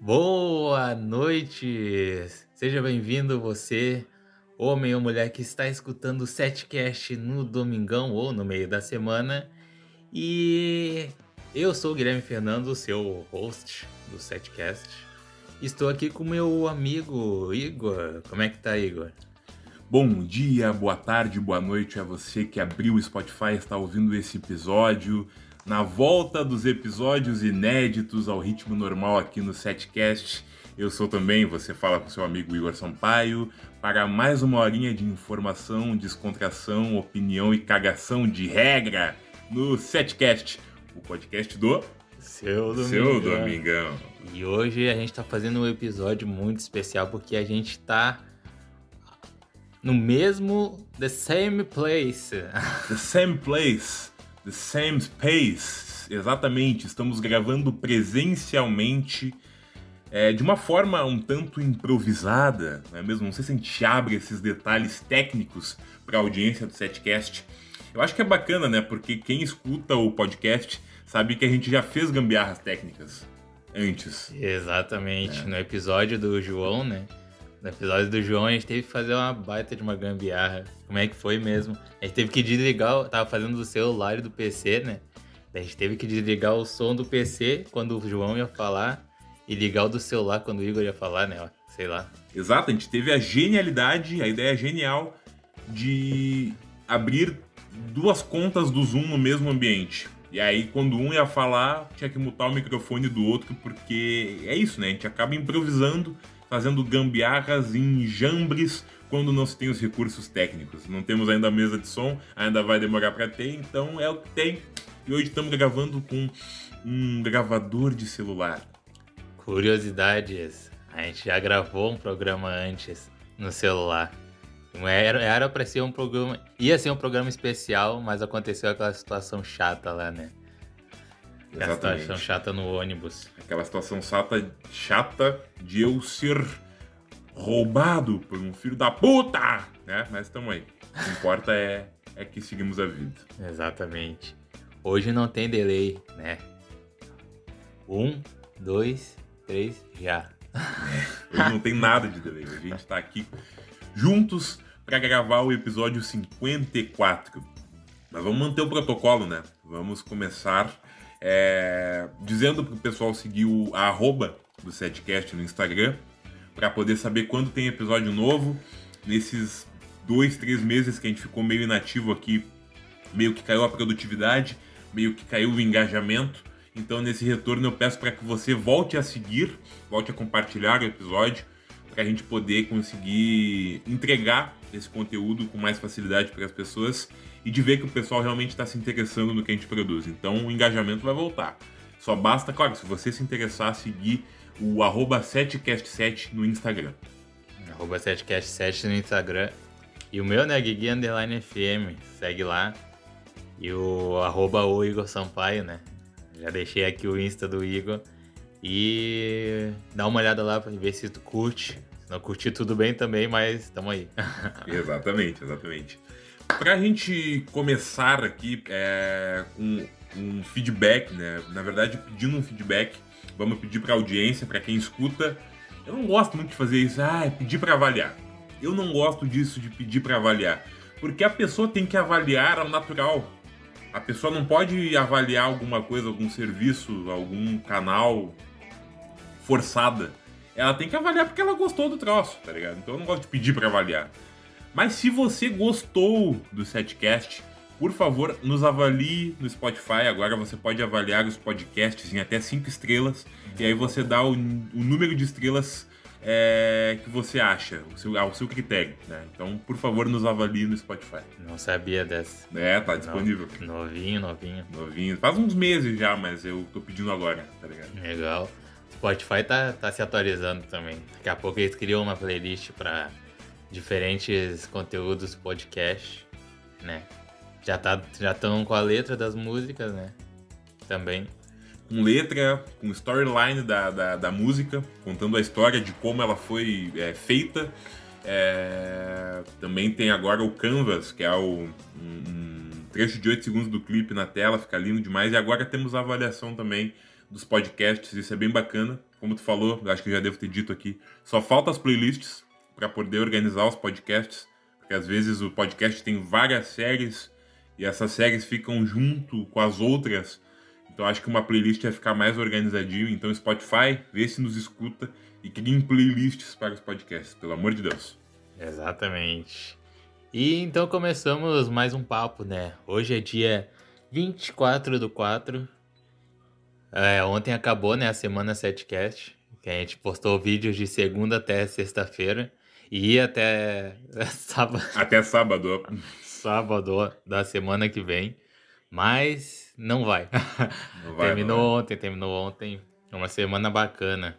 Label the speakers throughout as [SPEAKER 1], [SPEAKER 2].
[SPEAKER 1] Boa noite! Seja bem-vindo você, homem ou mulher que está escutando o Setcast no domingão ou no meio da semana. E eu sou o Guilherme Fernando, seu host do Setcast. Estou aqui com meu amigo Igor. Como é que tá, Igor?
[SPEAKER 2] Bom dia, boa tarde, boa noite a você que abriu o Spotify e está ouvindo esse episódio. Na volta dos episódios inéditos ao ritmo normal aqui no Setcast, eu sou também, você fala com seu amigo Igor Sampaio, para mais uma horinha de informação, descontração, opinião e cagação de regra no Setcast, o podcast do
[SPEAKER 1] Seu
[SPEAKER 2] seu Domingão.
[SPEAKER 1] E hoje a gente tá fazendo um episódio muito especial porque a gente tá no mesmo the same place.
[SPEAKER 2] The same place, the same space. Exatamente, estamos gravando presencialmente é, de uma forma um tanto improvisada, não é mesmo? Não sei se a gente abre esses detalhes técnicos para a audiência do setcast. Eu acho que é bacana, né? Porque quem escuta o podcast sabe que a gente já fez gambiarras técnicas antes.
[SPEAKER 1] Exatamente, no episódio do João, né? No episódio do João a gente teve que fazer uma baita de uma gambiarra. Como é que foi mesmo? A gente teve que desligar, o- tava fazendo do celular e do PC, né? Daí A gente teve que desligar o som do PC quando o João ia falar e ligar o do celular quando o Igor ia falar, né? Ó, Sei lá.
[SPEAKER 2] Exato, a gente teve a genialidade, a ideia genial de abrir duas contas do Zoom no mesmo ambiente. E aí, quando um ia falar, tinha que mutar o microfone do outro, porque é isso, né? A gente acaba improvisando, fazendo gambiarras em jambres quando não se tem os recursos técnicos. Não temos ainda a mesa de som, ainda vai demorar para ter, então é o que tem. E hoje estamos gravando com um gravador de celular.
[SPEAKER 1] Curiosidades. A gente já gravou um programa antes no celular. Não Era, era pra ser um programa. Ia ser um programa especial, mas aconteceu aquela situação chata lá, né? Aquela situação chata no ônibus.
[SPEAKER 2] Aquela situação chata, chata de eu ser roubado por um filho da puta, né? Mas tamo aí. O que importa é, é que seguimos a vida.
[SPEAKER 1] Exatamente. Hoje não tem delay, né? Um, dois, três, já.
[SPEAKER 2] Hoje não tem nada de delay. Hoje a gente tá aqui juntos pra gravar o episódio 54. Mas vamos manter o protocolo, né? Vamos começar é, dizendo pro pessoal seguir o a arroba do setcast no Instagram pra poder saber quando tem episódio novo. Nesses dois, três meses que a gente ficou meio inativo aqui, meio que caiu a produtividade, meio que caiu o engajamento. Então, nesse retorno, eu peço para que você volte a seguir, volte a compartilhar o episódio, para a gente poder conseguir entregar esse conteúdo com mais facilidade para as pessoas e de ver que o pessoal realmente está se interessando no que a gente produz. Então, o engajamento vai voltar. Só basta, claro, se você se interessar, seguir o arroba 7cast7 no Instagram.
[SPEAKER 1] Arroba 7cast7 no Instagram. E o meu, né, Guigui Underline FM. Segue lá. E o arroba o Igor Sampaio, né? Já deixei aqui o Insta do Igor. E dá uma olhada lá pra ver se tu curte. Se não curtir, tudo bem também, mas tamo aí.
[SPEAKER 2] Exatamente, exatamente. Pra gente começar aqui é, com um feedback, né? Na verdade, pedindo um feedback, vamos pedir pra audiência, pra quem escuta. Eu não gosto muito de fazer isso, ah, é pedir pra avaliar. Eu não gosto disso de pedir pra avaliar, porque a pessoa tem que avaliar ao natural. A pessoa não pode avaliar alguma coisa, algum serviço, algum canal forçada. Ela tem que avaliar porque ela gostou do troço, tá ligado? Então eu não gosto de pedir pra avaliar. Mas se você gostou do setcast, por favor, nos avalie no Spotify. Agora você pode avaliar os podcasts em até 5 estrelas. E aí você dá o, o número de estrelas é, que você acha, o seu- ao seu critério. né? Então, por favor, nos avalie no Spotify.
[SPEAKER 1] Não sabia dessa.
[SPEAKER 2] É, tá disponível.
[SPEAKER 1] Novinho, novinho.
[SPEAKER 2] Novinho. Faz uns meses já, mas eu tô pedindo agora, tá ligado?
[SPEAKER 1] Legal. Spotify tá, tá se atualizando também. Daqui a pouco eles criam uma playlist para diferentes conteúdos podcast, né? Já tá, já estão com a letra das músicas, né? Também.
[SPEAKER 2] com letra, com storyline da, da, da música, contando a história de como ela foi é, feita. É, também tem agora o Canvas, que é o, um, um trecho de 8 segundos do clipe na tela, fica lindo demais. E agora temos a avaliação também dos podcasts, isso é bem bacana. Como tu falou, acho que eu já devo ter dito aqui, só falta as playlists para poder organizar os podcasts, porque às vezes o podcast tem várias séries e essas séries ficam junto com as outras. Então acho que uma playlist vai ficar mais organizadinho. Então Spotify, vê se nos escuta e criem playlists para os podcasts, pelo amor de Deus.
[SPEAKER 1] Exatamente. E então começamos mais um papo, né? Hoje é dia 24 do 4. É, ontem acabou, né, a semana setcast, que a gente postou vídeos de segunda até sexta-feira e ia até sábado.
[SPEAKER 2] Até sábado.
[SPEAKER 1] sábado da semana que vem, mas não vai. Não vai terminou não. ontem, terminou ontem. É Uma semana bacana.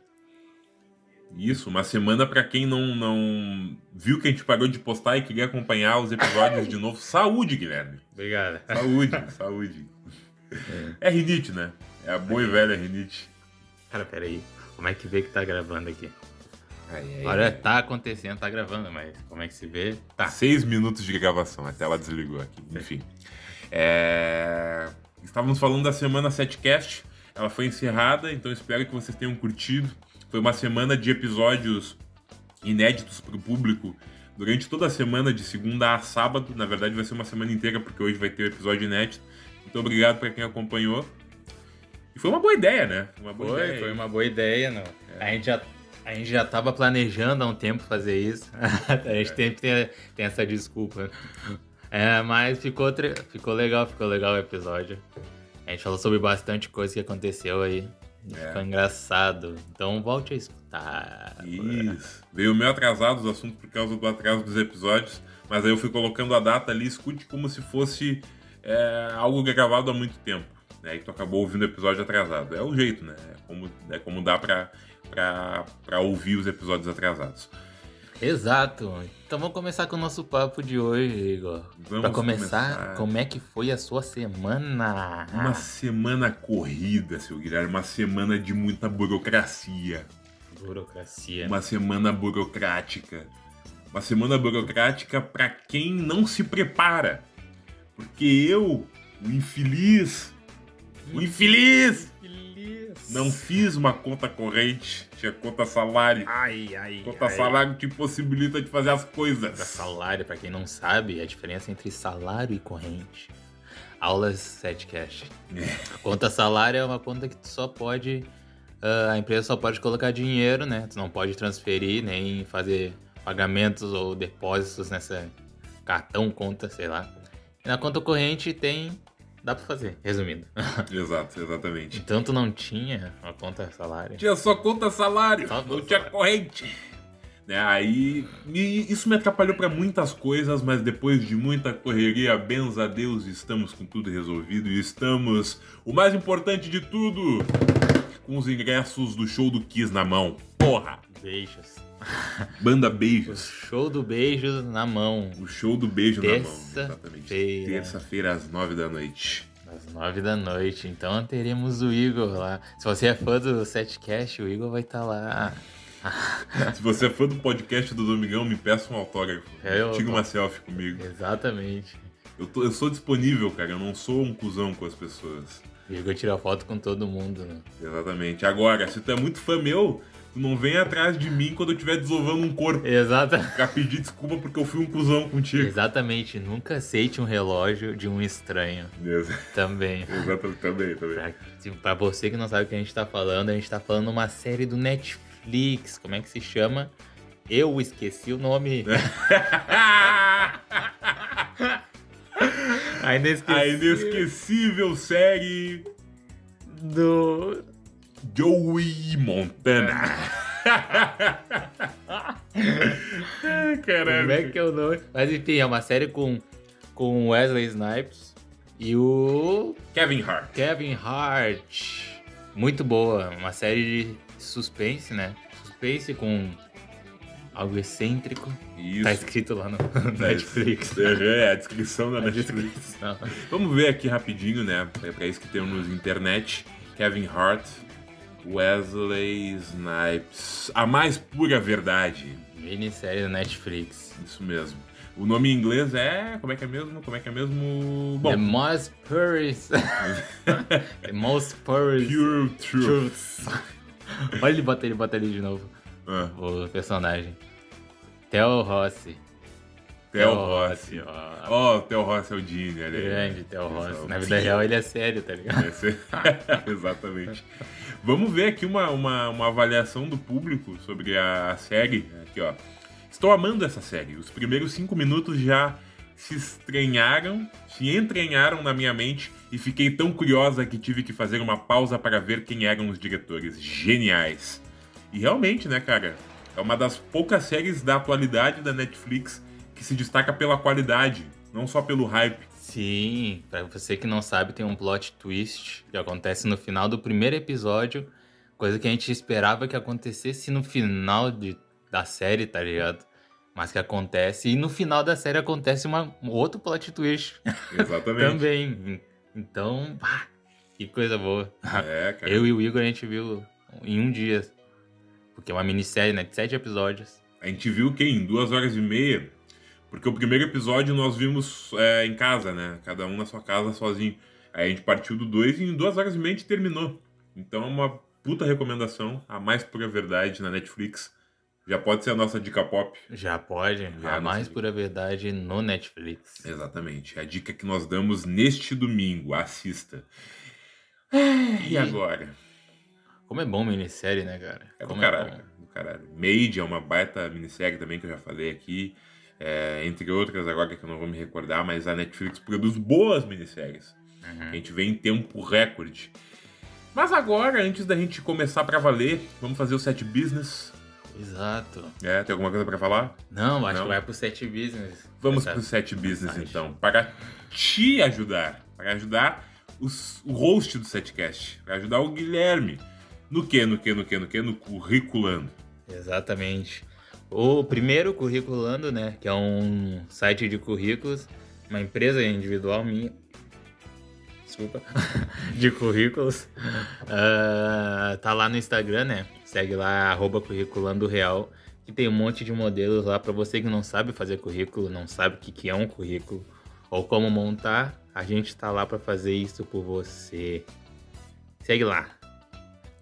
[SPEAKER 2] Isso, uma semana para quem não, não viu que a gente parou de postar e queria acompanhar os episódios de novo. Saúde, Guilherme.
[SPEAKER 1] Obrigado.
[SPEAKER 2] Saúde, saúde. É. é rinite, né? É a boa é. e velha rinite.
[SPEAKER 1] Cara, peraí. Como é que vê que tá gravando aqui? Aí, Agora tá acontecendo, tá gravando, mas como é que se vê? Tá.
[SPEAKER 2] Seis minutos de gravação, a tela desligou aqui. Enfim. É... Estávamos falando da semana setcast. Ela foi encerrada, então espero que vocês tenham curtido. Foi uma semana de episódios inéditos para o público durante toda a semana, de segunda a sábado. Na verdade, vai ser uma semana inteira, porque hoje vai ter o episódio inédito. Muito obrigado para quem acompanhou. E foi uma boa ideia, né?
[SPEAKER 1] Uma boa foi, ideia. foi uma boa ideia. Não. É. A, gente já, a gente já tava planejando há um tempo fazer isso. a gente é. sempre tem, tem essa desculpa. né? É, mas ficou, ficou legal, ficou legal o episódio. A gente falou sobre bastante coisa que aconteceu aí. É. Ficou engraçado. Então volte a escutar.
[SPEAKER 2] Isso. Veio meio atrasado os assuntos por causa do atraso dos episódios, mas aí eu fui colocando a data ali, escute como se fosse é, algo gravado há muito tempo. Né? E tu acabou ouvindo o episódio atrasado. É o jeito, né? É como, é como dá pra, pra, pra ouvir os episódios atrasados.
[SPEAKER 1] Exato. Então vamos começar com o nosso papo de hoje, Igor. Vamos pra começar, começar, como é que foi a sua semana?
[SPEAKER 2] Uma semana corrida, seu Guilherme. Uma semana de muita burocracia.
[SPEAKER 1] Burocracia.
[SPEAKER 2] Uma semana burocrática. Uma semana burocrática para quem não se prepara. Porque eu, o infeliz, o infeliz, não fiz uma conta corrente, tinha conta salário.
[SPEAKER 1] Ai, ai,
[SPEAKER 2] Conta
[SPEAKER 1] ai.
[SPEAKER 2] salário te possibilita de fazer as coisas.
[SPEAKER 1] Salário, para quem não sabe, é a diferença entre salário e corrente. Aulas setcast. É. Conta salário é uma conta que tu só pode. Uh, a empresa só pode colocar dinheiro, né? Tu não pode transferir nem fazer pagamentos ou depósitos nessa cartão, conta, sei lá. E na conta corrente tem dá pra fazer, resumindo.
[SPEAKER 2] Exato, exatamente.
[SPEAKER 1] Então tu não tinha uma conta salário?
[SPEAKER 2] Tinha só conta salário, só não tinha salário. corrente. Né, aí isso me atrapalhou para muitas coisas, mas depois de muita correria, benza a Deus, estamos com tudo resolvido e estamos, o mais importante de tudo, com os ingressos do show do Kiss na mão. Porra!
[SPEAKER 1] Beijos.
[SPEAKER 2] Banda Beijos.
[SPEAKER 1] O show do Beijos na mão.
[SPEAKER 2] O show do Beijo
[SPEAKER 1] Terça
[SPEAKER 2] na mão, exatamente. Terça-feira às nove da noite.
[SPEAKER 1] Às nove da noite, então teremos o Igor lá. Se você é fã do Setcast, o Igor vai estar tá lá.
[SPEAKER 2] Se você é fã do podcast do Domingão, me peça um autógrafo. Eu... Tira uma selfie comigo.
[SPEAKER 1] Exatamente.
[SPEAKER 2] Eu, tô, eu sou disponível, cara. Eu não sou um cuzão com as pessoas.
[SPEAKER 1] O Igor tira foto com todo mundo, né?
[SPEAKER 2] Exatamente. Agora, se tu é muito fã meu, não vem atrás de mim quando eu estiver desovando um corpo.
[SPEAKER 1] Exato.
[SPEAKER 2] Pra pedir desculpa porque eu fui um cuzão contigo.
[SPEAKER 1] Exatamente. Nunca aceite um relógio de um estranho.
[SPEAKER 2] Deus.
[SPEAKER 1] Também.
[SPEAKER 2] Exatamente. Também, também.
[SPEAKER 1] Pra, pra, você que não sabe o que a gente tá falando, a gente tá falando uma série do Netflix. Como é que se chama? Eu esqueci o nome.
[SPEAKER 2] a, inesquecível. a inesquecível série
[SPEAKER 1] do
[SPEAKER 2] Joey Montana.
[SPEAKER 1] Caralho. Como é que é o nome? Mas enfim, é uma série com, com Wesley Snipes e o.
[SPEAKER 2] Kevin Hart.
[SPEAKER 1] Kevin Hart. Muito boa. Uma série de suspense, né? Suspense com algo excêntrico.
[SPEAKER 2] Isso.
[SPEAKER 1] Tá escrito lá no, no Netflix.
[SPEAKER 2] É, a descrição da a Netflix. Descrição. Vamos ver aqui rapidinho, né? É pra isso que temos internet. Kevin Hart, Wesley Snipes. A mais pura verdade.
[SPEAKER 1] Minissérie da Netflix.
[SPEAKER 2] Isso mesmo. O nome em inglês é. Como é que é mesmo? Como é que é mesmo?
[SPEAKER 1] The
[SPEAKER 2] Bom,
[SPEAKER 1] most purest. The most purest
[SPEAKER 2] Pure Truth.
[SPEAKER 1] truths. Olha ele bota ele, bota ele de novo.
[SPEAKER 2] Ah,
[SPEAKER 1] O personagem. Theo Rossi.
[SPEAKER 2] Theo Rossi.
[SPEAKER 1] ó.
[SPEAKER 2] Ó, o Theo Rossi é o Dini, olha aí. né?
[SPEAKER 1] Grande Theo Rossi.
[SPEAKER 2] Pessoal,
[SPEAKER 1] Na vida
[SPEAKER 2] sim.
[SPEAKER 1] real ele é sério, tá ligado?
[SPEAKER 2] Esse- Exatamente. Vamos ver aqui uma, uma, uma avaliação do público sobre a, a série. Aqui, ó. Estou amando essa série. Os primeiros cinco minutos já se estranharam, se entranharam na minha mente e fiquei tão curiosa que tive que fazer uma pausa para ver quem eram os diretores. Geniais. E realmente, né, cara? É uma das poucas séries da atualidade da Netflix que se destaca pela qualidade, não só pelo hype.
[SPEAKER 1] Sim, pra você que não sabe, tem um plot twist que acontece no final do primeiro episódio, coisa que a gente esperava que acontecesse no final de, da série, tá ligado? Mas que acontece, e no final da série acontece uma, um outro plot twist
[SPEAKER 2] Exatamente.
[SPEAKER 1] também. Então, pá, que coisa boa.
[SPEAKER 2] É, cara.
[SPEAKER 1] Eu e o Igor a gente viu em um dia, porque é uma minissérie, né, de sete episódios.
[SPEAKER 2] A gente viu o quê? Em duas horas e meia. Porque o primeiro episódio nós vimos é, em casa, né? Cada um na sua casa, sozinho. Aí a gente partiu do dois e em duas horas e meia a gente terminou. Então é uma puta recomendação. A mais pura verdade na Netflix. Já pode ser a nossa dica pop.
[SPEAKER 1] Já pode,
[SPEAKER 2] Já,
[SPEAKER 1] a
[SPEAKER 2] não É.
[SPEAKER 1] mais
[SPEAKER 2] sabia.
[SPEAKER 1] pura verdade no Netflix.
[SPEAKER 2] Exatamente. A dica que nós damos neste domingo. Assista. E agora?
[SPEAKER 1] Como é bom minissérie, né, cara?
[SPEAKER 2] É do
[SPEAKER 1] Como
[SPEAKER 2] caralho,
[SPEAKER 1] bom.
[SPEAKER 2] cara, do caralho. Made é uma baita minissérie também que eu já falei aqui. é, entre outras agora que eu não vou me recordar, mas a Netflix produz boas minisséries. A gente vem em tempo recorde. Mas agora, antes da gente começar pra valer, vamos fazer o set business.
[SPEAKER 1] Exato.
[SPEAKER 2] É, tem alguma coisa pra falar?
[SPEAKER 1] Não, acho
[SPEAKER 2] Não?
[SPEAKER 1] que vai pro set business.
[SPEAKER 2] Vamos
[SPEAKER 1] Essa-
[SPEAKER 2] pro set business
[SPEAKER 1] Acho.
[SPEAKER 2] então, para te ajudar, para ajudar os- o host do setcast, para ajudar o Guilherme. No que, no que, no que, no que, no curriculando.
[SPEAKER 1] Exatamente. O primeiro Curriculando, né? Que é um site de currículos, uma empresa individual minha. Desculpa. de currículos. Ah, tá lá no Instagram, né? Segue lá, arroba Curriculando Real. Que tem um monte de modelos lá pra você que não sabe fazer currículo, não sabe o que, que é um currículo ou como montar. A gente tá lá pra fazer isso por você. Segue lá.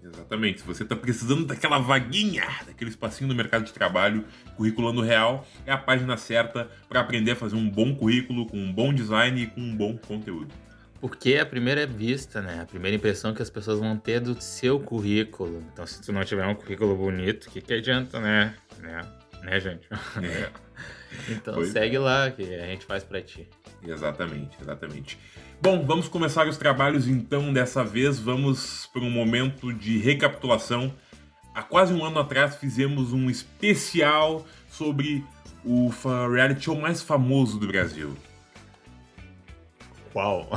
[SPEAKER 2] Exatamente. Se você está precisando daquela vaguinha, daquele espacinho no mercado de trabalho, Curriculando Real é a página certa para aprender a fazer um bom currículo, com um bom design e com um bom conteúdo.
[SPEAKER 1] Porque a primeira vista, né? A primeira impressão que as pessoas vão ter é do seu currículo. Então, se tu não tiver um currículo bonito, o que, que adianta, né? Né, né gente?
[SPEAKER 2] É,
[SPEAKER 1] Então,
[SPEAKER 2] Pois é.
[SPEAKER 1] segue lá, que a gente faz pra ti.
[SPEAKER 2] exatamente, exatamente. Bom, vamos começar os trabalhos então dessa vez. Vamos para um momento de recapitulação. Há quase um ano atrás fizemos um especial sobre o fa- reality show mais famoso do Brasil.
[SPEAKER 1] Qual?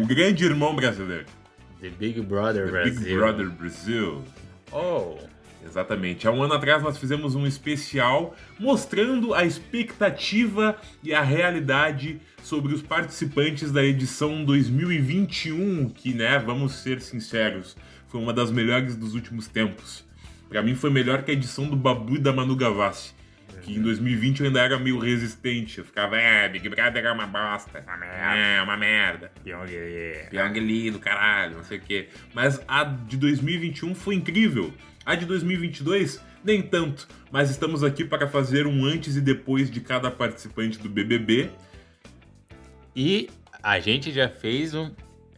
[SPEAKER 2] O Grande Irmão Brasileiro.
[SPEAKER 1] The Big Brother
[SPEAKER 2] The
[SPEAKER 1] Brasil.
[SPEAKER 2] Big Brother Brasil.
[SPEAKER 1] Oh,
[SPEAKER 2] Exatamente. Há um ano atrás nós fizemos um especial mostrando a expectativa e a realidade sobre os participantes da edição 2021, que, né, vamos ser sinceros, foi uma das melhores dos últimos tempos. Pra mim foi melhor que a edição do Babu e da Manu Gavassi, que em 2020 eu ainda era meio resistente. Eu ficava, é, Big Brother é uma bosta,
[SPEAKER 1] Uma merda."
[SPEAKER 2] é uma merda. Pyongyi do caralho, não sei o quê. Mas a de 2021 foi incrível. A de 2022, nem tanto. Mas estamos aqui para fazer um antes e depois de cada participante do BBB.
[SPEAKER 1] E a gente já fez um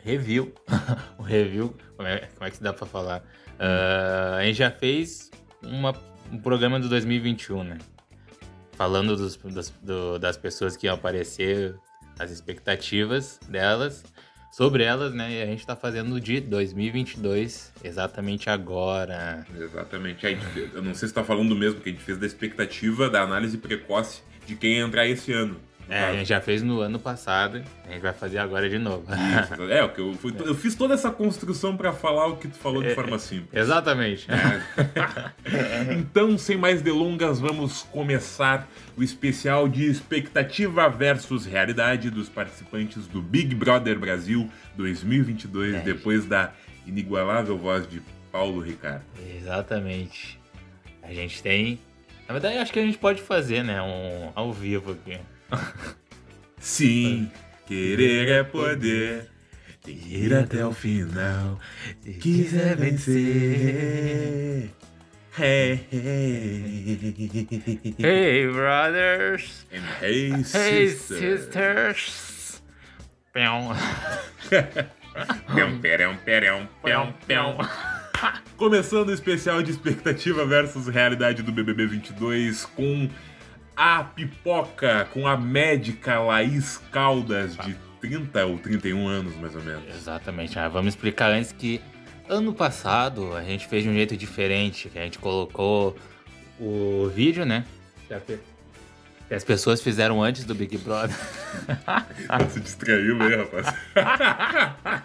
[SPEAKER 1] review. um review, como é, como é que se dá pra falar? Ah, a gente já fez uma- um programa do 2021, né? Falando dos- das, do- das pessoas que iam aparecer, as expectativas delas, sobre elas, né? E a gente tá fazendo de 2022, exatamente agora.
[SPEAKER 2] Exatamente. A gente fez- eu não sei se está falando do mesmo que a gente fez da expectativa da análise precoce de quem ia entrar esse ano.
[SPEAKER 1] É, a gente já fez no ano passado, a gente vai fazer agora de novo.
[SPEAKER 2] Isso, é, o que eu, fui- eu fiz toda essa construção para falar o que tu falou
[SPEAKER 1] É,
[SPEAKER 2] de forma simples.
[SPEAKER 1] exatamente.
[SPEAKER 2] Então, sem mais delongas, vamos começar o especial de expectativa versus realidade dos participantes do Big Brother Brasil 2022,
[SPEAKER 1] É.
[SPEAKER 2] depois da inigualável voz de Paulo Ricardo.
[SPEAKER 1] Exatamente. A gente tem. Na verdade, acho que a gente pode fazer, né? Um ao vivo aqui.
[SPEAKER 2] Sim, querer é poder. Tem que ir até o final. Se quiser vencer. É. Hey, hey.
[SPEAKER 1] Hey, brothers!
[SPEAKER 2] And hey,
[SPEAKER 1] Hey,
[SPEAKER 2] sister.
[SPEAKER 1] sisters! Pão.
[SPEAKER 2] Pião, perão, perão, pião, pião. Começando o especial de expectativa versus realidade do BBB 22 com a pipoca, com a médica Laís Caldas, de 30 ou 31 anos, mais ou menos.
[SPEAKER 1] Exatamente. Ah, vamos explicar antes que ano passado a gente fez de um jeito diferente, que a gente colocou o vídeo, né? Que as pessoas fizeram antes do Big Brother.
[SPEAKER 2] Se distraiu, né, rapaz?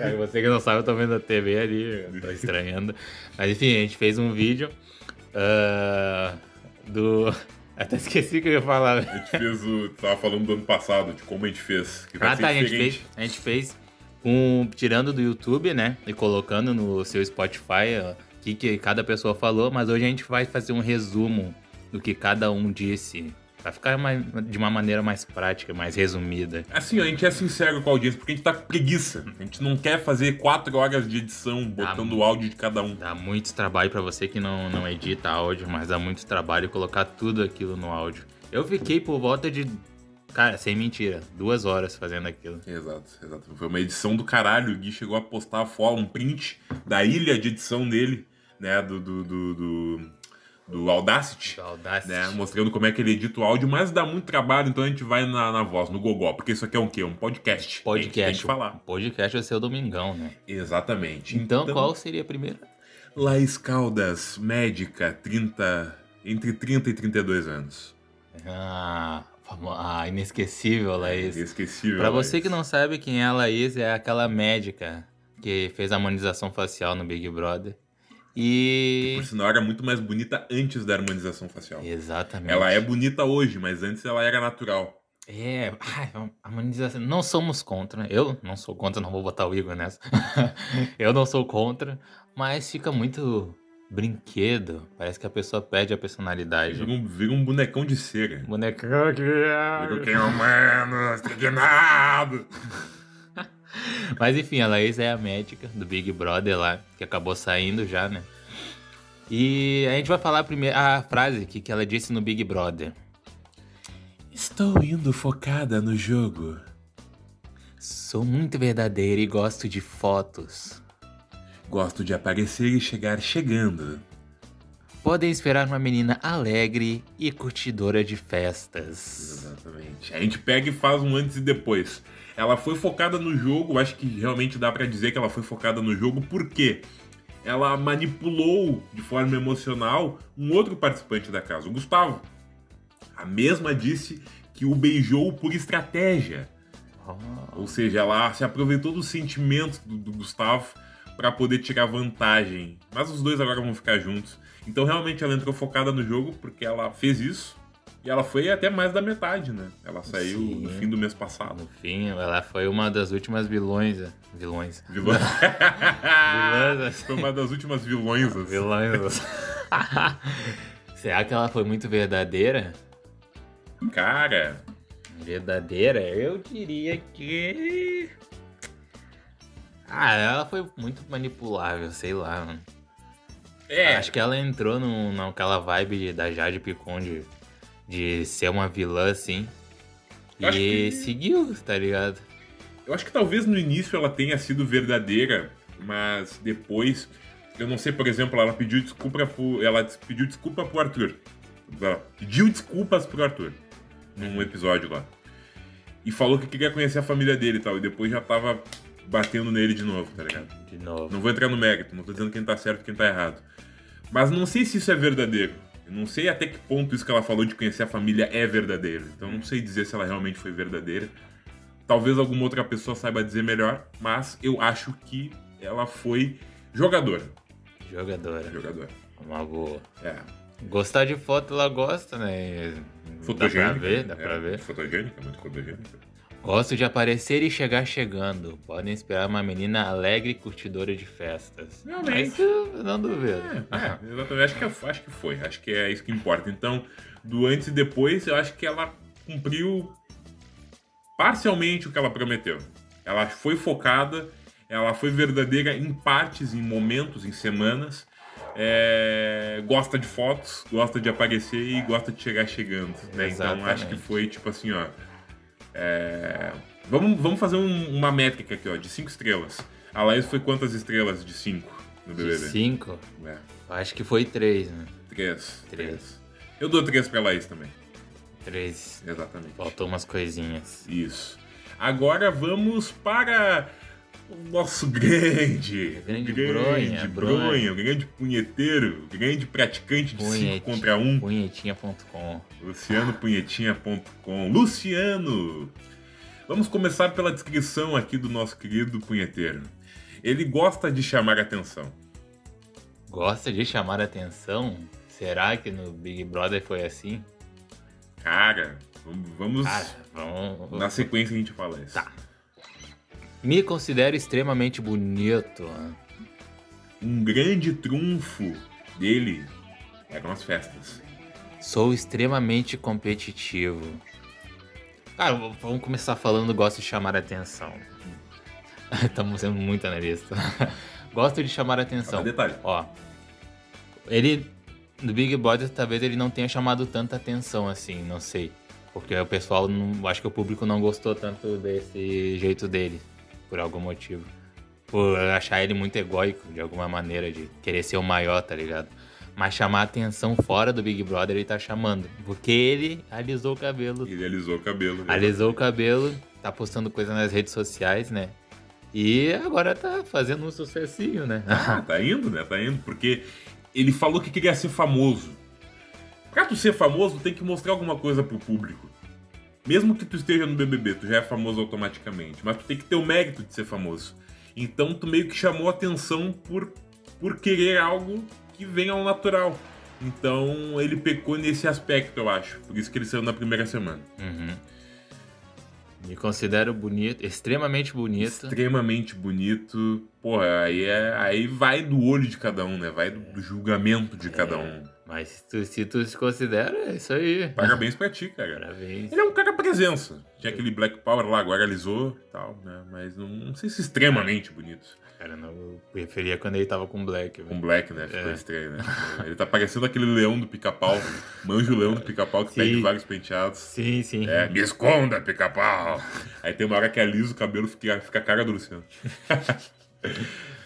[SPEAKER 1] Aí você que não sabe, eu tô vendo a TV ali, eu tô estranhando. Mas enfim, a gente fez um vídeo ah, do. Até esqueci o que eu ia falar.
[SPEAKER 2] A gente fez o. Tava falando do ano passado, de como a gente fez. Que vai
[SPEAKER 1] Ah,
[SPEAKER 2] ser
[SPEAKER 1] tá, a gente
[SPEAKER 2] diferente.
[SPEAKER 1] fez, a gente fez um, tirando do YouTube, né? E colocando no seu Spotify ó, o que, que cada pessoa falou, mas hoje a gente vai fazer um resumo do que cada um disse. Vai ficar mais- de uma maneira mais prática, mais resumida.
[SPEAKER 2] Assim, ó, a gente é sincero com a audiência, porque a gente tá com preguiça. A gente não quer fazer quatro horas de edição botando
[SPEAKER 1] Ah,
[SPEAKER 2] o áudio de cada um.
[SPEAKER 1] Dá muito trabalho pra você que não, não edita áudio, mas dá muito trabalho colocar tudo aquilo no áudio. Eu fiquei por volta de. Cara, sem mentira, duas horas fazendo aquilo.
[SPEAKER 2] Exato, exato. Foi uma edição do caralho. O Gui chegou a postar a foto, um print da ilha de edição dele, né? Do, do, do, do, do Audacity,
[SPEAKER 1] Saudades.
[SPEAKER 2] né? Mostrando como é que ele edita o áudio, mas dá muito trabalho, então a gente vai na, na voz, no Gogó, porque isso aqui é um quê? Um podcast. A gente tem
[SPEAKER 1] Podcast.
[SPEAKER 2] que falar.
[SPEAKER 1] Podcast vai ser o Domingão, né?
[SPEAKER 2] Exatamente.
[SPEAKER 1] Então, qual seria a primeira?
[SPEAKER 2] Laís Caldas, médica, 30. Entre 30 e 32 anos.
[SPEAKER 1] Ah, famo- ah, inesquecível, Laís.
[SPEAKER 2] Inesquecível.
[SPEAKER 1] Pra
[SPEAKER 2] Laís.
[SPEAKER 1] você que não sabe quem é a Laís, é aquela médica que fez a harmonização facial no Big Brother. E.
[SPEAKER 2] Por sinal, era muito mais bonita antes da harmonização facial.
[SPEAKER 1] Exatamente.
[SPEAKER 2] Ela é bonita hoje, mas antes ela era natural.
[SPEAKER 1] É, ai, a harmonização. assim, Não somos contra. né? Eu não sou contra, não vou botar o Igor nessa. Eu não sou contra, mas fica muito brinquedo. Parece que a pessoa perde a personalidade.
[SPEAKER 2] Vira um, vira um bonecão de cera.
[SPEAKER 1] Bonecão
[SPEAKER 2] Vira
[SPEAKER 1] que.
[SPEAKER 2] um quem é humano, estagnado.
[SPEAKER 1] Mas enfim, a Laís é a médica do Big Brother lá, que acabou saindo já, né? E a gente vai falar primeiro a frase que, que ela disse no Big Brother.
[SPEAKER 2] Estou indo focada no jogo.
[SPEAKER 1] Sou muito verdadeira e gosto de fotos.
[SPEAKER 2] Gosto de aparecer e chegar chegando.
[SPEAKER 1] Podem esperar uma menina alegre e curtidora de festas.
[SPEAKER 2] Exatamente. A gente pega e faz um antes e depois. Ela foi focada no jogo, acho que realmente dá pra dizer que ela foi focada no jogo, porque ela manipulou de forma emocional um outro participante da casa, o Gustavo. A mesma disse que o beijou por estratégia.
[SPEAKER 1] Oh,
[SPEAKER 2] Ou seja, ela se aproveitou do sentimento do, do Gustavo pra poder tirar vantagem. Mas os dois agora vão ficar juntos. Então realmente ela entrou focada no jogo porque ela fez isso. E ela foi até mais da metade, né? Ela saiu
[SPEAKER 1] Sim.
[SPEAKER 2] no fim do mês passado.
[SPEAKER 1] no fim, ela foi uma das últimas vilões. né? Vilões.
[SPEAKER 2] Vilã...
[SPEAKER 1] Vilãs.
[SPEAKER 2] foi uma das últimas assim. vilõesas.
[SPEAKER 1] Vilões. Será que ela foi muito verdadeira?
[SPEAKER 2] Cara,
[SPEAKER 1] Verdadeira, eu diria que. Ah, ela foi muito manipulável, sei lá. mano.
[SPEAKER 2] é.
[SPEAKER 1] Acho que ela entrou num, naquela vibe de- da Jade Picon de, de ser uma vilã, assim. E
[SPEAKER 2] Eu acho que-
[SPEAKER 1] seguiu, tá ligado?
[SPEAKER 2] Eu acho que talvez no início ela tenha sido verdadeira, mas depois, eu não sei, por exemplo, ela pediu desculpa pro, ela des- pediu desculpa pro Arthur. Ela pediu desculpas pro Arthur num episódio lá. E falou que queria conhecer a família dele e tal, e depois já tava batendo nele de novo, tá ligado?
[SPEAKER 1] De novo.
[SPEAKER 2] Não vou entrar no mérito, não tô dizendo quem tá certo e quem tá errado. Mas não sei se isso é verdadeiro. Eu não sei até que ponto isso que ela falou de conhecer a família é verdadeiro. Então eu não sei dizer se ela realmente foi verdadeira. Talvez alguma outra pessoa saiba dizer melhor, mas eu acho que ela foi jogadora.
[SPEAKER 1] Jogadora.
[SPEAKER 2] Jogadora.
[SPEAKER 1] Uma boa.
[SPEAKER 2] É.
[SPEAKER 1] Gostar de foto ela gosta, né? Dá pra
[SPEAKER 2] Fotogênica.
[SPEAKER 1] ver, dá
[SPEAKER 2] é,
[SPEAKER 1] pra ver.
[SPEAKER 2] Fotogênica, muito fotogênica.
[SPEAKER 1] Gosto de aparecer e chegar chegando. Podem esperar uma menina alegre e curtidora de festas.
[SPEAKER 2] Realmente.
[SPEAKER 1] Mas eu não duvido.
[SPEAKER 2] É, é, exatamente. Acho que, é- acho que foi. Acho que é isso que importa. Então, do antes e depois, eu acho que ela cumpriu parcialmente o que ela prometeu. Ela foi focada, ela foi verdadeira em partes, em momentos, em semanas. É, gosta de fotos, gosta de aparecer e gosta de chegar chegando. né? Então, acho que
[SPEAKER 1] Exatamente.
[SPEAKER 2] foi tipo assim, ó. É, Vamos, vamos fazer um- uma métrica aqui, ó, de cinco estrelas. A Laís foi quantas estrelas de cinco no
[SPEAKER 1] De
[SPEAKER 2] BBB?
[SPEAKER 1] cinco?
[SPEAKER 2] É.
[SPEAKER 1] Eu acho que foi três, né?
[SPEAKER 2] Três.
[SPEAKER 1] Três.
[SPEAKER 2] Três. Eu dou três pra Laís também.
[SPEAKER 1] Três.
[SPEAKER 2] Exatamente.
[SPEAKER 1] Faltou umas coisinhas.
[SPEAKER 2] Isso. Agora vamos para o nosso grande,
[SPEAKER 1] Grande bronha, bronha.
[SPEAKER 2] o grande punheteiro, o grande praticante de 5
[SPEAKER 1] Punheti-
[SPEAKER 2] contra 1, um,
[SPEAKER 1] Punhetinha.com.
[SPEAKER 2] lucianopunhetinha.com. Luciano! Vamos começar pela descrição aqui do nosso querido punheteiro. Ele gosta de chamar atenção.
[SPEAKER 1] Gosta de chamar atenção? Será que no Big Brother foi assim?
[SPEAKER 2] Cara, vamos. vamos-
[SPEAKER 1] Cara, vamos.
[SPEAKER 2] Na sequência a gente fala isso.
[SPEAKER 1] Ah, Tá. Me considero extremamente bonito. né?
[SPEAKER 2] um grande trunfo dele eram as festas.
[SPEAKER 1] Sou extremamente competitivo. Cara, v- vamos começar falando gosto de chamar atenção. Estamos sendo muito analista. gosto de chamar
[SPEAKER 2] Só
[SPEAKER 1] atenção.
[SPEAKER 2] detalhe.
[SPEAKER 1] Ó. Ele. No Big Brother, talvez ele não tenha chamado tanta atenção assim, não sei. Porque o pessoal não. Acho que o público não gostou tanto desse jeito dele, por algum motivo. Por achar ele muito egóico, de alguma maneira, de querer ser o maior, tá ligado? Mas chamar atenção fora do Big Brother ele tá chamando. Porque ele alisou o cabelo
[SPEAKER 2] Ele alisou o cabelo. né?
[SPEAKER 1] alisou o cabelo, tá postando coisa nas redes sociais, né? E agora tá fazendo um sucessinho, né?
[SPEAKER 2] Ah, tá indo, né? Tá indo, porque ele falou que queria ser famoso. Pra tu ser famoso, tem que mostrar alguma coisa pro público. Mesmo que tu esteja no BBB, tu já é famoso automaticamente, mas tu tem que ter o mérito de ser famoso. Então tu meio que chamou atenção por, por querer algo que venha ao natural. Então ele pecou nesse aspecto, eu acho. Por isso que ele saiu na primeira semana.
[SPEAKER 1] Uhum. Me considero bonito, extremamente bonito.
[SPEAKER 2] extremamente bonito. Porra, aí, é, aí vai do olho de cada um, né? Vai do, do julgamento de cada um.
[SPEAKER 1] Mas se tu, se tu se considera, é isso aí.
[SPEAKER 2] Parabéns pra ti, cara.
[SPEAKER 1] Parabéns.
[SPEAKER 2] Ele é um cara presença. Tinha aquele Black Power lá, agora alisou e tal, né? Mas não, não sei se extremamente bonito.
[SPEAKER 1] Cara, não, eu preferia quando ele tava com black,
[SPEAKER 2] Com
[SPEAKER 1] velho.
[SPEAKER 2] Black, né? Ficou
[SPEAKER 1] É.
[SPEAKER 2] estranho, né? Ele tá parecendo aquele leão do pica-pau. Manjo leão do pica-pau que
[SPEAKER 1] Sim.
[SPEAKER 2] pede vários penteados.
[SPEAKER 1] Sim, sim.
[SPEAKER 2] É, me esconda, pica-pau! Aí tem uma hora que alisa o cabelo fica, fica a cara do Luciano.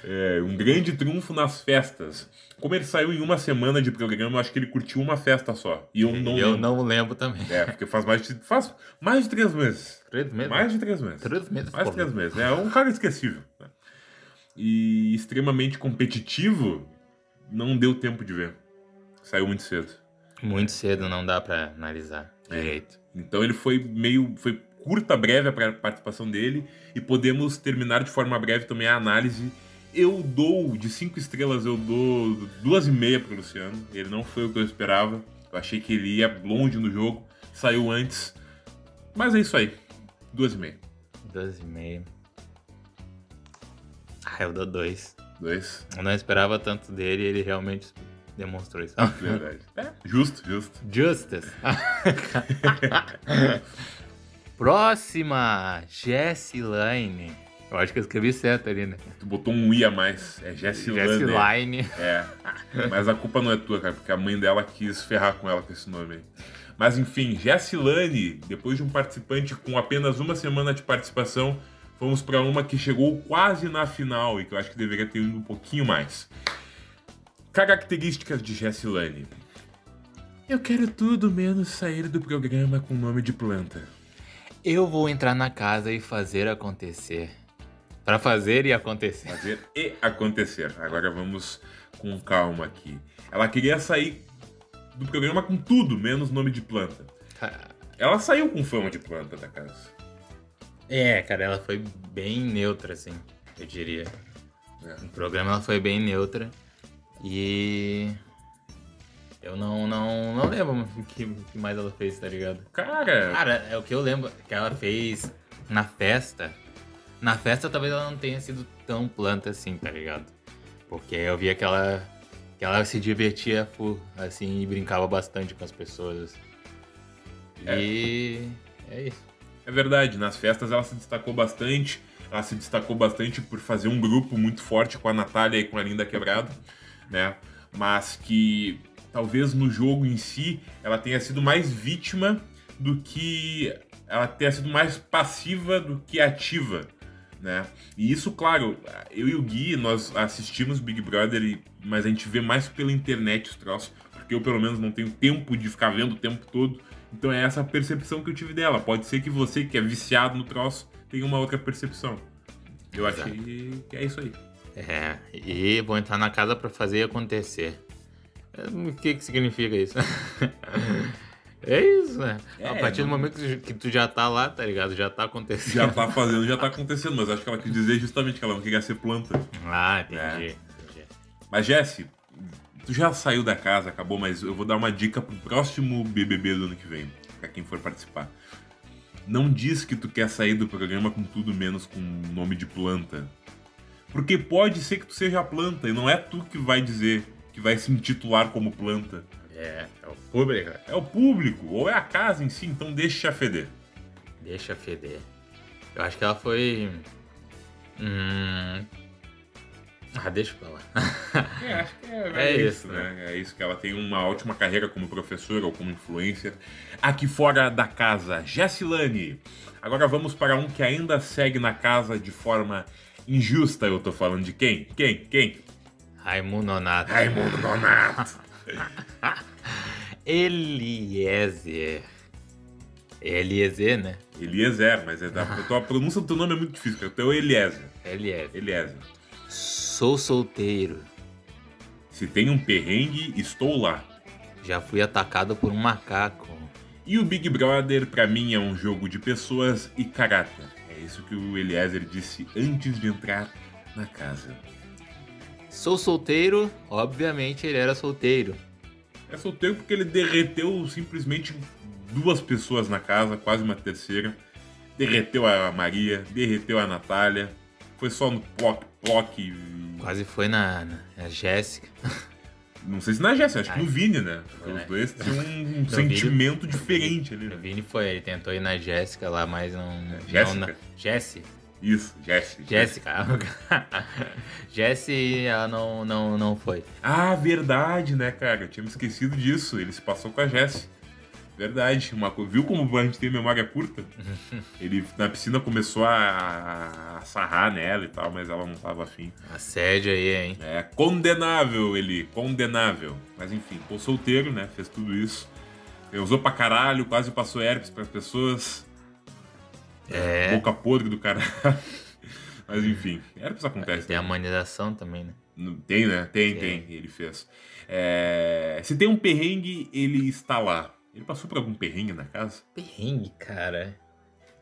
[SPEAKER 2] É, um grande triunfo nas festas. Como ele saiu em uma semana de programa, eu acho que ele curtiu uma festa só. E eu não.
[SPEAKER 1] Eu não lembro também.
[SPEAKER 2] É, porque faz mais de, faz mais de três meses.
[SPEAKER 1] Três meses.
[SPEAKER 2] Mais de três meses.
[SPEAKER 1] Três meses.
[SPEAKER 2] Mais de
[SPEAKER 1] pô.
[SPEAKER 2] três meses. É um cara esquecível. né? E extremamente competitivo, não deu tempo de ver. Saiu muito cedo.
[SPEAKER 1] Muito cedo, não dá pra analisar direito.
[SPEAKER 2] Então ele foi meio. Foi curta, breve a pra- participação dele. E podemos terminar de forma breve também a análise. Eu dou, de cinco estrelas, eu dou duas e meia pro Luciano. Ele não foi o que eu esperava. Eu achei que ele ia longe no jogo. Saiu antes. Mas é isso aí. Duas e meia.
[SPEAKER 1] Dois e meio. Ah, eu dou dois.
[SPEAKER 2] Dois.
[SPEAKER 1] Eu não esperava tanto dele, ele realmente demonstrou isso.
[SPEAKER 2] Verdade. É, justo, justo.
[SPEAKER 1] Justice. Próxima, Jessiline. Eu acho que eu escrevi certo ali, né?
[SPEAKER 2] Tu botou um I a mais. É Jessilane.
[SPEAKER 1] Jessiline.
[SPEAKER 2] É. Mas a culpa não é tua, cara, porque a mãe dela quis ferrar com ela com esse nome aí. Mas enfim, Jessilane, depois de um participante com apenas uma semana de participação, fomos pra uma que chegou quase na final e que eu acho que deveria ter ido um pouquinho mais. Características de Jessilane. Eu quero tudo menos sair do programa com nome de planta.
[SPEAKER 1] Eu vou entrar na casa e fazer acontecer. Pra fazer e acontecer.
[SPEAKER 2] fazer e acontecer. Agora vamos com calma aqui. Ela queria sair do programa com tudo, menos nome de planta. Ela saiu com fama de planta da casa.
[SPEAKER 1] É, cara, ela foi bem neutra, assim, eu diria.
[SPEAKER 2] É.
[SPEAKER 1] No programa ela foi bem neutra. E. Eu não, não, não lembro o que, o que mais ela fez, tá ligado?
[SPEAKER 2] Cara,
[SPEAKER 1] Cara, é o que eu lembro que ela fez na festa, na festa talvez ela não tenha sido tão planta assim, tá ligado? Porque eu via que ela, que ela se divertia fu- assim e brincava bastante com as pessoas. E é, isso.
[SPEAKER 2] É verdade, nas festas ela se destacou bastante. Ela se destacou bastante por fazer um grupo muito forte com a Natália e com a Linda Quebrado, né? Mas que talvez no jogo em si ela tenha sido mais vítima do que. Ela tenha sido mais passiva do que ativa, né? E isso, claro, eu e o Gui, nós assistimos Big Brother, e- mas a gente vê mais pela internet os troços, porque eu pelo menos não tenho tempo de ficar vendo o tempo todo. Então é essa a percepção que eu tive dela. Pode ser que você, que é viciado no troço, tenha uma outra percepção. Eu
[SPEAKER 1] Exato.
[SPEAKER 2] achei que é isso aí.
[SPEAKER 1] É, e vou entrar na casa pra fazer acontecer. É, O que que significa isso? é isso, né?
[SPEAKER 2] É,
[SPEAKER 1] A partir do
[SPEAKER 2] não-
[SPEAKER 1] momento que tu- que tu já tá lá, tá ligado? Já tá acontecendo.
[SPEAKER 2] Já tá fazendo, já tá acontecendo, mas acho que ela quis dizer justamente que ela não queria ser planta.
[SPEAKER 1] Ah,
[SPEAKER 2] É.
[SPEAKER 1] entendi. entendi.
[SPEAKER 2] Mas Jesse, tu já saiu da casa, acabou, mas eu vou dar uma dica pro próximo BBB do ano que vem, pra quem for participar. Não diz que tu quer sair do programa com tudo menos com nome de planta. Porque pode ser que tu seja a planta e não é tu que vai dizer que vai se intitular como planta.
[SPEAKER 1] É, é o público.
[SPEAKER 2] É o público ou é a casa em si, então deixa feder.
[SPEAKER 1] Deixa feder. Eu acho que ela foi. Hum... Ah, deixa pra lá.
[SPEAKER 2] É, acho que é,
[SPEAKER 1] É
[SPEAKER 2] é
[SPEAKER 1] isso,
[SPEAKER 2] isso, né? É isso que ela tem uma ótima carreira como professora ou como influencer. Aqui fora da casa, Jessilane. Agora vamos para um que ainda segue na casa de forma injusta. Eu tô falando de quem? Quem? Quem?
[SPEAKER 1] Raimundo Nonato.
[SPEAKER 2] Raimundo Donato.
[SPEAKER 1] Eliezer. É Eliezer, né?
[SPEAKER 2] Eliezer, mas é da, a tua pronúncia do teu nome é muito difícil, cara. O teu é Eliezer.
[SPEAKER 1] Eliezer.
[SPEAKER 2] Eliezer.
[SPEAKER 1] Sou solteiro.
[SPEAKER 2] Se tem um perrengue, estou lá.
[SPEAKER 1] Já fui atacado por um macaco.
[SPEAKER 2] E o Big Brother, pra mim, é um jogo de pessoas e caráter. É isso que o Eliezer disse antes de entrar na casa.
[SPEAKER 1] Sou solteiro, obviamente ele era solteiro.
[SPEAKER 2] É solteiro porque ele derreteu simplesmente duas pessoas na casa, quase uma terceira. Derreteu a Maria, derreteu a Natália. Foi só no ploc, ploc. e-
[SPEAKER 1] Quase foi na, na na Jéssica.
[SPEAKER 2] Não sei se na Jéssica, acho que no Vini, né? Porque
[SPEAKER 1] Foi, né?
[SPEAKER 2] os dois tinham um
[SPEAKER 1] Vini.
[SPEAKER 2] sentimento diferente ali,
[SPEAKER 1] O
[SPEAKER 2] né?
[SPEAKER 1] Vini foi, ele tentou ir na Jéssica lá, mas não.
[SPEAKER 2] Jéssica?
[SPEAKER 1] não- não- Jéssica.
[SPEAKER 2] Isso, Jéssica.
[SPEAKER 1] Jéssica. Jéssica, ela não, não, não foi.
[SPEAKER 2] Ah, verdade, né, cara? Eu tinha me esquecido disso. Ele se passou com a Jess. Verdade. Uma co- Viu como a gente tem memória curta? Ele na piscina começou a, a sarrar nela e tal, mas ela não tava afim.
[SPEAKER 1] Assédio aí, hein?
[SPEAKER 2] É condenável ele, condenável. Mas enfim, pô, solteiro, né? Fez tudo isso. Ele usou pra caralho, quase passou herpes pras pessoas.
[SPEAKER 1] É.
[SPEAKER 2] Boca podre do caralho. Mas enfim, herpes acontece.
[SPEAKER 1] É, Tem a
[SPEAKER 2] né?
[SPEAKER 1] humanização também, né?
[SPEAKER 2] Não- Tem, né? Tem, tem. Ele fez. É, Se tem um perrengue, ele está lá. Ele passou por algum perrengue na casa?
[SPEAKER 1] Perrengue, cara.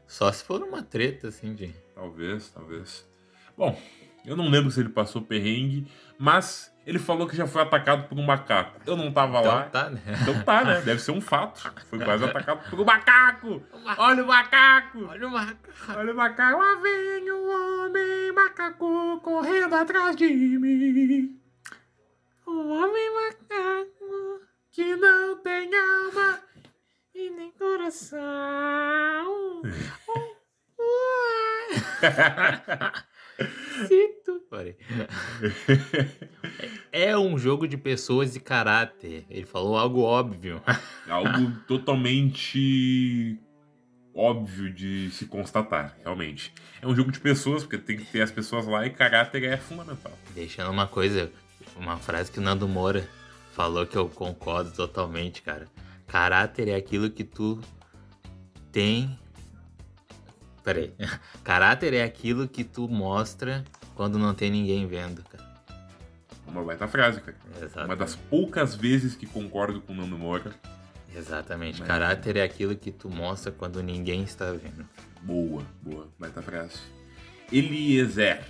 [SPEAKER 1] Só se for uma treta, assim, de.
[SPEAKER 2] Talvez, talvez. Bom, eu não lembro se ele passou perrengue, mas ele falou que já foi atacado por um macaco. Eu não tava lá.
[SPEAKER 1] Então tá, né?
[SPEAKER 2] Então tá, né? Deve ser um fato. Foi quase atacado por um macaco. Olha o macaco.
[SPEAKER 1] Olha o macaco.
[SPEAKER 2] Olha o macaco. Lá vem um homem macaco correndo atrás de mim.
[SPEAKER 1] O Um homem macaco.
[SPEAKER 2] Que não tem alma.
[SPEAKER 1] E nem coração. Cito. É um jogo de pessoas e caráter. Ele falou algo óbvio.
[SPEAKER 2] É Algo totalmente óbvio de se constatar, realmente. É um jogo de pessoas, porque tem que ter as pessoas lá e caráter é fundamental.
[SPEAKER 1] Deixando uma coisa, uma frase que o Nando Moura falou que eu concordo totalmente, cara. Caráter é aquilo que tu tem. Peraí. Caráter é aquilo que tu mostra quando não tem ninguém vendo, cara.
[SPEAKER 2] Uma baita frase, cara.
[SPEAKER 1] Exato.
[SPEAKER 2] Uma das poucas vezes que concordo com o Nando Moura.
[SPEAKER 1] Exatamente.
[SPEAKER 2] Mas-
[SPEAKER 1] Caráter é aquilo que tu mostra quando ninguém está vendo.
[SPEAKER 2] Boa, boa, baita frase. Eliezer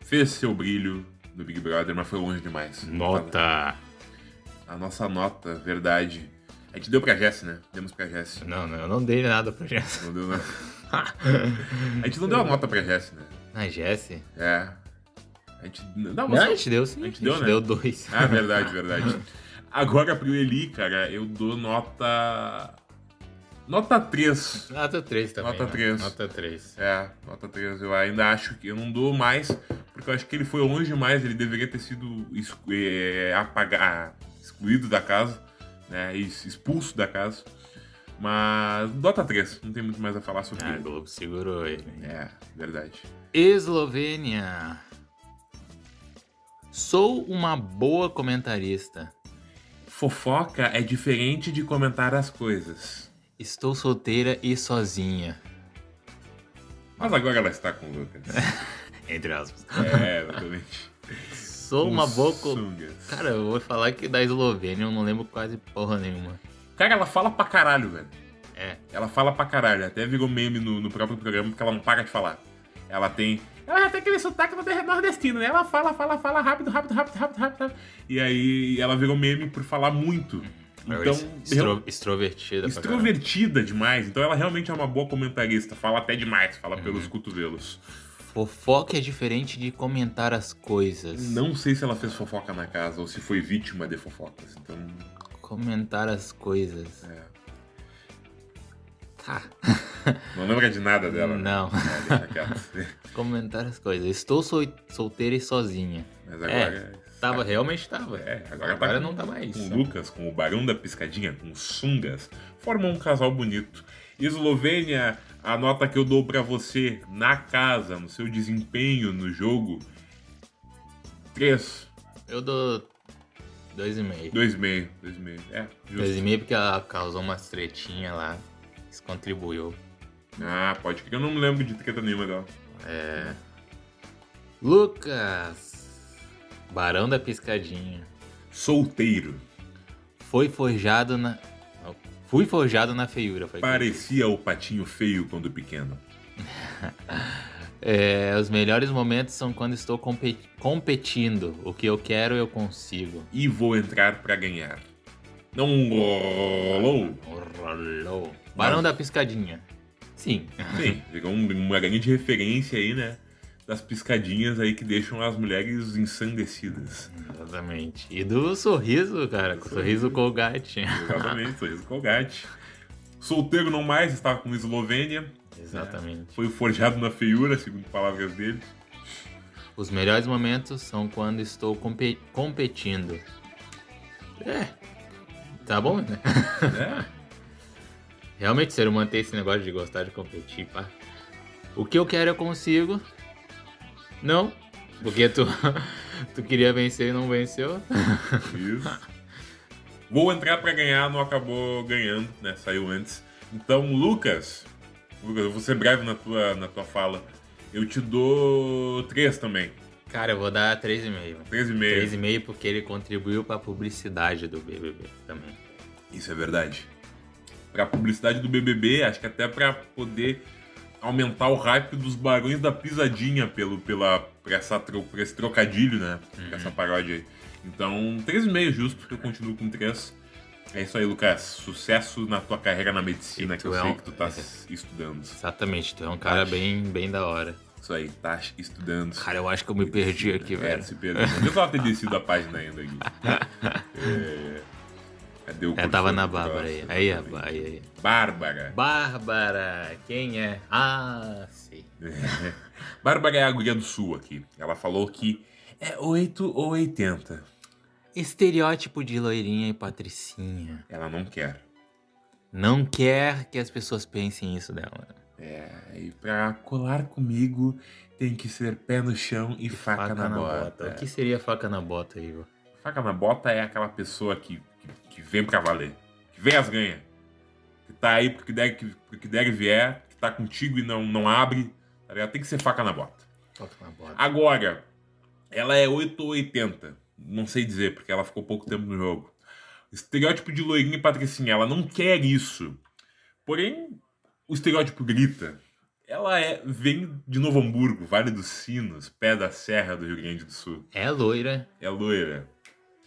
[SPEAKER 2] fez seu brilho no Big Brother, mas foi longe demais.
[SPEAKER 1] Nota!
[SPEAKER 2] A nossa nota, verdade. A gente deu pra Jess, né? Demos pra Jess.
[SPEAKER 1] Não, não, eu não dei nada pra gente.
[SPEAKER 2] Não deu nada. A gente não deu uma nota pra Jess, né?
[SPEAKER 1] Ah, Jesse?
[SPEAKER 2] É. A gente. Não,
[SPEAKER 1] Não,
[SPEAKER 2] mas-
[SPEAKER 1] a gente deu sim.
[SPEAKER 2] A gente deu, né?
[SPEAKER 1] deu dois.
[SPEAKER 2] Ah, verdade, verdade. Agora pro Eli, cara, eu dou nota. Nota 3.
[SPEAKER 1] Nota 3 também.
[SPEAKER 2] Nota
[SPEAKER 1] né?
[SPEAKER 2] três.
[SPEAKER 1] Nota 3.
[SPEAKER 2] É, nota 3. Eu ainda acho que eu não dou mais, porque eu acho que ele foi longe demais. Ele deveria ter sido exclu- eh, apaga- excluído da casa, né? e Expulso da casa. Mas nota 3. Não tem muito mais a falar sobre
[SPEAKER 1] Ah, a
[SPEAKER 2] ele.
[SPEAKER 1] Globo segurou ele. né?
[SPEAKER 2] É, verdade.
[SPEAKER 1] Eslovênia. Sou uma boa comentarista.
[SPEAKER 2] Fofoca é diferente de comentar as coisas.
[SPEAKER 1] Estou solteira e sozinha.
[SPEAKER 2] Mas agora ela está com o Lucas.
[SPEAKER 1] Entre aspas.
[SPEAKER 2] É, exatamente.
[SPEAKER 1] Sou uma boa. Co...
[SPEAKER 2] Sungas.
[SPEAKER 1] Cara, eu vou falar que da Eslovênia eu não lembro quase porra nenhuma.
[SPEAKER 2] Cara, ela fala pra caralho, velho.
[SPEAKER 1] É.
[SPEAKER 2] Ela fala pra caralho. Até virou meme no, no próprio programa porque ela não para de falar. Ela tem. Ela já tem aquele sotaque no- nordestino, né? Ela fala, fala, fala rápido, rápido, rápido, rápido, rápido. rápido. E aí ela virou meme por falar muito. Então,
[SPEAKER 1] Estro... extrovertida. pra caramba.
[SPEAKER 2] extrovertida demais. Então ela realmente é uma boa comentarista. Fala até demais, fala
[SPEAKER 1] Uhum.
[SPEAKER 2] pelos cotovelos.
[SPEAKER 1] Fofoca é diferente de comentar as coisas.
[SPEAKER 2] Não sei se ela fez fofoca na casa ou se foi vítima de fofocas. Então,
[SPEAKER 1] Comentar as coisas.
[SPEAKER 2] é.
[SPEAKER 1] Tá.
[SPEAKER 2] Não lembra de nada dela. né?
[SPEAKER 1] Não.
[SPEAKER 2] Ah, deixa quieto.
[SPEAKER 1] Comentar as coisas. Estou sol- solteira e sozinha.
[SPEAKER 2] Mas agora.
[SPEAKER 1] Tava, realmente tava.
[SPEAKER 2] É, agora,
[SPEAKER 1] agora
[SPEAKER 2] tá com,
[SPEAKER 1] não tá mais.
[SPEAKER 2] Com o Lucas, com o Barão da Piscadinha, com o Sungas, formam um casal bonito. Eslovênia, a nota que eu dou pra você na casa, no seu desempenho no jogo, 3,
[SPEAKER 1] Eu dou dois e meio.
[SPEAKER 2] 2,5, 2,5. É,
[SPEAKER 1] Dois
[SPEAKER 2] justo.
[SPEAKER 1] e meio porque ela causou umas tretinhas lá. Isso contribuiu.
[SPEAKER 2] Ah, pode crer, eu não me lembro de treta nenhuma dela.
[SPEAKER 1] Lucas! Barão da Piscadinha.
[SPEAKER 2] Solteiro.
[SPEAKER 1] Foi forjado na. não, Fui forjado na feiura. Foi
[SPEAKER 2] Parecia o patinho feio quando pequeno.
[SPEAKER 1] É, os melhores momentos são quando estou compe- competindo. O que eu quero, eu consigo.
[SPEAKER 2] E vou entrar pra ganhar. Não rolou?
[SPEAKER 1] Rolou. Barão da Piscadinha. Sim.
[SPEAKER 2] Sim, virou um- uma grande referência aí, né? Das piscadinhas aí que deixam as mulheres ensandecidas.
[SPEAKER 1] Exatamente. E do sorriso, cara. com o Sorriso Colgate.
[SPEAKER 2] Exatamente, sorriso Colgate. Solteiro não mais, estava com Eslovênia.
[SPEAKER 1] Exatamente.
[SPEAKER 2] Foi forjado na feiura, segundo palavras dele.
[SPEAKER 1] Os melhores momentos são quando estou compe- competindo. É. Tá bom, né?
[SPEAKER 2] É,
[SPEAKER 1] Realmente, ser humano tem esse negócio de gostar de competir, pá. O que eu quero eu consigo. Não, porque tu, tu queria vencer e não venceu.
[SPEAKER 2] isso. Vou entrar pra ganhar, não acabou ganhando, né? Saiu antes. Então, Lucas, Lucas, eu vou ser breve na tua, na tua fala. Eu te dou três também.
[SPEAKER 1] Cara, eu vou dar 3,5.
[SPEAKER 2] Três e meio.
[SPEAKER 1] 3,5 porque ele contribuiu pra publicidade do BBB também.
[SPEAKER 2] Isso é verdade. Pra publicidade do BBB, acho que até pra poder aumentar o hype dos barões da pisadinha pelo, pela, pra, essa, tro- pra esse trocadilho, né?
[SPEAKER 1] Uhum.
[SPEAKER 2] Pra essa paródia aí. Então, 3,5 justo, eu continuo com 3. É isso aí, Lucas. Sucesso na tua carreira na medicina,
[SPEAKER 1] E
[SPEAKER 2] que
[SPEAKER 1] tu
[SPEAKER 2] eu
[SPEAKER 1] é
[SPEAKER 2] sei
[SPEAKER 1] um-
[SPEAKER 2] que tu tá s- estudando.
[SPEAKER 1] Exatamente, tu é um cara bem, bem da hora.
[SPEAKER 2] Isso aí, tá estudando.
[SPEAKER 1] Cara, eu acho que eu me perdi aqui,
[SPEAKER 2] É,
[SPEAKER 1] velho.
[SPEAKER 2] se perdeu. Eu tava ter descido a página ainda aqui. É... Cadê o
[SPEAKER 1] Eu É, tava
[SPEAKER 2] cursor
[SPEAKER 1] na
[SPEAKER 2] do
[SPEAKER 1] Bárbara aí.
[SPEAKER 2] troço?
[SPEAKER 1] Aí, aí,
[SPEAKER 2] Exatamente.
[SPEAKER 1] aí. aí.
[SPEAKER 2] Bárbara.
[SPEAKER 1] Bárbara, quem é? Ah, sim.
[SPEAKER 2] Bárbara é a guria do sul aqui. Ela falou que é 8 ou 80.
[SPEAKER 1] Estereótipo de loirinha e patricinha.
[SPEAKER 2] Ela não quer.
[SPEAKER 1] Não quer que as pessoas pensem isso dela.
[SPEAKER 2] É, e pra colar comigo tem que ser pé no chão e, faca, na, bota. é.
[SPEAKER 1] O que seria faca na bota, Igor?
[SPEAKER 2] Faca na bota é aquela pessoa que, que, que vem pra valer. Que vem as ganha. Que tá aí porque der, que, porque der e vier, que tá contigo e não, não abre. Tá ligado? Tem que ser faca na bota.
[SPEAKER 1] Faca na bota.
[SPEAKER 2] Agora, ela é 8 ou 80. Não sei dizer, porque ela ficou pouco tempo no jogo. Estereótipo de loirinha e patricinha, ela não quer isso. Porém, o estereótipo grita. Ela é, vem de Novo Hamburgo, Vale dos Sinos, pé da Serra do Rio Grande do Sul.
[SPEAKER 1] É loira,
[SPEAKER 2] É loira.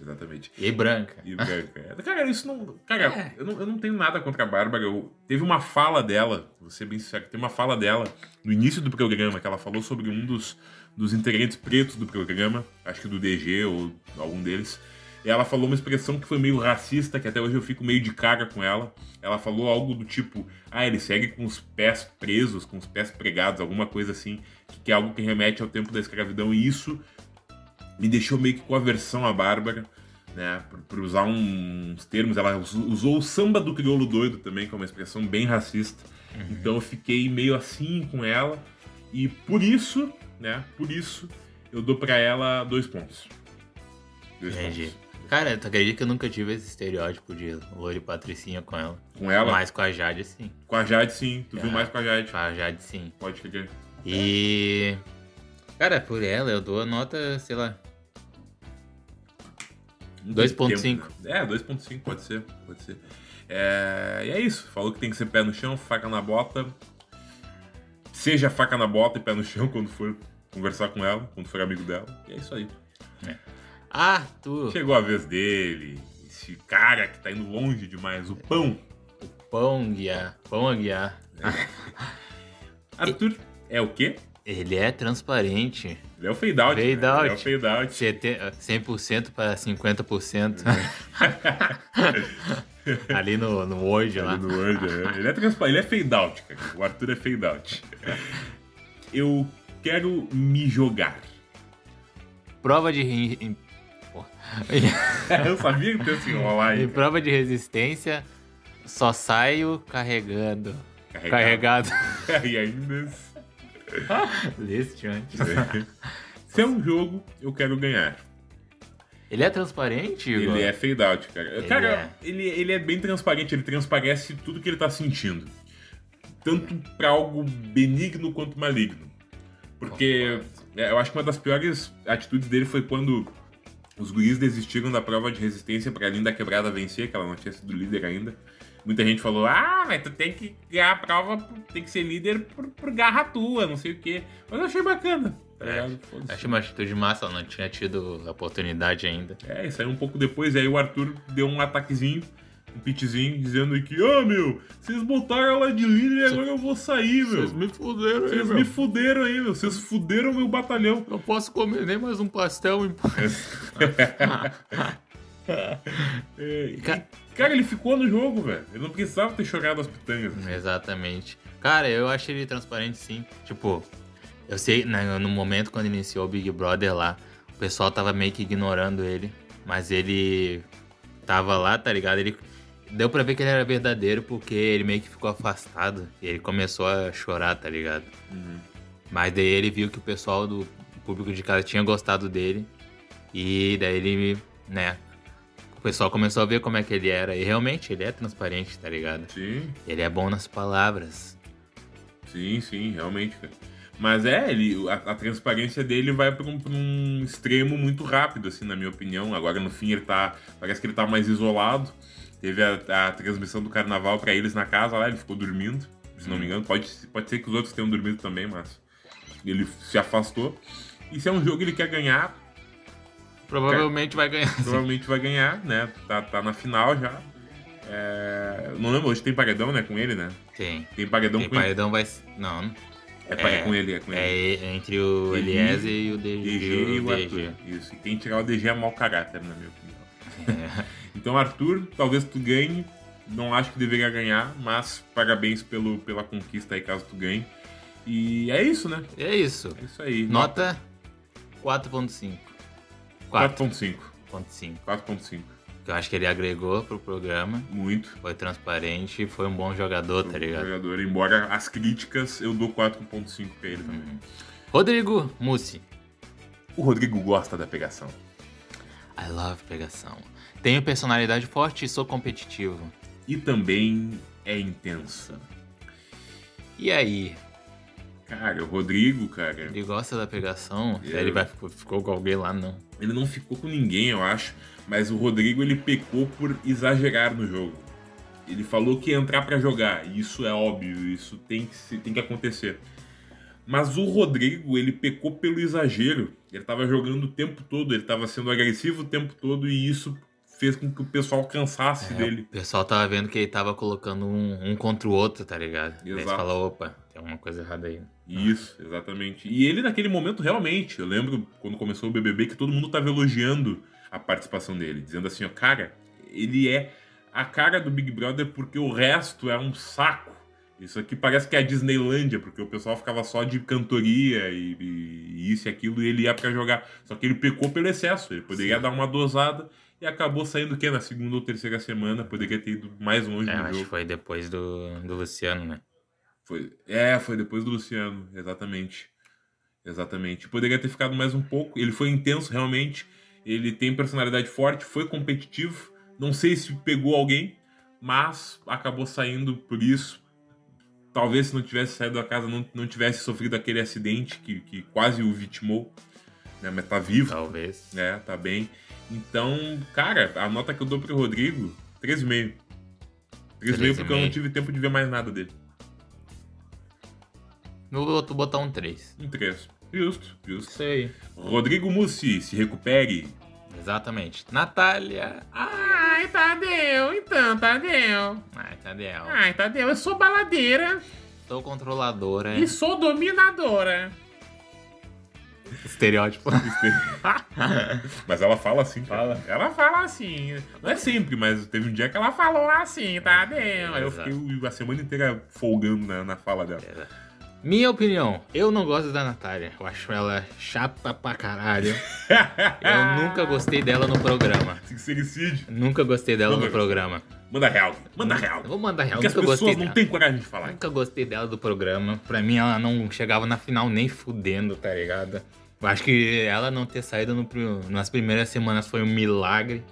[SPEAKER 2] Exatamente.
[SPEAKER 1] E branca.
[SPEAKER 2] E branca. Cara, isso não. Cara, eu, não, eu não tenho nada contra a Bárbara. Eu, teve uma fala dela, vou ser bem sincero, tem uma fala dela no início do programa, que ela falou sobre um dos, dos integrantes pretos do programa, acho que do DG ou algum deles. E ela falou uma expressão que foi meio racista, que até hoje eu fico meio de cara com ela. Ela falou algo do tipo, ah, ele segue com os pés presos, com os pés pregados, alguma coisa assim, que, que é algo que remete ao tempo da escravidão. E isso me deixou meio que com aversão à Bárbara, né? Por, por usar um- uns termos, ela us- usou o samba do crioulo doido também, que é uma expressão bem racista. Então eu fiquei meio assim com ela. E por isso, né? Por isso, eu dou pra ela dois pontos. Dois
[SPEAKER 1] Entendi.
[SPEAKER 2] pontos.
[SPEAKER 1] Cara, tu acredita que eu nunca tive esse estereótipo de loira e patricinha com ela?
[SPEAKER 2] Com ela,
[SPEAKER 1] Mas com a Jade, sim.
[SPEAKER 2] com a Jade, sim. Tu viu
[SPEAKER 1] Ah.
[SPEAKER 2] mais com a Jade.
[SPEAKER 1] Com a Jade, sim.
[SPEAKER 2] Pode crer.
[SPEAKER 1] E. Cara, por ela eu dou a nota, sei lá.
[SPEAKER 2] Não
[SPEAKER 1] 2.5.
[SPEAKER 2] tem tempo, né? É, 2.5, pode ser, pode ser. É, e é isso. Falou que tem que ser pé no chão, faca na bota. Seja faca na bota e pé no chão quando for conversar com ela, quando for amigo dela. E é isso aí.
[SPEAKER 1] Arthur,
[SPEAKER 2] Chegou a vez dele. Esse cara que tá indo longe demais, o
[SPEAKER 1] É.
[SPEAKER 2] pão.
[SPEAKER 1] pão guiar, pão a guiar.
[SPEAKER 2] Arthur é o quê?
[SPEAKER 1] Ele é transparente.
[SPEAKER 2] Ele é o fade out.
[SPEAKER 1] Fade
[SPEAKER 2] né?
[SPEAKER 1] out.
[SPEAKER 2] Ele é o fade out.
[SPEAKER 1] 70 100% para 50%. Ali no, no Word lá.
[SPEAKER 2] Ele no Word, né? Ele é transpa- ele é fade out, cara. O Arthur é fade out. Eu quero me jogar.
[SPEAKER 1] Prova de. re- em- Pô.
[SPEAKER 2] Eu sabia que tinha assim enrolar
[SPEAKER 1] Em
[SPEAKER 2] aí.
[SPEAKER 1] prova de resistência, só saio carregando.
[SPEAKER 2] Carregar.
[SPEAKER 1] Carregado.
[SPEAKER 2] E ainda.
[SPEAKER 1] Desse antes.
[SPEAKER 2] Se é um jogo, eu quero ganhar.
[SPEAKER 1] Ele é transparente, Igor?
[SPEAKER 2] Ele é fade out, cara.
[SPEAKER 1] Ele
[SPEAKER 2] cara,
[SPEAKER 1] é.
[SPEAKER 2] Ele, ele é bem transparente, ele transparece tudo que ele tá sentindo. Tanto pra algo benigno quanto maligno. Porque é, eu acho que uma das piores atitudes dele foi quando os guris desistiram da prova de resistência pra linda quebrada vencer, que ela não tinha sido líder ainda. Muita gente falou, ah, mas tu tem que ganhar a prova, tem que ser líder por, por garra tua, não sei o quê. Mas eu achei bacana, tá
[SPEAKER 1] É.
[SPEAKER 2] ligado? Foda-se.
[SPEAKER 1] Achei uma atitude massa, ela não tinha tido a oportunidade ainda.
[SPEAKER 2] É, e saiu um pouco depois, e aí o Arthur deu um ataquezinho, um pitzinho, dizendo que, ô meu, vocês botaram ela de líder e agora eu vou sair, meu.
[SPEAKER 1] me fuderam
[SPEAKER 2] Vocês me fuderam aí, meu. Vocês fuderam meu batalhão.
[SPEAKER 1] Não posso comer nem mais um pastel em
[SPEAKER 2] É, e,
[SPEAKER 1] Ca-
[SPEAKER 2] cara, ele ficou no jogo, velho. Ele não precisava ter chorado as né? pitanhas.
[SPEAKER 1] Exatamente. Cara, eu achei ele transparente sim. Tipo, eu sei, né, no momento quando iniciou o Big Brother lá, o pessoal tava meio que ignorando ele. Mas ele tava lá, tá ligado? Ele. Deu pra ver que ele era verdadeiro porque ele meio que ficou afastado. E ele começou a chorar, tá ligado? Mas daí ele viu que o pessoal do público de casa tinha gostado dele. E daí ele, né? O pessoal começou a ver como é que ele era. E realmente ele é transparente, tá ligado?
[SPEAKER 2] Sim,
[SPEAKER 1] Ele é bom nas palavras.
[SPEAKER 2] sim, sim, realmente, cara. Mas é, ele, a, a transparência dele vai pra um, pra um extremo muito rápido, assim, na minha opinião. Agora, no fim, ele tá. Parece que ele tá mais isolado. Teve a, a transmissão do carnaval pra eles na casa lá, ele ficou dormindo, se não me engano. Pode, pode ser que os outros tenham dormido também, mas ele se afastou. E se é um jogo que ele quer ganhar,
[SPEAKER 1] Provavelmente vai ganhar.
[SPEAKER 2] provavelmente vai ganhar, né? Tá, tá na final já. É, não lembro, hoje tem paredão, né, com ele, né?
[SPEAKER 1] Tem.
[SPEAKER 2] Tem paredão
[SPEAKER 1] Tem
[SPEAKER 2] com ele.
[SPEAKER 1] paredão vai. s- Não, não.
[SPEAKER 2] É, pa- é com ele, é com ele.
[SPEAKER 1] É e- entre o
[SPEAKER 2] Ele-
[SPEAKER 1] Eliezer e o DG.
[SPEAKER 2] DG e o
[SPEAKER 1] DG.
[SPEAKER 2] Arthur. Isso. E quem tirar o DG é mau caráter, na minha opinião.
[SPEAKER 1] É.
[SPEAKER 2] então, Arthur, talvez tu ganhe. Não acho que deveria ganhar, mas parabéns pelo, pela conquista aí, caso tu ganhe. E é isso, né?
[SPEAKER 1] É isso.
[SPEAKER 2] É isso aí.
[SPEAKER 1] Nota 4.5. 4.5.
[SPEAKER 2] 4.5. 4.5.
[SPEAKER 1] 4.5. Que eu acho que ele agregou pro programa.
[SPEAKER 2] Muito.
[SPEAKER 1] Foi transparente, foi um bom jogador, tá ligado?
[SPEAKER 2] Jogador. Embora as críticas, eu dou 4.5 pra ele também.
[SPEAKER 1] Uhum. Rodrigo Mussi.
[SPEAKER 2] O Rodrigo gosta da pegação.
[SPEAKER 1] I love pegação. Tenho personalidade forte e sou competitivo.
[SPEAKER 2] E também é intensa.
[SPEAKER 1] E aí?
[SPEAKER 2] Cara, o Rodrigo, cara.
[SPEAKER 1] Ele gosta da pegação?
[SPEAKER 2] Eu-
[SPEAKER 1] Ele vai, ficou, ficou com alguém lá, não.
[SPEAKER 2] Ele não ficou com ninguém, eu acho, mas o Rodrigo ele pecou por exagerar no jogo. Ele falou que ia entrar pra jogar, e isso é óbvio, isso tem que, se- tem que acontecer. Mas o Rodrigo, ele pecou pelo exagero. Ele estava jogando o tempo todo, ele estava sendo agressivo o tempo todo e isso fez com que o pessoal cansasse
[SPEAKER 1] É,
[SPEAKER 2] dele.
[SPEAKER 1] O pessoal tava vendo que ele tava colocando um, um contra o outro, tá ligado? Daí você
[SPEAKER 2] Exato.
[SPEAKER 1] fala, opa, tem alguma coisa errada aí.
[SPEAKER 2] Isso, exatamente. E ele naquele momento realmente, eu lembro quando começou o BBB que todo mundo tava elogiando a participação dele, dizendo assim, ó, cara, ele é a cara do Big Brother porque o resto é um saco. Isso aqui parece que é a Disneylândia, porque o pessoal ficava só de cantoria e, e isso e aquilo, e ele ia pra jogar. Só que ele pecou pelo excesso, ele poderia
[SPEAKER 1] Sim.
[SPEAKER 2] dar uma dosada e acabou saindo o quê? Na segunda ou terceira semana, poderia ter ido mais longe
[SPEAKER 1] É,
[SPEAKER 2] no
[SPEAKER 1] eu acho
[SPEAKER 2] jogo.
[SPEAKER 1] que foi depois do, do Luciano, né?
[SPEAKER 2] Foi, é, foi depois do Luciano, exatamente. Exatamente. Poderia ter ficado mais um pouco. Ele foi intenso, realmente. Ele tem personalidade forte, foi competitivo. Não sei se pegou alguém, mas acabou saindo por isso. Talvez se não tivesse saído da casa, não, não tivesse sofrido aquele acidente que, que quase o vitimou. Né? Mas tá vivo,
[SPEAKER 1] Talvez.
[SPEAKER 2] né? Tá bem. Então, cara, a nota que eu dou pro Rodrigo, 3,5. 3,5 porque eu não
[SPEAKER 1] 3,5.
[SPEAKER 2] tive tempo de ver mais nada dele.
[SPEAKER 1] No outro botar um 3.
[SPEAKER 2] Um 3. Justo, justo.
[SPEAKER 1] Isso aí.
[SPEAKER 2] Rodrigo Mussi, se recupere.
[SPEAKER 1] Exatamente. Natália. Ah!
[SPEAKER 2] Ai, Tadeu, então, Tadeu.
[SPEAKER 1] Ai, Tadeu.
[SPEAKER 2] Ah. Tadeu, eu sou baladeira
[SPEAKER 1] Sou controladora.
[SPEAKER 2] sou dominadora.
[SPEAKER 1] Estereótipo.
[SPEAKER 2] Mas ela fala assim, cara.
[SPEAKER 1] Fala.
[SPEAKER 2] Ela fala assim. Não é sempre, mas teve um dia que ela falou assim, Tadeu. Aí eu
[SPEAKER 1] Exato.
[SPEAKER 2] fiquei a semana inteira folgando na, na fala dela.
[SPEAKER 1] Minha opinião, eu não gosto da Natália. Eu acho ela chata pra caralho.
[SPEAKER 2] Ah.
[SPEAKER 1] Eu nunca gostei dela no programa.
[SPEAKER 2] Sincericídio.
[SPEAKER 1] Nunca gostei dela
[SPEAKER 2] Nunca
[SPEAKER 1] no programa.
[SPEAKER 2] Manda real, manda real.
[SPEAKER 1] Eu Vou mandar real,
[SPEAKER 2] Porque as
[SPEAKER 1] nunca gostei
[SPEAKER 2] pessoas não
[SPEAKER 1] dela.
[SPEAKER 2] têm coragem de falar.
[SPEAKER 1] Nunca gostei dela do programa. Pra mim, ela não chegava na final nem fudendo, tá ligado? Eu acho que ela não ter saído no pri- nas primeiras semanas foi um milagre.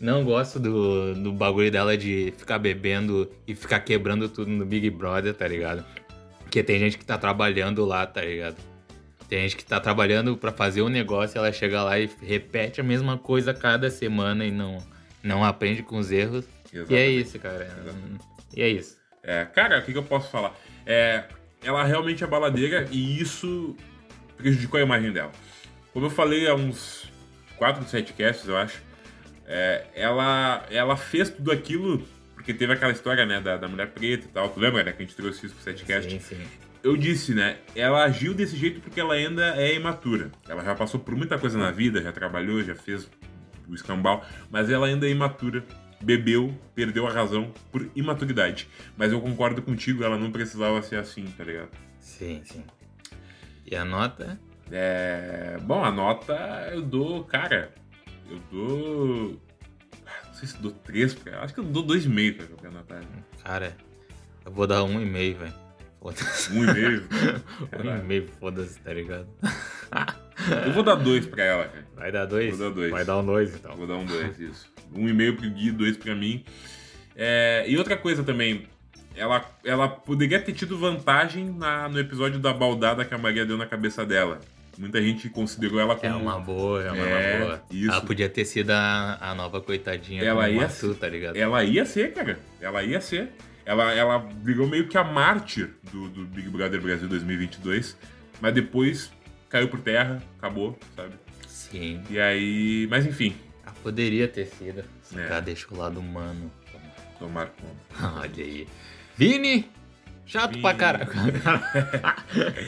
[SPEAKER 1] Não gosto do, do bagulho dela de ficar bebendo e ficar quebrando tudo no Big Brother, tá ligado? Porque tem gente que tá trabalhando lá, tá ligado? Tem gente que tá trabalhando pra fazer um negócio, ela chega lá e repete a mesma coisa cada semana e não, não aprende com os erros. E é
[SPEAKER 2] Exatamente.
[SPEAKER 1] isso, cara. E é isso.
[SPEAKER 2] É, cara, o que, que eu posso falar? É, ela realmente é baladeira e isso prejudicou a imagem dela. Como eu falei há uns 4, 7 casts, eu acho, é, ela, ela fez tudo aquilo porque teve aquela história né, da, da mulher preta e tal. Tu lembra né, que a gente trouxe isso pro setcast?
[SPEAKER 1] Sim, sim.
[SPEAKER 2] eu disse, né? Ela agiu desse jeito porque ela ainda é imatura. Ela já passou por muita coisa na vida, já trabalhou, já fez o escambau, mas ela ainda é imatura. Bebeu, perdeu a razão por imaturidade. Mas eu concordo contigo, ela não precisava ser assim, tá ligado?
[SPEAKER 1] Sim, sim. E a nota?
[SPEAKER 2] É. Bom, a nota eu dou, cara. Eu dou. Ah, Não sei se eu dou 3, cara. Acho que eu dou 2,5, cara, pra né? Natália.
[SPEAKER 1] Cara, eu vou dar um e meio, velho. Foda-se.
[SPEAKER 2] 1,5.
[SPEAKER 1] Um e meio, foda-se, tá ligado?
[SPEAKER 2] eu vou dar 2 pra ela, cara.
[SPEAKER 1] Vai dar dois?
[SPEAKER 2] Vou dar dois.
[SPEAKER 1] Vai dar um dois, então.
[SPEAKER 2] Vou dar um dois, isso. Um e meio pro Gui, dois pra mim. É, e outra coisa também, ela, ela poderia ter tido vantagem na- no episódio da baldada que a Maria deu na cabeça dela. Muita gente considerou ela
[SPEAKER 1] É
[SPEAKER 2] como.
[SPEAKER 1] uma boa, é uma
[SPEAKER 2] É,
[SPEAKER 1] boa.
[SPEAKER 2] isso.
[SPEAKER 1] Ela podia ter sido a, a nova coitadinha
[SPEAKER 2] Ela
[SPEAKER 1] como o
[SPEAKER 2] ia É.
[SPEAKER 1] Matu, tá ligado?
[SPEAKER 2] Ela ia ser, cara. Ela ia ser. Ela, ela virou meio que a mártir do, do Big Brother Brasil 2022, mas depois caiu por terra, acabou, sabe?
[SPEAKER 1] Sim.
[SPEAKER 2] E aí. Mas enfim,
[SPEAKER 1] Ela poderia ter sido.
[SPEAKER 2] É.
[SPEAKER 1] Ela deixa o lado humano.
[SPEAKER 2] tomar conta.
[SPEAKER 1] Olha aí. Vini! Chato pra
[SPEAKER 2] Vini.
[SPEAKER 1] caraca.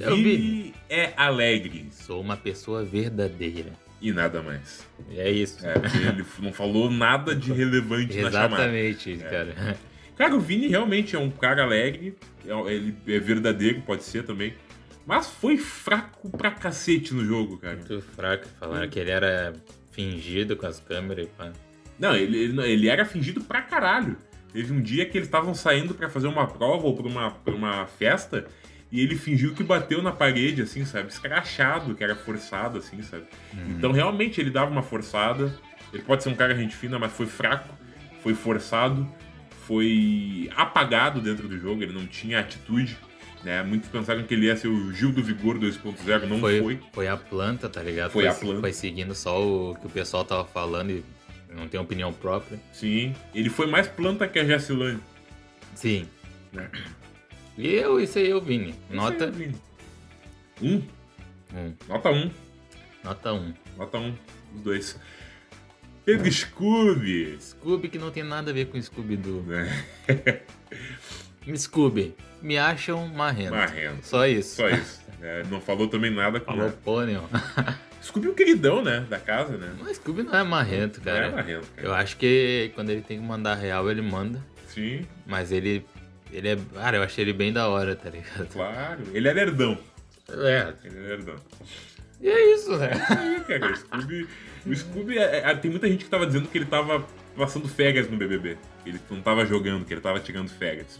[SPEAKER 1] Eu vi.
[SPEAKER 2] Vini é alegre
[SPEAKER 1] Sou uma pessoa verdadeira.
[SPEAKER 2] e nada mais.
[SPEAKER 1] E é isso.
[SPEAKER 2] É, porque ele f- não falou nada de relevante na chamada.
[SPEAKER 1] Exatamente, cara.
[SPEAKER 2] Cara, o Vini realmente é um cara alegre, é um- ele é verdadeiro, pode ser também. Mas foi fraco pra cacete no jogo, cara.
[SPEAKER 1] Muito fraco. Falaram que ele era fingido com as câmeras e pá.
[SPEAKER 2] Não, ele, ele, não- ele era fingido pra caralho. Teve um dia que eles estavam saindo pra fazer uma prova ou pra uma, pra uma festa e ele fingiu que bateu na parede, assim, sabe? Escrachado, que era forçado, assim, sabe? Então, realmente, ele dava uma forçada. Ele pode ser um cara gente fina, mas foi fraco, foi forçado, foi apagado dentro do jogo, ele não tinha atitude. Né? Muitos pensaram que ele ia ser o Gil do Vigor 2.0, não foi.
[SPEAKER 1] foi. a planta, tá ligado?
[SPEAKER 2] Foi a planta.
[SPEAKER 1] Foi seguindo só o que o pessoal tava falando e não tem opinião própria.
[SPEAKER 2] Sim, ele foi mais planta que a Jessilane.
[SPEAKER 1] Sim. Eu e sei eu, Vini. Nota,
[SPEAKER 2] Né. Isso aí, Vini. Um?
[SPEAKER 1] Um.
[SPEAKER 2] Nota um.
[SPEAKER 1] nota 1.
[SPEAKER 2] Nota um. Os dois. Pedro Scooby.
[SPEAKER 1] Scooby que não tem nada a ver com Scooby-Doo.
[SPEAKER 2] Né?
[SPEAKER 1] Scooby, me acham marrento.
[SPEAKER 2] Marrendo.
[SPEAKER 1] Só isso.
[SPEAKER 2] Só isso. É, não falou também nada com
[SPEAKER 1] Falou pô, nenhum.
[SPEAKER 2] Scooby é o queridão, né? Da casa, né?
[SPEAKER 1] Mas Scooby não é marrento,
[SPEAKER 2] Não é
[SPEAKER 1] cara.
[SPEAKER 2] marrendo, cara.
[SPEAKER 1] Eu acho que quando ele tem que mandar real, ele manda.
[SPEAKER 2] Sim,
[SPEAKER 1] Mas ele. Ele é. Cara, eu achei ele bem da hora, tá ligado?
[SPEAKER 2] claro. Ele era herdão.
[SPEAKER 1] É.
[SPEAKER 2] Ele era herdão.
[SPEAKER 1] E é isso, né?
[SPEAKER 2] Sim, cara, o Scooby. O Scooby. é- é- tem muita gente que tava dizendo que ele tava passando fegas no BBB. Ele não tava jogando, que ele tava tirando fegas.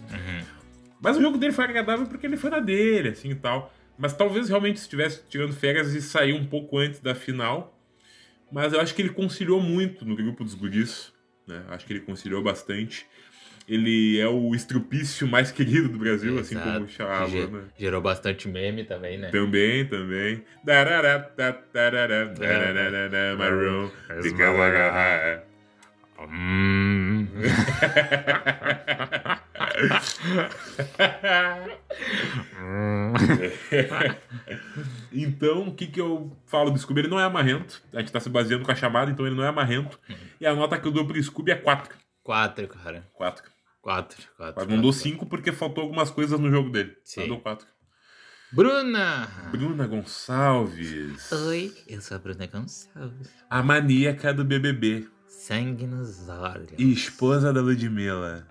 [SPEAKER 2] Mas o jogo dele foi agradável porque ele foi na dele, assim e tal. Mas talvez realmente estivesse tirando férias e saiu um pouco antes da final. Mas eu acho que ele conciliou muito no grupo dos guris. Né? Acho que ele conciliou bastante. Ele é o estrupício mais querido do Brasil, assim como o
[SPEAKER 1] Exato. Ge-
[SPEAKER 2] Xalá, né?
[SPEAKER 1] Gerou bastante meme também, né?
[SPEAKER 2] Também, também. Darará, tá, tarará,
[SPEAKER 1] É,
[SPEAKER 2] darará, marrom, fica lá, ah, é. garra.
[SPEAKER 1] Hum.
[SPEAKER 2] Então, o que, que eu falo do Scooby? Ele não é amarrento. A gente tá se baseando com a chamada, então ele não é amarrento. E a nota que eu dou pro Scooby é 4.
[SPEAKER 1] Quatro, cara.
[SPEAKER 2] 4.
[SPEAKER 1] Quatro. quatro
[SPEAKER 2] Mas não dou
[SPEAKER 1] quatro.
[SPEAKER 2] 5 porque faltou algumas coisas no jogo dele.
[SPEAKER 1] Sim.
[SPEAKER 2] Eu dou 4.
[SPEAKER 1] Bruna!
[SPEAKER 2] Bruna Gonçalves.
[SPEAKER 1] Oi, eu sou a Bruna Gonçalves.
[SPEAKER 2] A maníaca do BBB.
[SPEAKER 1] Sangue nos olhos.
[SPEAKER 2] E esposa da Ludmilla.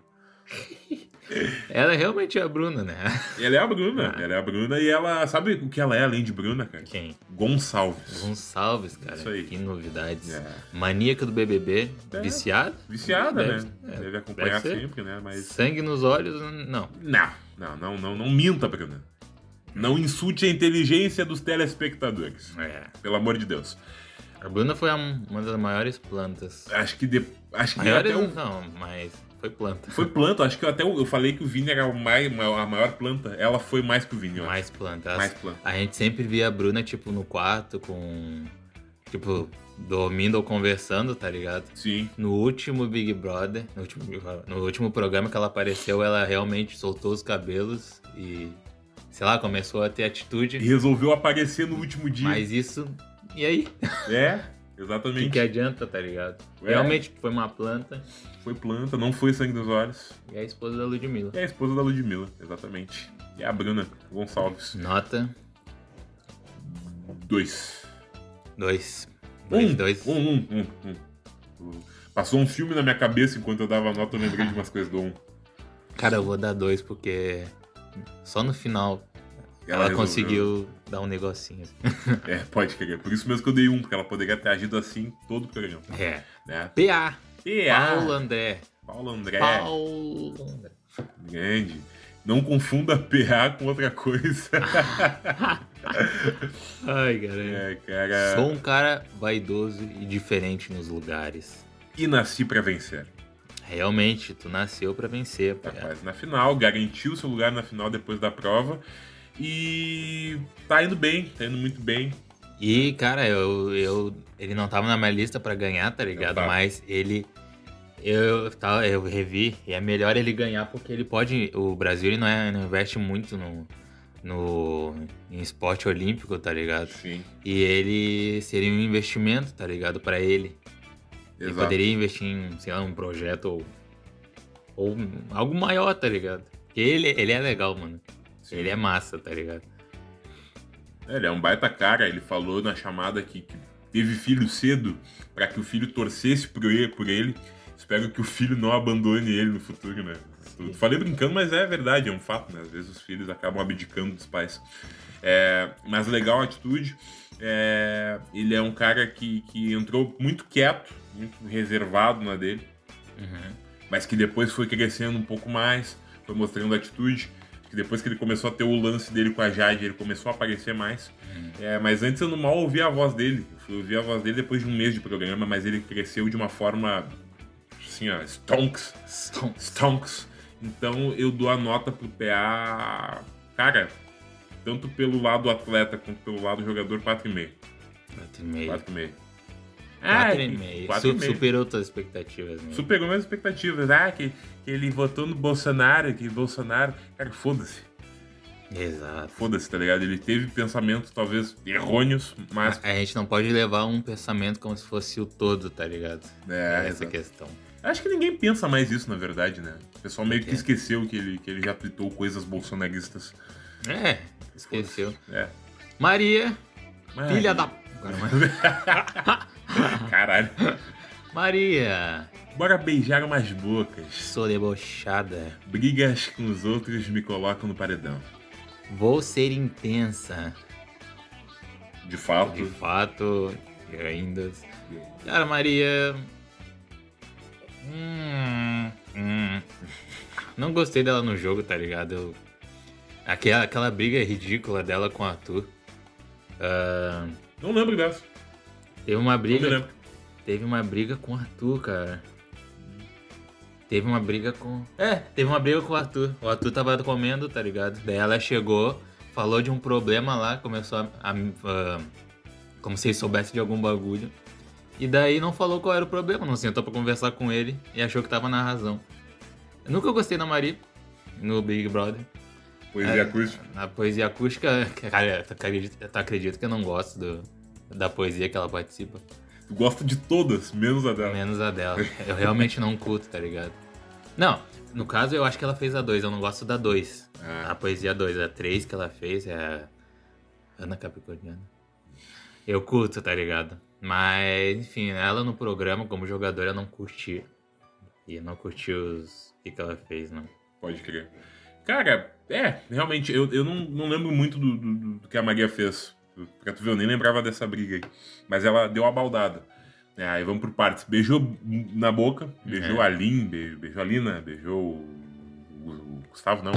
[SPEAKER 1] Ela realmente é a Bruna, né?
[SPEAKER 2] Ela é a Bruna.
[SPEAKER 1] Ah.
[SPEAKER 2] Ela é a Bruna e ela... Sabe o que ela é além de Bruna, cara?
[SPEAKER 1] Quem?
[SPEAKER 2] Gonçalves.
[SPEAKER 1] Uhum. Gonçalves, cara.
[SPEAKER 2] Isso aí.
[SPEAKER 1] Que novidades.
[SPEAKER 2] É.
[SPEAKER 1] Maníaca do BBB.
[SPEAKER 2] É.
[SPEAKER 1] Viciada?
[SPEAKER 2] Viciada,
[SPEAKER 1] Deve-
[SPEAKER 2] né?
[SPEAKER 1] é,
[SPEAKER 2] Deve acompanhar
[SPEAKER 1] deve ser.
[SPEAKER 2] sempre, né? Mas...
[SPEAKER 1] Sangue nos olhos, hum, não.
[SPEAKER 2] Não, não, não, não, não minta, Bruna. Não insulte a inteligência dos telespectadores.
[SPEAKER 1] É.
[SPEAKER 2] Pelo amor de Deus.
[SPEAKER 1] A Bruna foi a- uma das maiores plantas.
[SPEAKER 2] Acho que de... acho que
[SPEAKER 1] Maiores
[SPEAKER 2] É, até um o...
[SPEAKER 1] não, mas foi planta.
[SPEAKER 2] foi planta. Acho que eu até eu falei que o Vini era o mai- a maior planta. Ela foi mais que o Vini. eu acho.
[SPEAKER 1] Mais plantas.
[SPEAKER 2] mais planta.
[SPEAKER 1] A gente sempre via a Bruna, tipo, no quarto com. Tipo, dormindo ou conversando, tá ligado?
[SPEAKER 2] Sim.
[SPEAKER 1] No último Big Brother, no último, Big Brother, no último programa que ela apareceu, ela realmente soltou os cabelos e, sei lá, começou a ter
[SPEAKER 2] E
[SPEAKER 1] atitude.
[SPEAKER 2] resolveu aparecer no último dia.
[SPEAKER 1] Mas isso. E aí?
[SPEAKER 2] É,
[SPEAKER 1] O que,
[SPEAKER 2] exatamente.
[SPEAKER 1] que é? adianta, tá ligado?
[SPEAKER 2] É.
[SPEAKER 1] Realmente foi uma planta
[SPEAKER 2] Foi planta, não foi sangue dos olhos.
[SPEAKER 1] e a esposa da Ludmilla.
[SPEAKER 2] E a esposa da Ludmilla, exatamente. E a Bruna Gonçalves.
[SPEAKER 1] Nota
[SPEAKER 2] Dois.
[SPEAKER 1] 2.
[SPEAKER 2] Um,
[SPEAKER 1] 2, 2.
[SPEAKER 2] Um, um, um, um. Passou um filme na minha cabeça enquanto eu dava nota, eu lembrei de umas coisas do um.
[SPEAKER 1] Cara, eu vou dar dois porque só no final ela,
[SPEAKER 2] resolveu.
[SPEAKER 1] conseguiu dar um negocinho.
[SPEAKER 2] É, pode querer. Por isso mesmo que eu dei um, porque ela poderia ter agido assim todo o programa.
[SPEAKER 1] É.
[SPEAKER 2] Né?
[SPEAKER 1] PA.
[SPEAKER 2] E
[SPEAKER 1] Paulo André.
[SPEAKER 2] a É. Paulo André,
[SPEAKER 1] Paulo André.
[SPEAKER 2] grande. Não confunda PA com outra coisa.
[SPEAKER 1] Ai, galera.
[SPEAKER 2] é, cara.
[SPEAKER 1] Sou um cara vaidoso e diferente nos lugares.
[SPEAKER 2] E nasci pra vencer.
[SPEAKER 1] Realmente, tu nasceu pra vencer,
[SPEAKER 2] Tá
[SPEAKER 1] pai.
[SPEAKER 2] quase na final, garantiu seu lugar na final depois da prova. E tá indo bem, tá indo muito bem.
[SPEAKER 1] E, cara, eu, eu. Ele não tava na minha lista pra ganhar, tá ligado?
[SPEAKER 2] tava.
[SPEAKER 1] Mas ele. Eu, tá, eu revi, e é melhor ele ganhar porque ele pode. O Brasil ele não, é, não investe muito no, no, em esporte olímpico, tá ligado?
[SPEAKER 2] Sim,
[SPEAKER 1] E ele seria um investimento, tá ligado? Pra ele. Ele poderia investir em, sei lá, um projeto ou, ou algo maior, tá ligado? Porque ele, ele é legal, mano.
[SPEAKER 2] Sim.
[SPEAKER 1] Ele é massa, tá ligado?
[SPEAKER 2] É, Ele é um baita cara, ele falou na chamada que, que teve filho cedo para que o filho torcesse por ele, por ele. Espero que o filho não abandone ele no futuro, né? Eu Falei brincando, mas é verdade, é um fato, né? Às vezes os filhos acabam abdicando dos pais. É, mas legal a atitude. É, ele é um cara que, que entrou muito quieto, muito reservado na dele
[SPEAKER 1] Uhum.
[SPEAKER 2] mas que depois foi crescendo um pouco mais, foi mostrando atitude. Acho Que depois que ele começou a ter o lance dele com a Jade, ele começou a aparecer mais. É, mas antes eu não mal ouvia a voz dele. Eu fui ouvir a voz dele depois de um mês de programa, mas ele cresceu de uma forma assim, ó, stonks,
[SPEAKER 1] Stonks.
[SPEAKER 2] stonks. Então eu dou a nota pro PA, cara, tanto pelo lado atleta quanto pelo lado jogador, 4,5.
[SPEAKER 1] 4,5.
[SPEAKER 2] 4,5.
[SPEAKER 1] 4,5.
[SPEAKER 2] Ah, quatro e
[SPEAKER 1] Su
[SPEAKER 2] meio.
[SPEAKER 1] superou todas as expectativas, né?
[SPEAKER 2] Superou minhas expectativas. Ah, que, que ele votou no Bolsonaro, que Bolsonaro. Cara, foda-se.
[SPEAKER 1] Exato.
[SPEAKER 2] Foda-se, tá ligado? Ele teve pensamentos talvez errôneos, mas.
[SPEAKER 1] A gente não pode levar um pensamento como se fosse o todo, tá ligado?
[SPEAKER 2] É,
[SPEAKER 1] É essa
[SPEAKER 2] exato.
[SPEAKER 1] questão.
[SPEAKER 2] Acho que ninguém pensa mais isso, na verdade, né? O pessoal meio que
[SPEAKER 1] Entendo.
[SPEAKER 2] esqueceu que ele, que ele já tweetou coisas bolsonaristas.
[SPEAKER 1] É, esqueceu.
[SPEAKER 2] É.
[SPEAKER 1] Maria,
[SPEAKER 2] Mas-
[SPEAKER 1] filha da. Agora, mas-
[SPEAKER 2] Caralho.
[SPEAKER 1] Maria,
[SPEAKER 2] Bora beijar umas bocas.
[SPEAKER 1] sou debochada.
[SPEAKER 2] Brigas com os outros me colocam no paredão.
[SPEAKER 1] Vou ser intensa.
[SPEAKER 2] De fato.
[SPEAKER 1] De fato, eu ainda. Cara, Maria. Hum, hum. Não gostei dela no jogo, tá ligado? Eu- Aquela, aquela briga ridícula dela com o Arthur. Ah,
[SPEAKER 2] Não lembro dessa.
[SPEAKER 1] teve uma
[SPEAKER 2] Não me
[SPEAKER 1] briga.
[SPEAKER 2] lembro.
[SPEAKER 1] Teve uma briga com o Arthur, cara. Teve uma briga com. É, teve uma briga com o Arthur. O Arthur tava comendo, tá ligado? Daí ela chegou, falou de um problema lá, começou a. a- a- como se ele soubesse de algum bagulho. E daí não falou qual era o problema, não sentou pra conversar com ele e achou que tava na razão. Eu nunca gostei da Maria no Big Brother. É.
[SPEAKER 2] Poesia acústica.
[SPEAKER 1] Na poesia acústica, cara, tu acredita, tu acredita que eu não gosto do- da poesia que ela participa?
[SPEAKER 2] Tu gosta de todas, menos a dela.
[SPEAKER 1] Menos a dela. Eu realmente não curto, tá ligado? Não, no caso eu acho que ela fez a 2, eu não gosto da 2.
[SPEAKER 2] Ah,
[SPEAKER 1] A poesia 2, a 3 que ela fez é a Ana Capricorniana. Eu curto, tá ligado? Mas, enfim, ela no programa, como jogadora, eu não curti. E eu não curti os o que, que ela fez, não.
[SPEAKER 2] pode crer. Cara, é, realmente, eu, eu não, não lembro muito do, do- do que a Maria fez. Pra tu ver, eu nem lembrava dessa briga aí. Mas ela deu uma baldada. É, aí vamos por partes. Beijou na boca, beijou
[SPEAKER 1] É.
[SPEAKER 2] a Lin, be- beijou a Lina, beijou o, o Gustavo, não.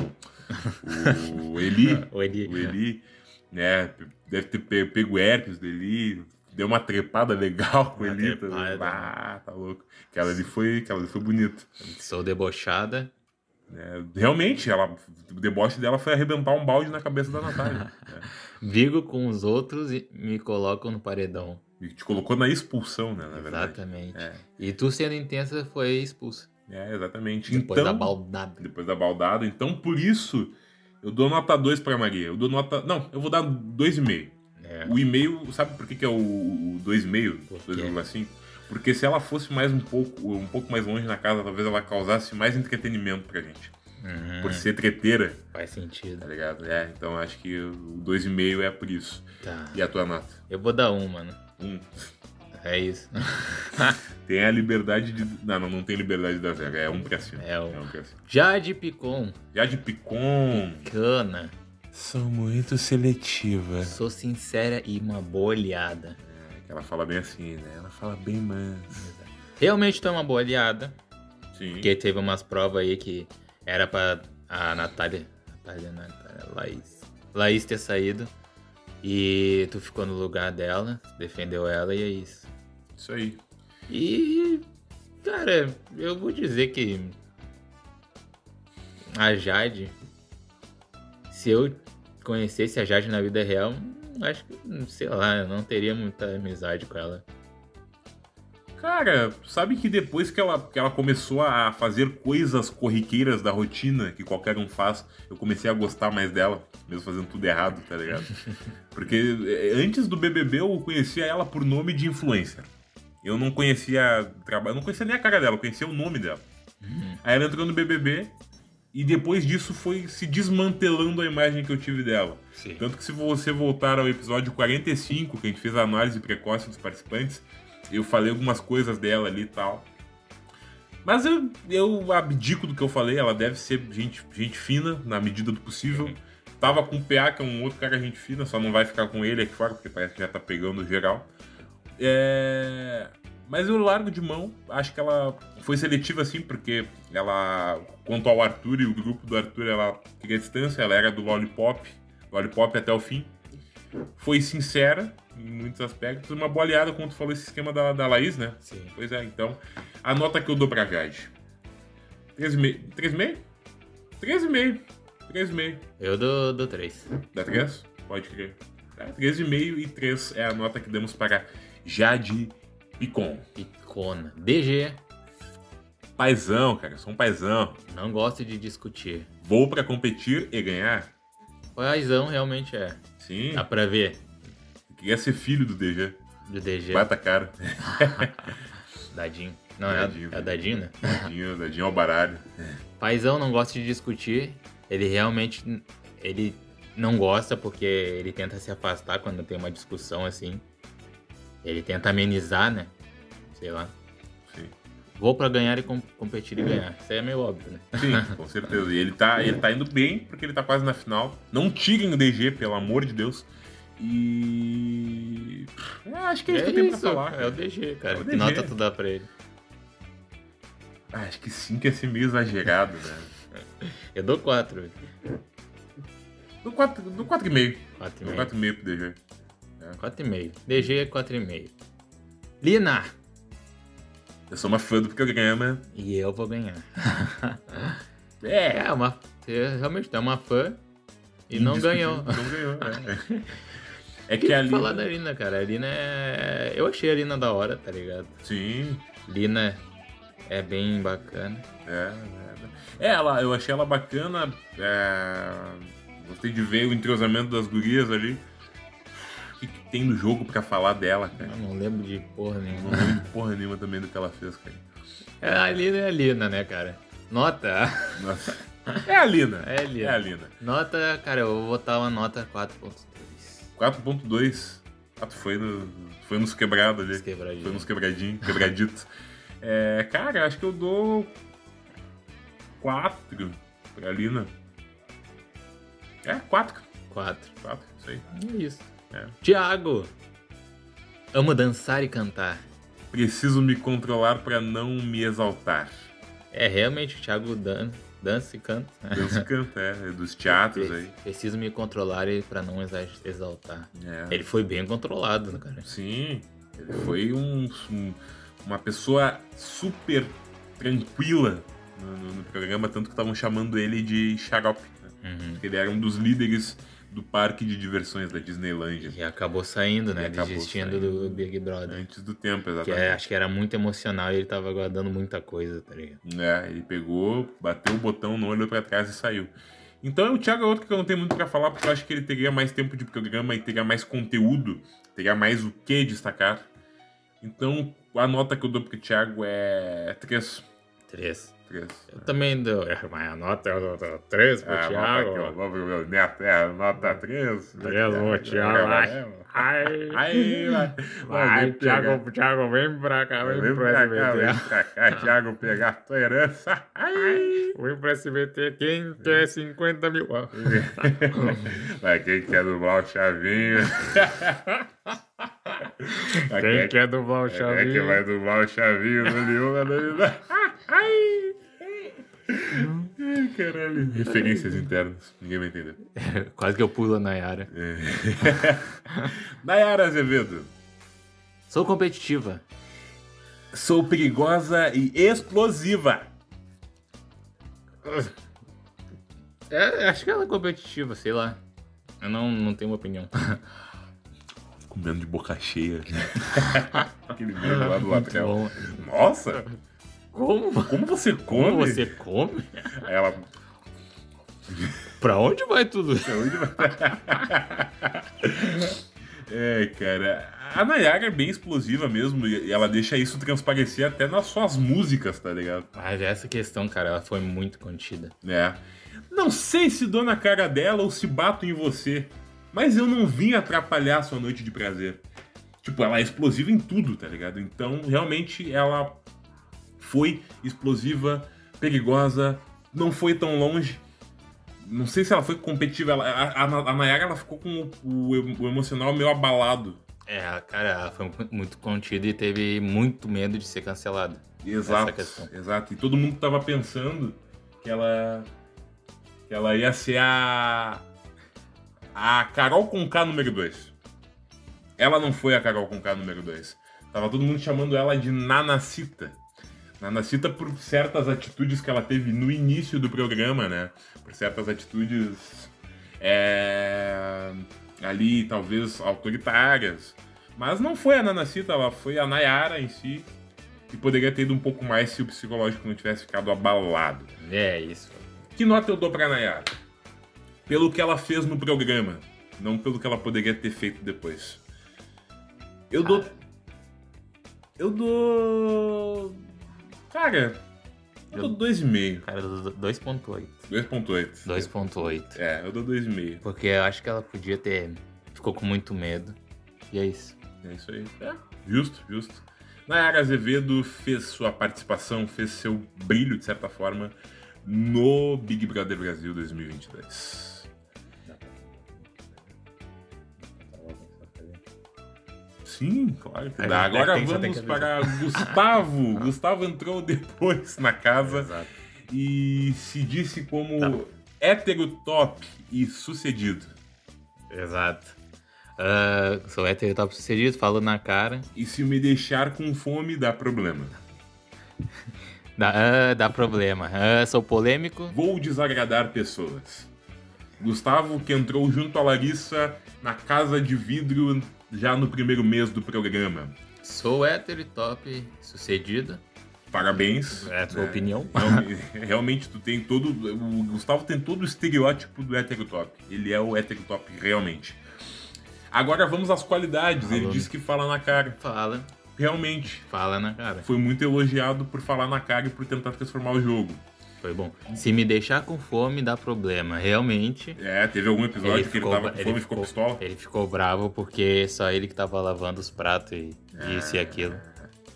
[SPEAKER 2] O Eli.
[SPEAKER 1] O Eli.
[SPEAKER 2] O Eli, né? Deve ter pe- pego herpes do Eli. Deu uma trepada legal com o
[SPEAKER 1] Uma
[SPEAKER 2] Eli. tá-
[SPEAKER 1] trepada.
[SPEAKER 2] Ah, tá louco. Aquela ali foi, aquela ali foi bonita.
[SPEAKER 1] Sou debochada.
[SPEAKER 2] né. Realmente, ela, o deboche dela foi arrebentar um balde na cabeça da Natália. né.
[SPEAKER 1] Vigo com os outros e me colocam no paredão.
[SPEAKER 2] E te colocou na expulsão, né? Na verdade.
[SPEAKER 1] Exatamente.
[SPEAKER 2] É.
[SPEAKER 1] E tu sendo intensa foi expulso.
[SPEAKER 2] É, exatamente.
[SPEAKER 1] Depois
[SPEAKER 2] então,
[SPEAKER 1] da baldada.
[SPEAKER 2] depois da baldada. Então, por isso, eu dou nota 2 pra Maria. Eu dou nota. Não, eu vou dar 2,5.
[SPEAKER 1] É.
[SPEAKER 2] O e-mail, sabe por que, que é o, o 2,5?
[SPEAKER 1] Por quê?
[SPEAKER 2] 2,5? Porque se ela fosse mais um pouco, um pouco mais longe na casa, talvez ela causasse mais entretenimento pra gente.
[SPEAKER 1] Uhum,
[SPEAKER 2] Por ser treteira,
[SPEAKER 1] Faz
[SPEAKER 2] tá
[SPEAKER 1] sentido.
[SPEAKER 2] ligado? É, então acho que o 2,5 é por isso.
[SPEAKER 1] Tá.
[SPEAKER 2] E a tua nota?
[SPEAKER 1] Eu vou dar um, mano.
[SPEAKER 2] Um.
[SPEAKER 1] É isso.
[SPEAKER 2] Tem a liberdade de. Não, não, não tem liberdade da zero. É um pra cima.
[SPEAKER 1] É um.
[SPEAKER 2] pra cima.
[SPEAKER 1] Jade Picon,
[SPEAKER 2] Já de Picon.
[SPEAKER 1] cana,
[SPEAKER 2] São muito seletivas.
[SPEAKER 1] sou sincera e uma bolhada.
[SPEAKER 2] Ela fala bem assim, né? Ela fala bem manso.
[SPEAKER 1] Realmente tô uma bolhada,
[SPEAKER 2] Sim.
[SPEAKER 1] porque teve umas provas aí que era pra a Natália. Natália, não, Natália, Laís. Laís ter saído. E tu ficou no lugar dela, defendeu ela e é isso.
[SPEAKER 2] Isso aí.
[SPEAKER 1] E, cara, eu vou dizer que a Jade, se eu conhecesse a Jade na vida real, hum, acho que, hum, sei lá, eu não teria muita amizade com ela.
[SPEAKER 2] Cara, sabe que depois que ela, que ela começou a fazer coisas corriqueiras da rotina que qualquer um faz, eu comecei a gostar mais dela, mesmo fazendo tudo errado, tá ligado? Porque eh, antes do BBB eu conhecia ela por nome de influencer. Eu não conhecia trabalho, eu não conhecia nem a cara dela, eu conhecia o nome dela. Aí ela entrou no BBB e depois disso foi se desmantelando a imagem que eu tive dela.
[SPEAKER 1] Sim.
[SPEAKER 2] Tanto que se você voltar ao episódio 45, que a gente fez a análise precoce dos participantes, eu falei algumas coisas dela ali e tal. Mas eu, eu abdico do que eu falei, ela deve ser gente, gente fina, na medida do possível. Tava com o PA, que é um outro cara gente fina, só não vai ficar com ele aqui fora, porque parece que já tá pegando geral. É... Mas eu largo de mão, acho que ela foi seletiva assim, porque ela, quanto ao Arthur e o grupo do Arthur, ela queria distância, ela era do Lollipop, Lollipop até o fim. Foi sincera em muitos aspectos, uma boleada, como tu falou, esse esquema da, da Laís, né?
[SPEAKER 1] Sim.
[SPEAKER 2] Pois é, então. A nota que eu dou pra Jade. 3,5. 3,5? 3,5. 3,5.
[SPEAKER 1] Eu dou, dou três.
[SPEAKER 2] Dá 3? Pode crer. Tá, 3,5 e 3 é a nota que damos para Jade Picon.
[SPEAKER 1] Icona. DG,
[SPEAKER 2] Paizão, cara, sou um paizão.
[SPEAKER 1] não gosto de discutir.
[SPEAKER 2] Vou pra competir e ganhar?
[SPEAKER 1] Paizão realmente é.
[SPEAKER 2] Sim.
[SPEAKER 1] Dá pra ver.
[SPEAKER 2] Quer ser filho do DG.
[SPEAKER 1] Do DG.
[SPEAKER 2] Bata a cara.
[SPEAKER 1] Dadinho. Não, é,
[SPEAKER 2] Dadinho,
[SPEAKER 1] é
[SPEAKER 2] né?
[SPEAKER 1] Dadinho, né?
[SPEAKER 2] Dadinho, dadinho ao baralho.
[SPEAKER 1] Paizão não gosta de discutir. Ele realmente. Ele não gosta porque ele tenta se afastar quando tem uma discussão assim. Ele tenta amenizar, né? Sei lá.
[SPEAKER 2] Sim.
[SPEAKER 1] Vou pra ganhar e com- competir e ganhar. Isso aí é meio óbvio, né?
[SPEAKER 2] Sim, com certeza. E ele tá, ele tá indo bem, porque ele tá quase na final. Não tirem o DG, pelo amor de Deus. E. É, acho que é isso que eu tenho pra falar.
[SPEAKER 1] é o DG, cara.
[SPEAKER 2] É o
[SPEAKER 1] que
[SPEAKER 2] DG.
[SPEAKER 1] nota tu dá pra ele?
[SPEAKER 2] Ah, acho que 5 ia ser meio exagerado, né?
[SPEAKER 1] Eu dou 4.
[SPEAKER 2] Do 4,5. Do 4,5 do
[SPEAKER 1] 4,5.
[SPEAKER 2] 4,5 pro DG.
[SPEAKER 1] 4,5. DG é 4,5. Lina!
[SPEAKER 2] Eu sou uma fã do programa.
[SPEAKER 1] E eu vou ganhar.
[SPEAKER 2] É.
[SPEAKER 1] É, uma, você realmente é uma fã e não ganhou.
[SPEAKER 2] Não ganhou, né? É
[SPEAKER 1] O que
[SPEAKER 2] que a Lina.
[SPEAKER 1] falar né? da Lina, cara? A Lina é. Eu achei a Lina da hora, tá ligado?
[SPEAKER 2] Sim,
[SPEAKER 1] Lina é bem bacana.
[SPEAKER 2] É, é, é. É, ela, eu achei ela bacana. é, Gostei de ver o entrosamento das gurias ali. O que, que tem no jogo pra falar dela, cara?
[SPEAKER 1] Eu não lembro de porra
[SPEAKER 2] Não
[SPEAKER 1] nenhuma.
[SPEAKER 2] lembro de porra nenhuma também do que ela fez, cara.
[SPEAKER 1] É, A Lina é a Lina, né, cara? Nota.
[SPEAKER 2] Nossa. É a Lina.
[SPEAKER 1] É a Lina.
[SPEAKER 2] É a Lina.
[SPEAKER 1] Nota, cara, eu vou botar uma nota 4.3.
[SPEAKER 2] 4.2. Ah, tu foi, no, foi nos quebrados ali.
[SPEAKER 1] Nos quebradinhos.
[SPEAKER 2] Foi nos quebradinhos, quebraditos. É, cara, acho que eu dou 4 pra Lina. É, 4.
[SPEAKER 1] 4.
[SPEAKER 2] 4, isso aí.
[SPEAKER 1] É isso.
[SPEAKER 2] É.
[SPEAKER 1] Tiago! Amo dançar e cantar.
[SPEAKER 2] Preciso me controlar pra não me exaltar.
[SPEAKER 1] É, realmente, o Thiago dan dança e canta. né?
[SPEAKER 2] Deus canta, é, é dos teatros aí.
[SPEAKER 1] Preciso me controlar e- pra não exa- exaltar.
[SPEAKER 2] É.
[SPEAKER 1] Ele foi bem controlado, né, cara.
[SPEAKER 2] Sim, ele foi um, um- uma pessoa super tranquila no, no- no programa, tanto que estavam chamando ele de xarope. né?
[SPEAKER 1] Uhum.
[SPEAKER 2] Ele era um dos líderes do parque de diversões da Disneylandia.
[SPEAKER 1] E acabou saindo, né?
[SPEAKER 2] E acabou
[SPEAKER 1] desistindo
[SPEAKER 2] saindo.
[SPEAKER 1] do Big Brother.
[SPEAKER 2] Antes do tempo,
[SPEAKER 1] Que é-
[SPEAKER 2] exatamente.
[SPEAKER 1] acho que era muito emocional e ele tava guardando muita coisa, tá ligado?
[SPEAKER 2] É, ele pegou, bateu o botão no olho pra trás e saiu. Então o Thiago é outro que eu não tenho muito pra falar, porque eu acho que ele teria mais tempo de programa e teria mais conteúdo, teria mais o que destacar. Então a nota que eu dou pro Thiago é 3.
[SPEAKER 1] Três.
[SPEAKER 2] 3.
[SPEAKER 1] Eu também dou. Mas a nota é eu dou três pro
[SPEAKER 2] É,
[SPEAKER 1] Thiago.
[SPEAKER 2] Nota aqui, ó, vamos pro meu neto, é, nota 3.
[SPEAKER 1] Três pro Thiago. Ai,
[SPEAKER 2] é Aí, vai.
[SPEAKER 1] vai,
[SPEAKER 2] vem pegar.
[SPEAKER 1] Thiago, Thiago, vem pra cá, vem,
[SPEAKER 2] Vem
[SPEAKER 1] pro
[SPEAKER 2] pra
[SPEAKER 1] SBT.
[SPEAKER 2] cá, vem pra cá, Thiago, pegar a tua herança. Ai.
[SPEAKER 1] Vem pro SBT, quem quer 50 mil? Ah.
[SPEAKER 2] Pra quem quer dublar o Chavinho. Pra
[SPEAKER 1] Quem quer dublar o
[SPEAKER 2] quem é que
[SPEAKER 1] Chavinho?
[SPEAKER 2] vai dublar o Chavinho no Leona? no Leona. Ai, Ai, caralho. Referências internas, ninguém vai entender.
[SPEAKER 1] Quase que eu pulo a Nayara.
[SPEAKER 2] É. Nayara Azevedo.
[SPEAKER 1] Sou competitiva.
[SPEAKER 2] Sou perigosa e explosiva.
[SPEAKER 1] É, acho que ela é competitiva, sei lá. Eu não, não tenho uma opinião.
[SPEAKER 2] Comendo de boca cheia. Aquele beijo lá do lateral.
[SPEAKER 1] Bom,
[SPEAKER 2] Nossa,
[SPEAKER 1] como,
[SPEAKER 2] como você come?
[SPEAKER 1] como você come?
[SPEAKER 2] Aí Ela
[SPEAKER 1] Pra onde vai tudo?
[SPEAKER 2] É, onde vai- É, cara. A Nayara é bem explosiva mesmo e ela deixa isso transparecer até nas suas músicas, tá ligado?
[SPEAKER 1] Mas essa questão, cara, ela foi muito contida.
[SPEAKER 2] É. Não sei se dou na cara dela ou se bato em você, mas eu não vim atrapalhar sua noite de prazer. Tipo, ela é explosiva em tudo, tá ligado? Então, realmente, ela foi explosiva, perigosa, não foi tão longe. Não sei se ela foi competitiva. ela- a, a- a Nayara ela ficou com o, o em- o emocional meio abalado.
[SPEAKER 1] É, cara, ela foi muito contida e teve muito medo de ser cancelada.
[SPEAKER 2] Exato,
[SPEAKER 1] questão.
[SPEAKER 2] exato. E todo mundo tava pensando que ela, que ela ia ser a a Carol Conká número 2. Ela não foi a Carol Conká número 2. Tava todo mundo chamando ela de Nanacita. Nanacita por certas atitudes que ela teve no início do programa, né? Por certas atitudes é, ali, talvez, autoritárias. Mas não foi a Nanacita, ela foi a Nayara em si. E poderia ter ido um pouco mais se o psicológico não tivesse ficado abalado.
[SPEAKER 1] É, isso.
[SPEAKER 2] Que nota eu dou pra Nayara? pelo que ela fez no programa, não pelo que ela poderia ter feito depois. Eu
[SPEAKER 1] Cara.
[SPEAKER 2] dou. Eu dou. Cara, eu,
[SPEAKER 1] Eu-
[SPEAKER 2] dou 2,5.
[SPEAKER 1] Cara, eu dou 2.8.
[SPEAKER 2] 2,8.
[SPEAKER 1] 2.8.
[SPEAKER 2] É, eu dou 2,5.
[SPEAKER 1] Porque eu acho que ela podia ter. Ficou com muito medo. E é isso.
[SPEAKER 2] É isso aí. É, justo, justo. Nayara Azevedo fez sua participação, fez seu brilho, de certa forma, no Big Brother Brasil 2022. Sim, claro que
[SPEAKER 1] Aí,
[SPEAKER 2] dá.
[SPEAKER 1] né,
[SPEAKER 2] Agora
[SPEAKER 1] tem- só tem
[SPEAKER 2] vamos
[SPEAKER 1] que Ah.
[SPEAKER 2] para Gustavo. Gustavo entrou depois na casa
[SPEAKER 1] Exato.
[SPEAKER 2] e se disse como
[SPEAKER 1] Tá.
[SPEAKER 2] hétero top e sucedido.
[SPEAKER 1] Exato. Ah, sou hétero top sucedido, falo na cara.
[SPEAKER 2] E se me deixar com fome, dá problema.
[SPEAKER 1] Dá, ah, dá problema. Ah, sou polêmico.
[SPEAKER 2] Vou desagradar pessoas. Gustavo, que entrou junto a Larissa na casa de vidro já no primeiro mês do programa.
[SPEAKER 1] Sou hétero e top sucedido.
[SPEAKER 2] Parabéns.
[SPEAKER 1] É a tua
[SPEAKER 2] né?
[SPEAKER 1] opinião.
[SPEAKER 2] Realme- Realmente, tu tem todo. O Gustavo tem todo o estereótipo do hétero top. Ele é o hétero top, realmente. Agora vamos às qualidades. Ele
[SPEAKER 1] Alô.
[SPEAKER 2] disse que fala na cara.
[SPEAKER 1] Fala,
[SPEAKER 2] Realmente.
[SPEAKER 1] fala na cara.
[SPEAKER 2] Foi muito elogiado por falar na cara e por tentar transformar o jogo.
[SPEAKER 1] Foi bom. Se me deixar com fome, dá problema. Realmente.
[SPEAKER 2] É, teve algum episódio que ele tava com fome e ficou pistola.
[SPEAKER 1] ele ficou bravo porque só ele que tava lavando os pratos e isso e aquilo.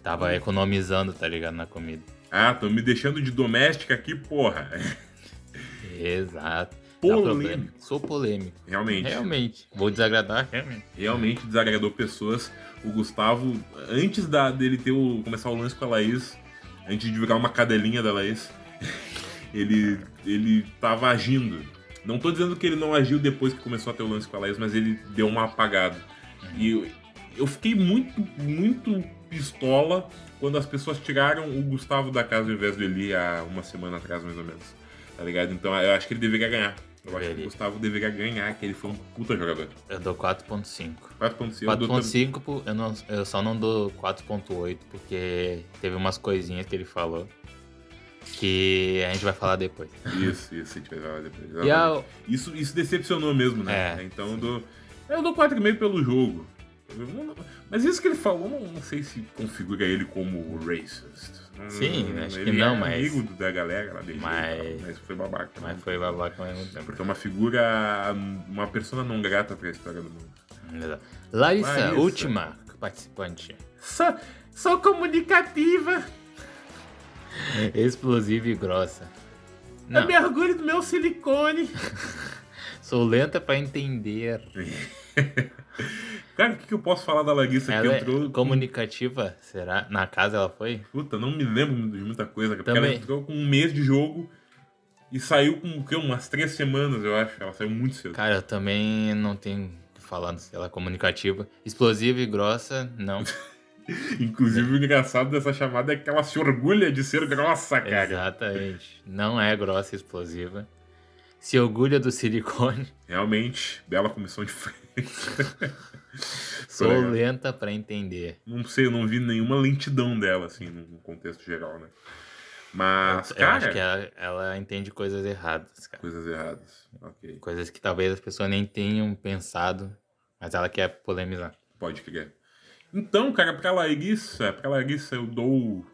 [SPEAKER 1] Tava economizando, tá ligado, na comida.
[SPEAKER 2] Ah, tô me deixando de doméstica aqui, porra.
[SPEAKER 1] Exato. Dá
[SPEAKER 2] Polêmico.
[SPEAKER 1] Sou polêmico.
[SPEAKER 2] Realmente,
[SPEAKER 1] Realmente. Vou desagradar, realmente.
[SPEAKER 2] realmente desagradou pessoas. O Gustavo, antes da, dele ter o, começar o lance com a Laís, antes de virar uma cadelinha da Laís, ele, ele tava agindo. Não tô dizendo que ele não agiu depois que começou a ter o lance com a Laís, mas ele deu uma apagada. E eu, eu fiquei muito, muito pistola quando as pessoas tiraram o Gustavo da casa ao invés do Eli há uma semana atrás, mais ou menos. Tá ligado? Então eu acho que ele deveria ganhar. Eu acho que o
[SPEAKER 1] Deveria.
[SPEAKER 2] Gustavo deveria ganhar, que ele foi um puta jogador.
[SPEAKER 1] Eu dou 4.5.
[SPEAKER 2] 4.5 eu dou
[SPEAKER 1] 4.5, pro- eu, não- eu só não dou 4.8, porque teve umas coisinhas que ele falou que a gente vai falar depois.
[SPEAKER 2] também. Isso, isso, se tiver lá depois.
[SPEAKER 1] E a,
[SPEAKER 2] Isso, isso decepcionou mesmo, né?
[SPEAKER 1] É.
[SPEAKER 2] Então eu dou. Eu dou 4,5 pelo jogo. Eu não- Mas isso que ele falou, não, não sei se configura ele como racist. Não-
[SPEAKER 1] Sim, acho
[SPEAKER 2] ele
[SPEAKER 1] que não,
[SPEAKER 2] é
[SPEAKER 1] mas-
[SPEAKER 2] amigo da galera lá dele.
[SPEAKER 1] Mas-
[SPEAKER 2] Mas foi babaca.
[SPEAKER 1] mas
[SPEAKER 2] né?
[SPEAKER 1] foi babaca ao mesmo tempo.
[SPEAKER 2] Porque é uma figura. Uma pessoa não grata pra história do mundo.
[SPEAKER 1] Larissa,
[SPEAKER 2] Larissa.
[SPEAKER 1] última participante.
[SPEAKER 2] Sou, sou comunicativa.
[SPEAKER 1] Explosiva e grossa. Não,
[SPEAKER 2] mergulho do meu silicone.
[SPEAKER 1] sou lenta pra entender.
[SPEAKER 2] Cara, o que, que eu posso falar da Larissa
[SPEAKER 1] Ela
[SPEAKER 2] que
[SPEAKER 1] é
[SPEAKER 2] entrou.
[SPEAKER 1] comunicativa, será? Na casa ela foi?
[SPEAKER 2] Puta, não me lembro de muita coisa, cara, porque
[SPEAKER 1] Também.
[SPEAKER 2] ela entrou com um mês de jogo e saiu com o quê? Umas três semanas, eu acho. Ela saiu muito cedo.
[SPEAKER 1] Cara, eu também não tenho o que falar se ela é comunicativa. Explosiva e grossa, não. né?
[SPEAKER 2] Inclusive, o engraçado dessa chamada é que ela se orgulha de ser grossa,
[SPEAKER 1] É.
[SPEAKER 2] cara.
[SPEAKER 1] Exatamente. Não é grossa e explosiva. Se orgulha do silicone.
[SPEAKER 2] Realmente, bela comissão de frente.
[SPEAKER 1] Sou
[SPEAKER 2] legal.
[SPEAKER 1] lenta pra entender.
[SPEAKER 2] não sei, eu não vi nenhuma lentidão dela, assim, no contexto geral, né? Mas,
[SPEAKER 1] Eu acho
[SPEAKER 2] cara,
[SPEAKER 1] que é. ela, ela entende coisas erradas, cara.
[SPEAKER 2] coisas erradas. Ok,
[SPEAKER 1] Coisas que talvez as pessoas nem tenham pensado, mas ela quer polemizar.
[SPEAKER 2] pode crer. Então, cara, pra Larissa, pra Larissa eu dou.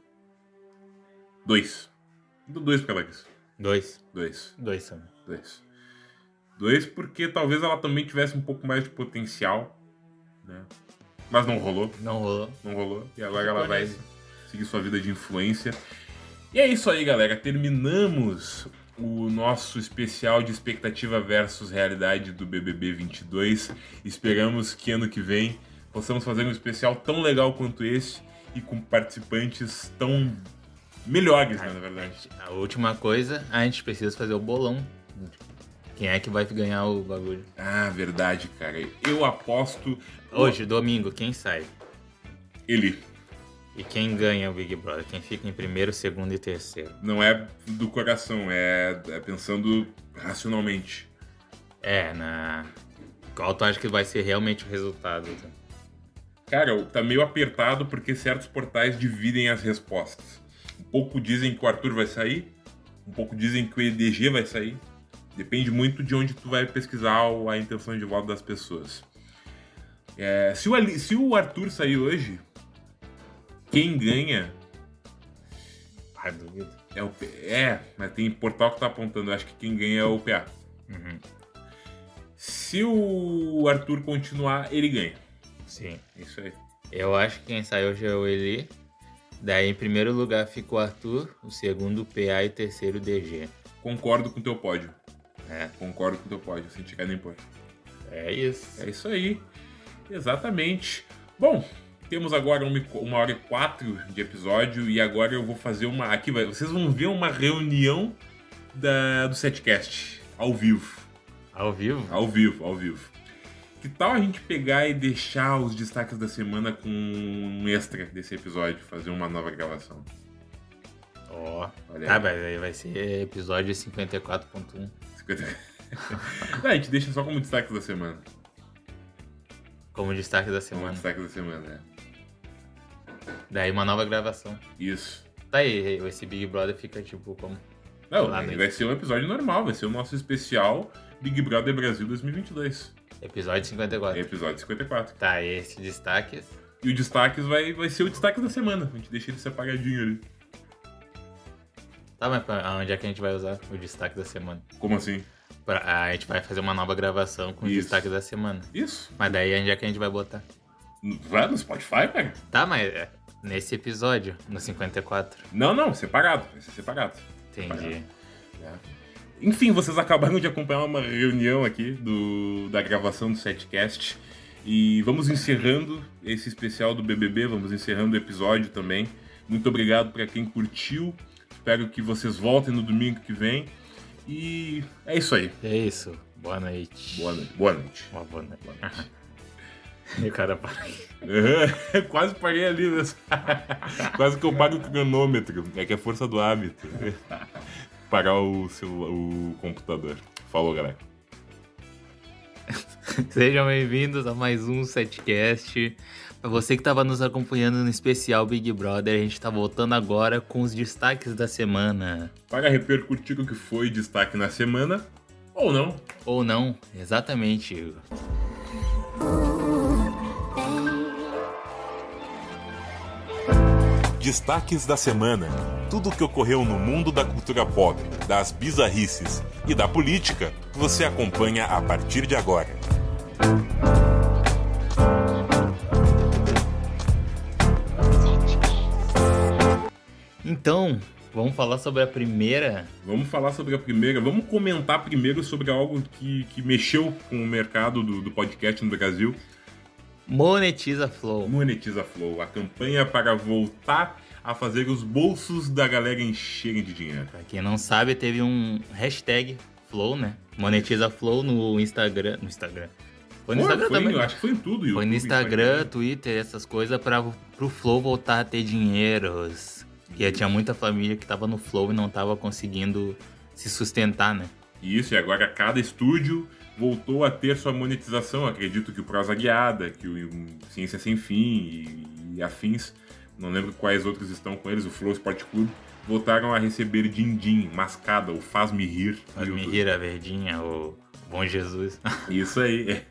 [SPEAKER 2] Dois. Eu dou dois pra Larissa.
[SPEAKER 1] Dois.
[SPEAKER 2] Dois.
[SPEAKER 1] Dois também.
[SPEAKER 2] Dois. Dois, porque talvez ela também tivesse um pouco mais de potencial, né? Mas não rolou,
[SPEAKER 1] Não rolou.
[SPEAKER 2] não rolou. E agora ela
[SPEAKER 1] Ficou
[SPEAKER 2] vai
[SPEAKER 1] nessa.
[SPEAKER 2] seguir sua vida de influência. E é isso aí, galera. Terminamos o nosso especial de expectativa versus realidade do BBB 22. Esperamos que ano que vem possamos fazer um especial tão legal quanto esse e com participantes tão melhores, né, na verdade.
[SPEAKER 1] A última coisa, a gente precisa fazer o bolão. Quem é que vai ganhar o bagulho?
[SPEAKER 2] Ah, verdade, cara. Eu aposto
[SPEAKER 1] Hoje, domingo, quem sai?
[SPEAKER 2] ele.
[SPEAKER 1] E quem ganha o Big Brother? Quem fica em primeiro, segundo e terceiro?
[SPEAKER 2] Não é do coração, é, é pensando racionalmente.
[SPEAKER 1] É, na. Qual tu acha que vai ser realmente o resultado? então?
[SPEAKER 2] Cara, tá meio apertado porque certos portais dividem as respostas. Um pouco dizem que o Arthur vai sair, um pouco dizem que o EDG vai sair, Depende muito de onde tu vai pesquisar o- a intenção de voto das pessoas. É, se, o Ali- se o Arthur sair hoje, quem ganha.
[SPEAKER 1] Ah,
[SPEAKER 2] Ai, duvido. É, o, P- é, mas tem portal que tá apontando. eu Acho que quem ganha é o PA.
[SPEAKER 1] Uhum,
[SPEAKER 2] Se o Arthur continuar, ele ganha.
[SPEAKER 1] Sim.
[SPEAKER 2] Isso aí.
[SPEAKER 1] Eu acho que quem saiu hoje é o Eli. Daí em primeiro lugar ficou o Arthur, o segundo o PA e o terceiro o DG.
[SPEAKER 2] Concordo com o teu pódio.
[SPEAKER 1] É,
[SPEAKER 2] Concordo com o teu pódio, sem tirar nem pôr.
[SPEAKER 1] é isso.
[SPEAKER 2] É isso aí. Exatamente. Bom, temos agora uma, uma hora e quatro de episódio e agora eu vou fazer uma. Aqui vai- vocês vão ver uma reunião da, do setcast. Ao vivo.
[SPEAKER 1] Ao vivo?
[SPEAKER 2] Ao vivo, ao vivo. Que tal a gente pegar e deixar os destaques da semana com um extra desse episódio, fazer uma nova gravação?
[SPEAKER 1] Ó.
[SPEAKER 2] Olha
[SPEAKER 1] Tá, mas aí vai ser episódio 54.1.
[SPEAKER 2] 50... Não, a gente deixa só como destaques da semana.
[SPEAKER 1] Como destaque da
[SPEAKER 2] Como
[SPEAKER 1] semana.
[SPEAKER 2] destaques da semana, é.
[SPEAKER 1] Daí uma nova gravação.
[SPEAKER 2] Isso.
[SPEAKER 1] Tá aí, esse Big Brother fica tipo como.
[SPEAKER 2] Não,
[SPEAKER 1] Lá
[SPEAKER 2] vai
[SPEAKER 1] mesmo.
[SPEAKER 2] ser um episódio normal, vai ser o nosso especial Big Brother Brasil 2022.
[SPEAKER 1] Episódio 54.
[SPEAKER 2] É episódio 54.
[SPEAKER 1] Tá, esse destaques.
[SPEAKER 2] E o destaque vai, vai ser o destaque da semana. A gente deixa ele separadinho ali.
[SPEAKER 1] Tá, mas pra- aonde é que a gente vai usar o destaque da semana?
[SPEAKER 2] Como assim?
[SPEAKER 1] Pra- a gente vai fazer uma nova gravação com
[SPEAKER 2] Isso.
[SPEAKER 1] os destaques da semana.
[SPEAKER 2] Isso.
[SPEAKER 1] Mas daí onde é que a gente vai botar?
[SPEAKER 2] No- Vai no Spotify, cara?
[SPEAKER 1] Tá, mas é nesse episódio, no 54.
[SPEAKER 2] Não, não, separado. Vai ser separado.
[SPEAKER 1] Entendi.
[SPEAKER 2] É. Enfim, vocês acabaram de acompanhar uma reunião aqui do, da gravação do setcast. E vamos encerrando esse especial do BBB, vamos encerrando o episódio também. Muito obrigado para quem curtiu. Espero que vocês voltem no domingo que vem. E é isso aí.
[SPEAKER 1] É isso. Boa noite.
[SPEAKER 2] Boa noite. Boa noite.
[SPEAKER 1] Uma boa noite.
[SPEAKER 2] Boa noite.
[SPEAKER 1] E o cara para.
[SPEAKER 2] Aham, Quase parei ali, né? Quase que eu paro o cronômetro. É que é força do hábito. Parar o, celular, o computador. Falou, galera.
[SPEAKER 1] Sejam bem-vindos a mais um setcast. Pra você que estava nos acompanhando no especial Big Brother, a gente tá voltando agora com os destaques da semana.
[SPEAKER 2] para repercutir o que foi destaque na semana, ou não.
[SPEAKER 1] Ou não, exatamente, Igor.
[SPEAKER 3] Destaques da semana: tudo o que ocorreu no mundo da cultura pop, das bizarrices e da política, você acompanha a partir de agora.
[SPEAKER 1] Então, vamos falar sobre a primeira.
[SPEAKER 2] Vamos falar sobre a primeira, vamos comentar primeiro sobre algo que, que mexeu com o mercado do, do podcast no Brasil.
[SPEAKER 1] Monetiza Flow.
[SPEAKER 2] Monetiza Flow, a campanha para voltar a fazer os bolsos da galera encherem de dinheiro.
[SPEAKER 1] Pra quem não sabe, teve um hashtag Flow, né? Monetiza Flow no Instagram. No Instagram. Foi no Instagram
[SPEAKER 2] foi,
[SPEAKER 1] também.
[SPEAKER 2] eu acho que foi em tudo.
[SPEAKER 1] Foi no
[SPEAKER 2] YouTube,
[SPEAKER 1] Instagram, Twitter, essas coisas, pra, pro Flow voltar a ter dinheiros. E aí tinha muita família que tava no Flow e não tava conseguindo se sustentar, né?
[SPEAKER 2] Isso, e agora cada estúdio voltou a ter sua monetização. Acredito que o Prosa Guiada, que o Ciência Sem Fim e, e afins, não lembro quais outros estão com eles, o Flow Sport Club, voltaram a receber din-din, mascada, o faz-me rir.
[SPEAKER 1] Mas
[SPEAKER 2] do
[SPEAKER 1] me
[SPEAKER 2] YouTube.
[SPEAKER 1] rira, Verdinha, o Bom Jesus.
[SPEAKER 2] Isso aí, é.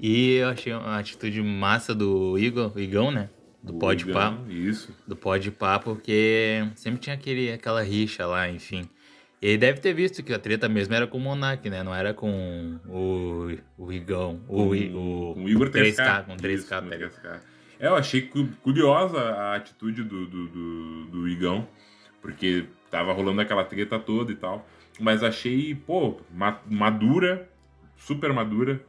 [SPEAKER 1] E eu achei uma atitude massa do Igor, o Igão, né? Do
[SPEAKER 2] O
[SPEAKER 1] Pode Papo.
[SPEAKER 2] Igão, Isso.
[SPEAKER 1] do Pode Pá, porque sempre tinha aquele, aquela rixa lá, enfim. E ele deve ter visto que a treta mesmo era com o Monark, né? Não era com o, o Igão. O, I- o,
[SPEAKER 2] Com o Igor 3K.
[SPEAKER 1] 3K, com 3K,
[SPEAKER 2] Isso, com
[SPEAKER 1] tá ligado?
[SPEAKER 2] 3K. É, eu achei cu- curiosa a atitude do, do, do, do Igão, porque tava rolando aquela treta toda e tal. Mas achei, pô, ma- madura, super madura.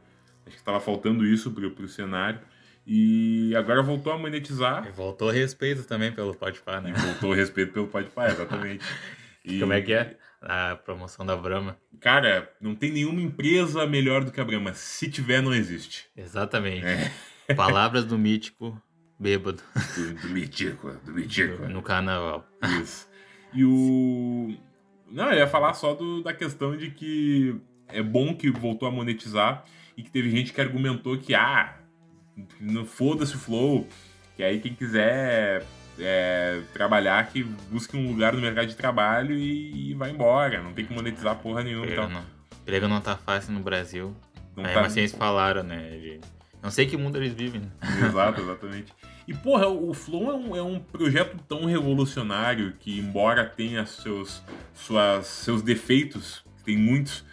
[SPEAKER 2] Acho que tava faltando isso pro, pro cenário. E agora voltou a
[SPEAKER 1] E
[SPEAKER 2] monetizar.
[SPEAKER 1] Voltou respeito também pelo Pode Pá, né?
[SPEAKER 2] Voltou o respeito pelo pai de pai, exatamente. E,
[SPEAKER 1] Como é que é? A promoção da Brahma.
[SPEAKER 2] Cara, não tem nenhuma empresa melhor do que a Brahma. Se tiver, não existe.
[SPEAKER 1] Exatamente.
[SPEAKER 2] É.
[SPEAKER 1] Palavras do mítico bêbado
[SPEAKER 2] Do, do Mitico, do Mitico.
[SPEAKER 1] no carnaval.
[SPEAKER 2] Isso. E o. Não, eu ia falar só do- da questão de que é bom que voltou a monetizar e que teve gente que argumentou que, ah, não foda-se o Flow, que aí quem quiser é, trabalhar, que busque um lugar no mercado de trabalho e, e vai embora, não tem que monetizar porra nenhuma e
[SPEAKER 1] Eu
[SPEAKER 2] tal.
[SPEAKER 1] não- Grego não tá fácil no Brasil.
[SPEAKER 2] Não
[SPEAKER 1] Aí,
[SPEAKER 2] tá-
[SPEAKER 1] mas eles falaram, né? de- Não sei que mundo eles vivem. né?
[SPEAKER 2] Exato, exatamente. E, porra, o Flow é um, é um projeto tão revolucionário que, embora tenha seus, suas, seus defeitos, que tem muitos,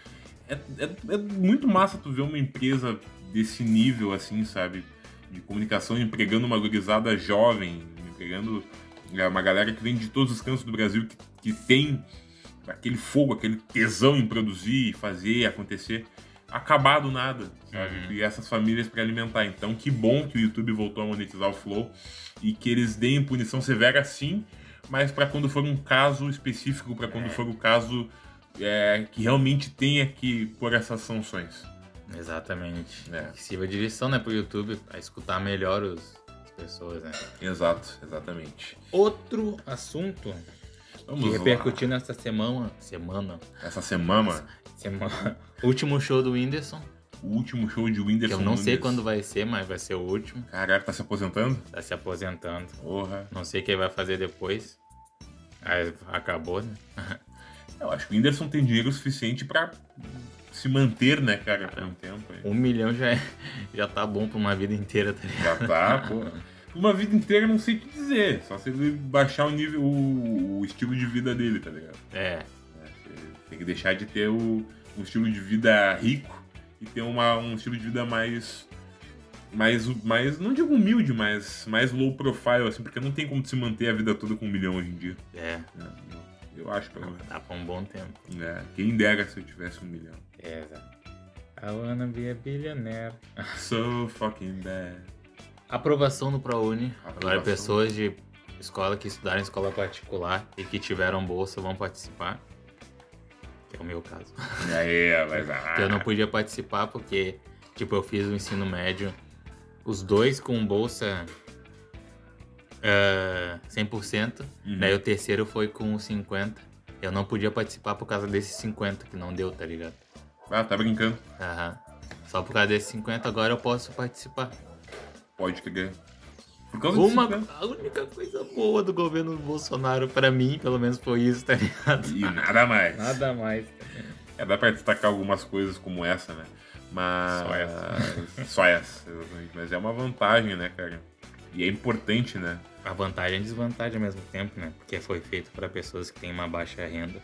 [SPEAKER 2] é, é, é muito massa tu ver uma empresa desse nível, assim, sabe? De comunicação, empregando uma gurizada jovem, empregando é, uma galera que vem de todos os cantos do Brasil, que, que tem aquele fogo, aquele tesão em produzir, fazer acontecer, acabar do nada, sabe? E essas famílias para alimentar. Então, que bom que o YouTube voltou a monetizar o Flow e que eles deem punição severa sim, mas para quando for um caso específico, para quando for o caso é, que realmente tenha que pôr essas sanções.
[SPEAKER 1] Exatamente.
[SPEAKER 2] É.
[SPEAKER 1] Que sirva de lição, né, pro YouTube, pra escutar melhor os, as pessoas, né?
[SPEAKER 2] Exato, exatamente.
[SPEAKER 1] Outro assunto que
[SPEAKER 2] Vamos lá.
[SPEAKER 1] repercutiu nessa semana. Semana.
[SPEAKER 2] Essa semana,
[SPEAKER 1] Semana. último show do Whindersson.
[SPEAKER 2] o último show de
[SPEAKER 1] Que
[SPEAKER 2] Whindersson
[SPEAKER 1] eu não sei
[SPEAKER 2] Nunes.
[SPEAKER 1] quando vai ser, mas vai ser o último.
[SPEAKER 2] Caralho, tá se aposentando?
[SPEAKER 1] Tá se aposentando.
[SPEAKER 2] Porra.
[SPEAKER 1] Não sei o que ele vai fazer depois. Aí acabou, né?
[SPEAKER 2] Eu acho que o Whindersson tem dinheiro suficiente pra se manter, né, cara, por um tempo. aí.
[SPEAKER 1] Um milhão já, é- já tá bom pra uma vida inteira, tá ligado?
[SPEAKER 2] Já tá, pô. Uma vida inteira eu não sei te dizer. Só se ele baixar o nível, o, o estilo de vida dele, tá ligado?
[SPEAKER 1] É,
[SPEAKER 2] Ele Tem que deixar de ter o, um estilo de vida rico e ter uma, um estilo de vida mais. Mais, mais, não digo humilde, mas mais low profile, assim, porque não tem como se manter a vida toda com um milhão hoje em dia.
[SPEAKER 1] é.
[SPEAKER 2] né? Eu acho, pelo menos.
[SPEAKER 1] Dá pra um bom tempo.
[SPEAKER 2] É, quem dera se eu tivesse um milhão.
[SPEAKER 1] É, exato. I wanna be a é billionaire.
[SPEAKER 2] So fucking bad.
[SPEAKER 1] Aprovação no ProUni. Agora
[SPEAKER 2] Aprovação.
[SPEAKER 1] pessoas de escola que estudaram em escola particular e que tiveram bolsa vão participar. Que é o meu caso.
[SPEAKER 2] E aí, mas. Ah,
[SPEAKER 1] Eu não podia participar porque, tipo, eu fiz o ensino médio, os dois com bolsa ah, 100%,
[SPEAKER 2] Uhum.
[SPEAKER 1] daí o terceiro foi com 50%. Eu não podia participar por causa desses 50 que não deu, tá ligado?
[SPEAKER 2] Ah, tá brincando.
[SPEAKER 1] Aham. Só por causa desses 50 agora eu posso participar.
[SPEAKER 2] Pode crer. Por causa
[SPEAKER 1] Uma,
[SPEAKER 2] disso, né?
[SPEAKER 1] a única coisa boa do governo Bolsonaro, pra mim, pelo menos foi isso, tá ligado?
[SPEAKER 2] E nada mais.
[SPEAKER 1] Nada mais.
[SPEAKER 2] É, dá pra destacar algumas coisas como essa, né? Mas.
[SPEAKER 1] Só essa.
[SPEAKER 2] Só essa, exatamente. Mas é uma vantagem, né, cara? E é importante, né?
[SPEAKER 1] A vantagem e a desvantagem ao mesmo tempo, né? Porque foi feito pra pessoas que têm uma baixa renda,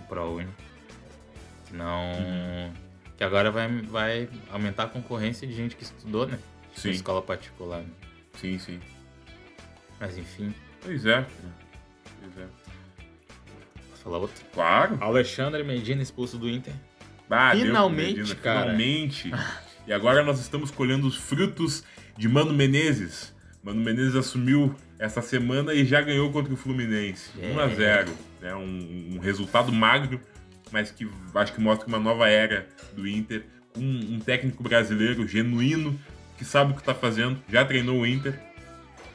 [SPEAKER 1] o ProUni. Que não. Que agora vai, vai aumentar a concorrência de gente que estudou, né?
[SPEAKER 2] Sim.
[SPEAKER 1] Em escola particular. né?
[SPEAKER 2] Sim, sim.
[SPEAKER 1] Mas enfim,
[SPEAKER 2] Pois é. cara. Pois é.
[SPEAKER 1] posso falar outro?
[SPEAKER 2] Claro.
[SPEAKER 1] Alexandre Medina expulso do Inter.
[SPEAKER 2] Bah, Ah, deu,
[SPEAKER 1] Finalmente,
[SPEAKER 2] Medina,
[SPEAKER 1] cara.
[SPEAKER 2] Finalmente. E agora nós estamos colhendo os frutos de Mano Menezes. Mano Menezes assumiu essa semana e já ganhou contra o Fluminense.
[SPEAKER 1] É.
[SPEAKER 2] 1 a 0 né? um, um resultado magro, mas que acho que mostra uma nova era do Inter. com Um, um técnico brasileiro genuíno, que sabe o que está fazendo, já treinou o Inter.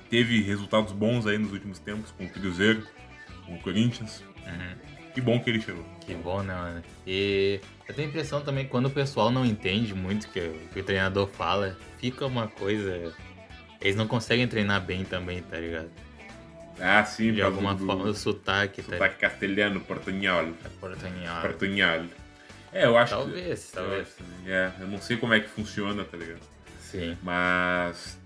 [SPEAKER 2] Teve resultados bons aí nos últimos tempos com o Cruzeiro, com o Corinthians.
[SPEAKER 1] Uhum.
[SPEAKER 2] Que bom que ele chegou.
[SPEAKER 1] Que bom, né, mano? E eu tenho a impressão também que quando o pessoal não entende muito o que, o que o treinador fala, fica uma coisa. Eles não conseguem treinar bem também, tá ligado?
[SPEAKER 2] Ah, sim,
[SPEAKER 1] De
[SPEAKER 2] por causa
[SPEAKER 1] alguma
[SPEAKER 2] do-
[SPEAKER 1] forma, o sotaque, tá ligado? Tá
[SPEAKER 2] Sotaque castelhano, portunhol,
[SPEAKER 1] Portanhado.
[SPEAKER 2] portunhol. Ah. É, eu acho que...
[SPEAKER 1] Talvez,
[SPEAKER 2] eu
[SPEAKER 1] talvez.
[SPEAKER 2] acho também, É, eu não sei como é que funciona, tá ligado?
[SPEAKER 1] Sim.
[SPEAKER 2] Mas...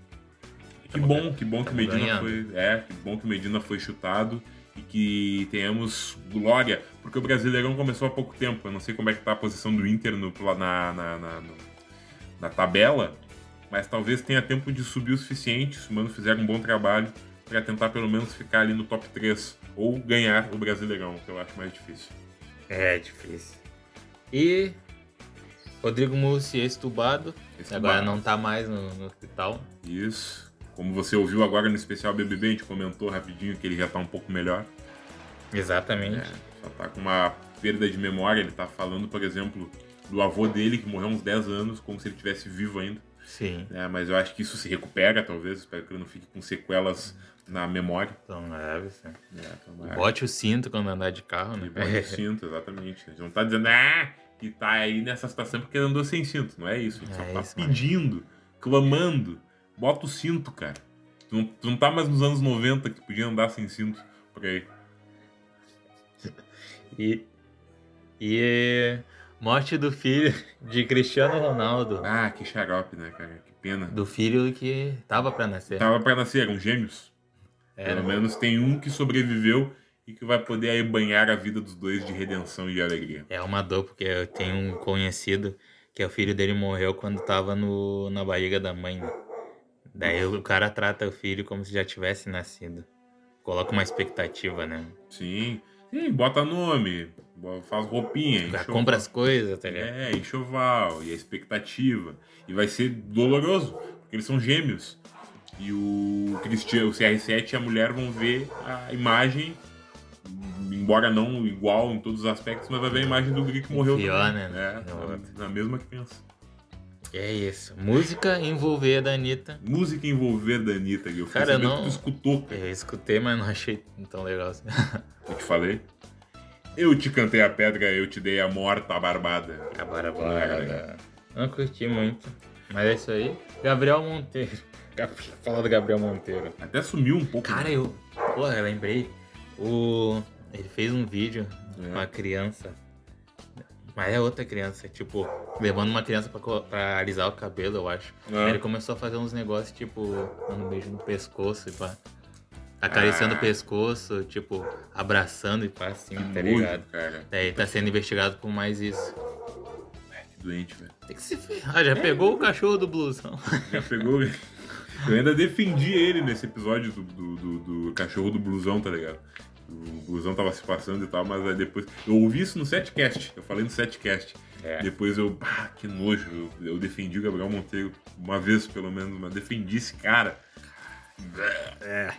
[SPEAKER 2] Que
[SPEAKER 1] Tamo
[SPEAKER 2] bom, que bom que
[SPEAKER 1] tamo
[SPEAKER 2] o Medina
[SPEAKER 1] ganhando.
[SPEAKER 2] foi... É, que bom que o Medina foi chutado e que tenhamos glória, porque o Brasileirão começou há pouco tempo. Eu não sei como é que tá a posição do Inter no, pla- na, na, na, no- na tabela, mas talvez tenha tempo de subir o suficiente, se o Mano fizer um bom trabalho, para tentar pelo menos ficar ali no top 3 ou ganhar o Brasileirão, que eu acho mais difícil.
[SPEAKER 1] É difícil. E Rodrigo Mussi estubado.
[SPEAKER 2] Esse
[SPEAKER 1] Agora
[SPEAKER 2] bar-
[SPEAKER 1] não tá mais no, no hospital.
[SPEAKER 2] Isso. Como você ouviu agora no especial BBB, a gente comentou rapidinho que ele já tá um pouco melhor.
[SPEAKER 1] Exatamente.
[SPEAKER 2] Só tá com uma perda de memória. Ele tá falando, por exemplo, do avô dele, que morreu há uns 10 anos, como se ele estivesse vivo ainda.
[SPEAKER 1] Sim.
[SPEAKER 2] né? mas eu acho que isso se recupera, talvez. Espero que ele não fique com sequelas na memória.
[SPEAKER 1] Então leve, sim.
[SPEAKER 2] É, tomara.
[SPEAKER 1] Bote o cinto quando andar de carro, né?
[SPEAKER 2] E bote o cinto, exatamente. A gente não tá dizendo, ah, que tá aí nessa situação porque ele andou sem cinto. Não é isso. A gente
[SPEAKER 1] É
[SPEAKER 2] só tá
[SPEAKER 1] isso, mano.
[SPEAKER 2] pedindo, clamando. Bota o cinto, cara. Tu não, tu não tá mais nos anos 90 que podia andar sem cinto por aí.
[SPEAKER 1] E, e eh, Morte do filho de Cristiano Ronaldo.
[SPEAKER 2] Ah, que xarope, né, cara? Que pena.
[SPEAKER 1] Do filho que tava pra nascer.
[SPEAKER 2] Tava pra nascer, eram gêmeos.
[SPEAKER 1] Era.
[SPEAKER 2] Pelo menos tem um que sobreviveu e que vai poder aí banhar a vida dos dois de redenção e de alegria.
[SPEAKER 1] É uma dor, porque eu tenho um conhecido que é o filho dele morreu quando tava no, na barriga da mãe. né? Daí o cara trata o filho como se já tivesse nascido. Coloca uma expectativa, né?
[SPEAKER 2] Sim. Sim, bota nome, bo- faz roupinha,
[SPEAKER 1] Já
[SPEAKER 2] enxoval.
[SPEAKER 1] compra as coisas, tá ligado?
[SPEAKER 2] É, enxoval, e a expectativa. E vai ser doloroso, porque eles são gêmeos. E o Cristiano, o CR7 e a mulher vão ver a imagem, embora não igual em todos os aspectos, mas vai ver a imagem do Guri que morreu.
[SPEAKER 1] Pior,
[SPEAKER 2] também,
[SPEAKER 1] né?
[SPEAKER 2] É,
[SPEAKER 1] No
[SPEAKER 2] na-
[SPEAKER 1] outro.
[SPEAKER 2] na mesma criança.
[SPEAKER 1] É isso. Música envolver da Anitta.
[SPEAKER 2] Música envolvendo a Anitta, Gui. Eu fiquei
[SPEAKER 1] Cara,
[SPEAKER 2] sabendo
[SPEAKER 1] não-
[SPEAKER 2] que tu escutou, cara.
[SPEAKER 1] Eu escutei, mas não achei tão legal assim.
[SPEAKER 2] Eu te falei. Eu te cantei a pedra, eu te dei a morta, a barbada.
[SPEAKER 1] Agora, agora. Não curti muito. Mas é isso aí. Gabriel Monteiro. Fala do Gabriel Monteiro.
[SPEAKER 2] Até sumiu um pouco.
[SPEAKER 1] Cara,
[SPEAKER 2] né?
[SPEAKER 1] eu. Porra, eu lembrei. O. Ele fez um vídeo com
[SPEAKER 2] né?
[SPEAKER 1] uma criança. Mas é outra criança, tipo, levando uma criança pra, co- pra alisar o cabelo, eu acho.
[SPEAKER 2] Ah.
[SPEAKER 1] Aí ele começou a fazer uns negócios, tipo, dando um beijo no pescoço e pá. Acariciando
[SPEAKER 2] Ah.
[SPEAKER 1] o pescoço, tipo, abraçando e pá, assim, tá
[SPEAKER 2] Nojo,
[SPEAKER 1] ligado?
[SPEAKER 2] cara.
[SPEAKER 1] Daí tá sendo investigado por mais isso.
[SPEAKER 2] Que doente, velho.
[SPEAKER 1] Tem que se ferrar,
[SPEAKER 2] É.
[SPEAKER 1] já pegou o cachorro do blusão.
[SPEAKER 2] Já pegou. eu ainda defendi ele nesse episódio do, do, do- do cachorro do blusão, tá ligado? O blusão tava se passando e tal, mas aí depois. Eu ouvi isso no setcast. Eu falei no setcast.
[SPEAKER 1] É.
[SPEAKER 2] Depois eu. Ah, que nojo. Eu, eu defendi o Gabriel Monteiro uma vez, pelo menos, mas defendi esse cara. É.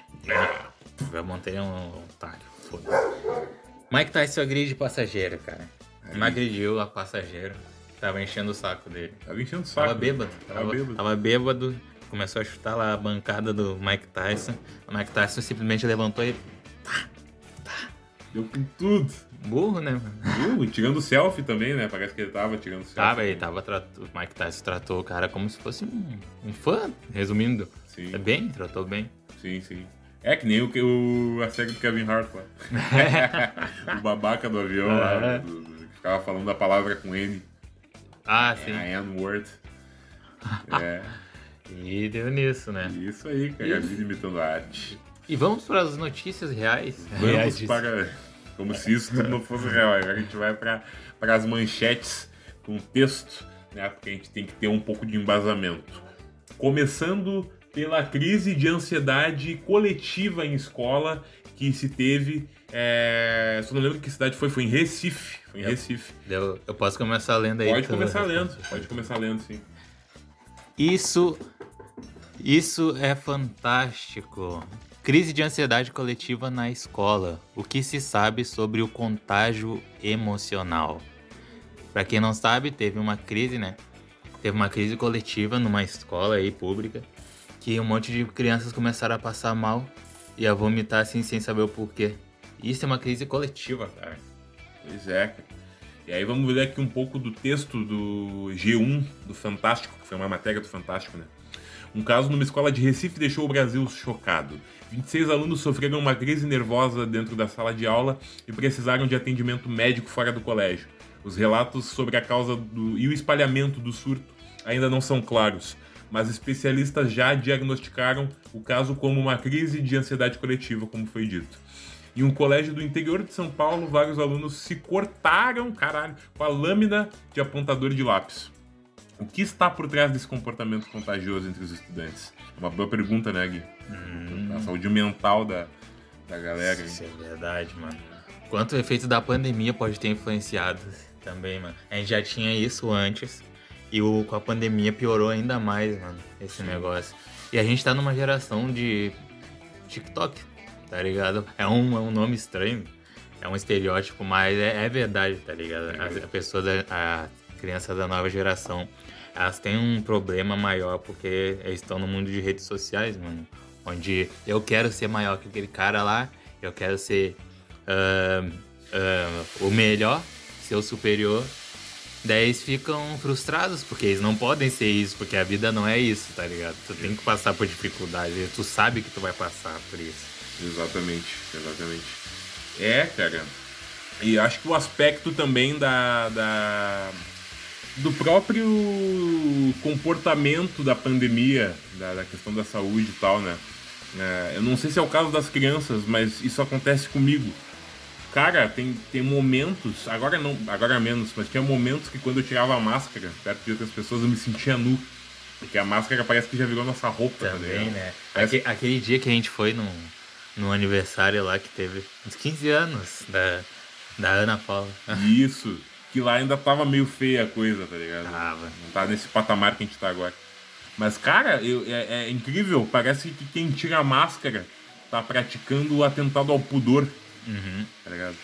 [SPEAKER 1] Eu montei É. um, um taco, foda-se. é Mike Tyson tá agride passageiro, cara.
[SPEAKER 2] É.
[SPEAKER 1] Não agrediu a passageiro. Tava enchendo o saco dele.
[SPEAKER 2] Tava enchendo o saco.
[SPEAKER 1] Tava bêbado.
[SPEAKER 2] Tava
[SPEAKER 1] Tava,
[SPEAKER 2] bêbado.
[SPEAKER 1] tava bêbado. Começou a chutar lá a bancada do Mike Tyson. O Mike Tyson simplesmente levantou e.
[SPEAKER 2] Deu com tudo.
[SPEAKER 1] Burro, né, mano?
[SPEAKER 2] Viu? E tirando selfie também, né? Parece que ele tava tirando selfie.
[SPEAKER 1] Tava aí, tava. trat- O Mike Tyson tratou o cara como se fosse um, um fã, resumindo.
[SPEAKER 2] Sim.
[SPEAKER 1] É bem, tratou bem.
[SPEAKER 2] Sim, sim. É que nem o, que- o, a série do Kevin Hart lá. o babaca do avião lá,
[SPEAKER 1] É.
[SPEAKER 2] do- do- que ficava falando a palavra com N.
[SPEAKER 1] Ah,
[SPEAKER 2] É
[SPEAKER 1] sim.
[SPEAKER 2] a N-word. É,
[SPEAKER 1] E deu nisso, né?
[SPEAKER 2] isso aí, cara. A vida imitando a arte.
[SPEAKER 1] E vamos para as notícias reais.
[SPEAKER 2] Vamos para. Como se isso tudo não fosse real. Agora a gente vai para as manchetes com texto, né? Porque a gente tem que ter um pouco de embasamento. Começando pela crise de ansiedade coletiva em escola que se teve. É... Só não lembro que cidade foi, foi em Recife. Foi em
[SPEAKER 1] Yep.
[SPEAKER 2] Recife.
[SPEAKER 1] Eu, eu posso começar lendo aí?
[SPEAKER 2] Pode
[SPEAKER 1] tu-
[SPEAKER 2] começar lendo, pode começar lendo, sim.
[SPEAKER 1] Isso, isso é fantástico. Crise de ansiedade coletiva na escola. O que se sabe sobre o contágio emocional? Pra quem não sabe, teve uma crise, né? Teve uma crise coletiva numa escola aí pública que um monte de crianças começaram a passar mal e a vomitar assim sem saber o porquê. Isso é uma crise coletiva, cara.
[SPEAKER 2] Pois é, cara. E aí vamos ler aqui um pouco do texto do G1 do Fantástico, que foi uma matéria do Fantástico, né? Um caso numa escola de Recife deixou o Brasil chocado. 26 alunos sofreram uma crise nervosa dentro da sala de aula e precisaram de atendimento médico fora do colégio. Os relatos sobre a causa do, e o espalhamento do surto ainda não são claros, mas especialistas já diagnosticaram o caso como uma crise de ansiedade coletiva, como foi dito. Em um colégio do interior de São Paulo, vários alunos se cortaram, caralho, com a lâmina de apontador de lápis. O que está por trás desse comportamento contagioso entre os estudantes? É uma boa pergunta, né, Gui? A saúde mental da, da galera. hein?
[SPEAKER 1] Isso é verdade, mano. Quanto o efeito da pandemia pode ter influenciado também, mano. A gente já tinha isso antes e o, com a pandemia piorou ainda mais, mano, esse negócio. E a gente tá numa geração de TikTok, tá ligado? É um, é um nome estranho, é um estereótipo, mas é, é verdade, tá ligado? As- A, pessoa, da, a criança da nova geração, elas têm um problema maior porque eles estão no mundo de redes sociais, mano. Onde eu quero ser maior que aquele cara lá, eu quero ser ahn, ahn, o melhor, ser o superior. Daí eles ficam frustrados, porque eles não podem ser isso, porque a vida não é isso, tá ligado? Tu tem que passar por dificuldade, tu sabe que tu vai passar por isso.
[SPEAKER 2] Exatamente, exatamente. É, cara. E acho que o aspecto também da, da- do próprio comportamento da pandemia, da, da questão da saúde e tal, né? É, eu não sei se é o caso das crianças, mas isso acontece comigo. Cara, tem, tem momentos, agora não, agora menos, mas tinha momentos que quando eu tirava a máscara, perto de outras pessoas, eu me sentia nu. Porque a máscara parece que já virou nossa roupa tá
[SPEAKER 1] Também,
[SPEAKER 2] ligado?
[SPEAKER 1] né?
[SPEAKER 2] Parece-
[SPEAKER 1] Aque- aquele dia que a gente foi num, num aniversário lá que teve uns 15 anos da, da Ana Paula.
[SPEAKER 2] Isso, que lá ainda tava meio feia a coisa, tá ligado?
[SPEAKER 1] Tava.
[SPEAKER 2] Não tá nesse patamar que a gente tá agora. Mas, cara, eu- é, é incrível, parece que quem tira a máscara tá praticando o atentado ao pudor,
[SPEAKER 1] Uhum.
[SPEAKER 2] tá ligado?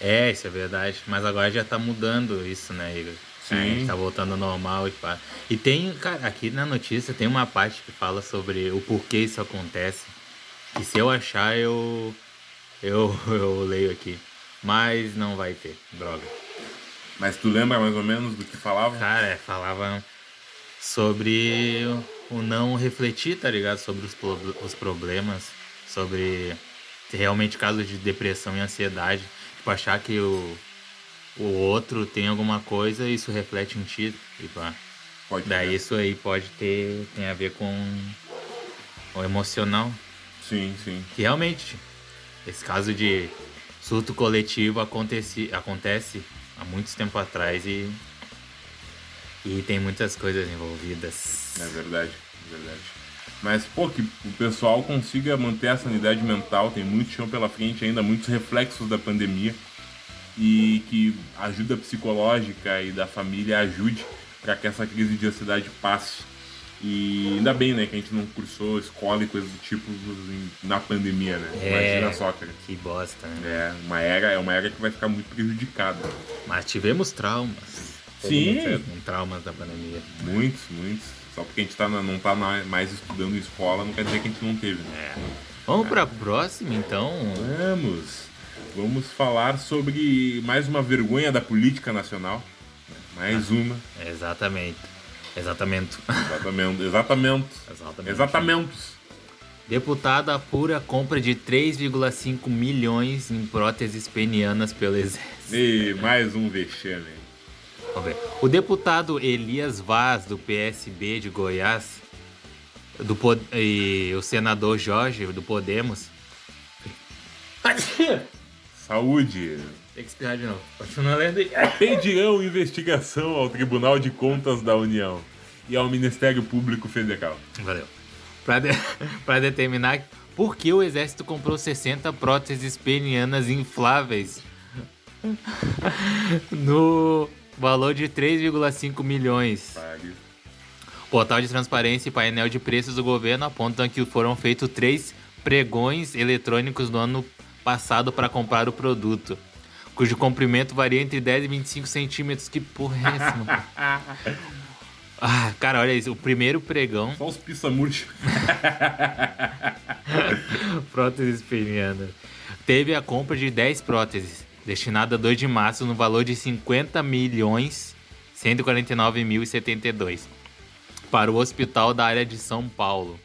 [SPEAKER 1] É, isso é verdade. Mas agora já tá mudando isso, né, Igor?
[SPEAKER 2] Sim.
[SPEAKER 1] A gente tá voltando ao normal e pá. E tem, cara, aqui na notícia tem uma parte que fala sobre o porquê isso acontece. Que se eu achar, eu. Eu, eu leio aqui. Mas não vai ter. Droga.
[SPEAKER 2] Mas tu lembra mais ou menos do que falava?
[SPEAKER 1] Cara, é, falava sobre o não refletir, tá ligado? Sobre os, pro- os problemas, sobre realmente casos de depressão e ansiedade. Tipo, achar que o, o outro tem alguma coisa e isso reflete em ti. E pá.
[SPEAKER 2] Pode
[SPEAKER 1] Daí
[SPEAKER 2] ser.
[SPEAKER 1] isso aí pode ter tem a ver com o emocional.
[SPEAKER 2] Sim, sim.
[SPEAKER 1] Que realmente, esse caso de surto coletivo acontece, acontece há muito tempo atrás e, e tem muitas coisas envolvidas.
[SPEAKER 2] É verdade, é verdade. Mas, pô, que o pessoal consiga manter a sanidade mental, tem muito chão pela frente ainda, muitos reflexos da pandemia. E que a ajuda psicológica e da família ajude para que essa crise de ansiedade passe. E ainda bem, né, que a gente não cursou escola e coisas do tipo em- na pandemia, né?
[SPEAKER 1] É.
[SPEAKER 2] Imagina só, cara.
[SPEAKER 1] Que bosta, né?
[SPEAKER 2] É uma, era, é uma era que vai ficar muito prejudicada.
[SPEAKER 1] Mas tivemos traumas. Todo
[SPEAKER 2] Sim.
[SPEAKER 1] mundo saiu Com traumas da pandemia.
[SPEAKER 2] Muitos, muitos. Só porque a gente tá na- não tá na- mais estudando em escola, não quer dizer que a gente não teve, né?
[SPEAKER 1] Vamos pra próxima, então.
[SPEAKER 2] Vamos! Vamos falar sobre mais uma vergonha da política nacional. Mais uma.
[SPEAKER 1] Exatamente. Exatamente.
[SPEAKER 2] Exatamente. Exatamente.
[SPEAKER 1] Exatamente.
[SPEAKER 2] Exatamentos.
[SPEAKER 1] Deputada apura compra de 3,5 milhões em próteses penianas pelo exército.
[SPEAKER 2] E mais um vexame.
[SPEAKER 1] Vamos ver. O deputado Elias Vaz, do PSB de Goiás, do Po- e o senador Jorge, do Podemos.
[SPEAKER 2] Saúde.
[SPEAKER 1] Tem que espirrar de novo. Continua lendo aí.
[SPEAKER 2] Pedirão investigação ao Tribunal de Contas da União e ao Ministério Público Federal.
[SPEAKER 1] Valeu. Pra, de- pra determinar por que o exército comprou 60 próteses penianas infláveis no valor de 3,5 milhões.
[SPEAKER 2] Pare.
[SPEAKER 1] Portal de transparência e painel de preços do governo apontam que foram feitos três pregões eletrônicos no ano passado para comprar o produto, cujo comprimento varia entre 10 e 25 centímetros. Que porra é essa, mano? Ah, cara, olha isso. O primeiro pregão,
[SPEAKER 2] Só os pissamurchos.
[SPEAKER 1] próteses penianas, teve a compra de 10 próteses, destinada a 2 de março, no valor de 50 milhões 149.072, para o hospital da área de São Paulo.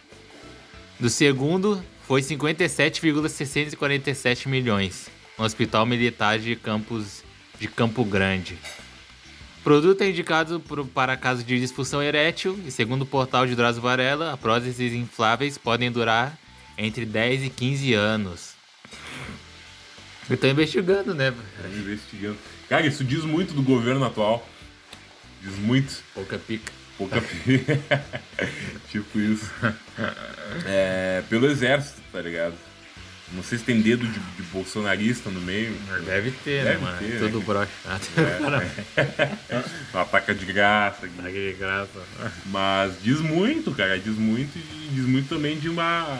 [SPEAKER 1] Do segundo, foi 57,647 milhões, no Hospital Militar de, Campos, de Campo Grande. Produto é indicado pro- para caso de disfunção erétil e, segundo o portal de Drauzio Varela, próteses infláveis podem durar entre 10 e 15 anos. Eu tô investigando, né?
[SPEAKER 2] Tá investigando. Cara, isso diz muito do governo atual. Diz muito.
[SPEAKER 1] Pouca pica.
[SPEAKER 2] Pouca Tipo isso. É, pelo exército, tá ligado? Não sei se tem dedo de, de bolsonarista no meio.
[SPEAKER 1] Deve ter,
[SPEAKER 2] Deve
[SPEAKER 1] né, mano?
[SPEAKER 2] ter,
[SPEAKER 1] Tudo
[SPEAKER 2] né? É,
[SPEAKER 1] broxa.
[SPEAKER 2] Ataca de é. graça.
[SPEAKER 1] Tá de graça.
[SPEAKER 2] Mas diz muito, cara. Diz muito e diz muito também de uma.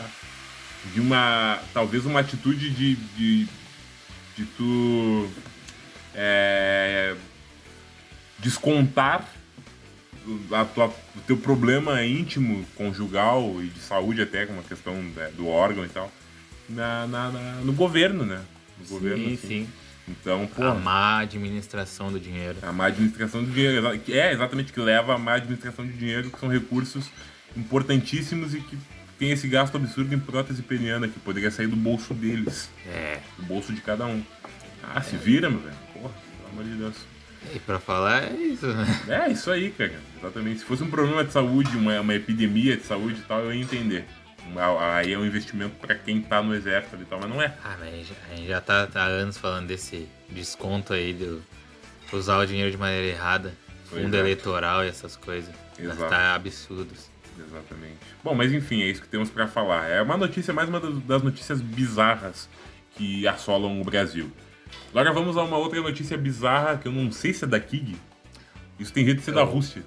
[SPEAKER 2] De uma. Talvez uma atitude de. de, de tu. é, descontar o- a tua- o teu problema íntimo, conjugal e de saúde até, com uma questão né, do órgão e tal, na, na- na- no governo, né? No governo,
[SPEAKER 1] Sim,
[SPEAKER 2] assim.
[SPEAKER 1] sim. Ah,
[SPEAKER 2] Então, pô,
[SPEAKER 1] A má administração do dinheiro.
[SPEAKER 2] a má administração do dinheiro. exa- que É exatamente o que leva à má administração de dinheiro, que são recursos importantíssimos e que tem esse gasto absurdo em prótese peniana, que poderia sair do bolso deles,
[SPEAKER 1] É.
[SPEAKER 2] do bolso de cada um. Ah, se vira, meu velho. Porra, pelo amor de Deus.
[SPEAKER 1] E pra falar é isso, né?
[SPEAKER 2] É, isso aí, cara. Exatamente. Se fosse um problema de saúde, uma, uma epidemia de saúde e tal, eu ia entender. Uma- Aí é um investimento pra quem tá no exército ali e tal, mas não é.
[SPEAKER 1] Ah, mas a gente- a gente já tá tá há anos falando desse desconto aí de usar o dinheiro de maneira errada,
[SPEAKER 2] Pois
[SPEAKER 1] fundo
[SPEAKER 2] é.
[SPEAKER 1] eleitoral e essas coisas. Mas
[SPEAKER 2] Exato.
[SPEAKER 1] tá absurdos.
[SPEAKER 2] Exatamente. Bom, mas enfim, é isso que temos pra falar. É uma notícia, mais uma das- das notícias bizarras que assolam o Brasil. Agora vamos a uma outra notícia bizarra que eu não sei se é da KIG. Isso tem jeito de ser da
[SPEAKER 1] Eu-
[SPEAKER 2] Rússia,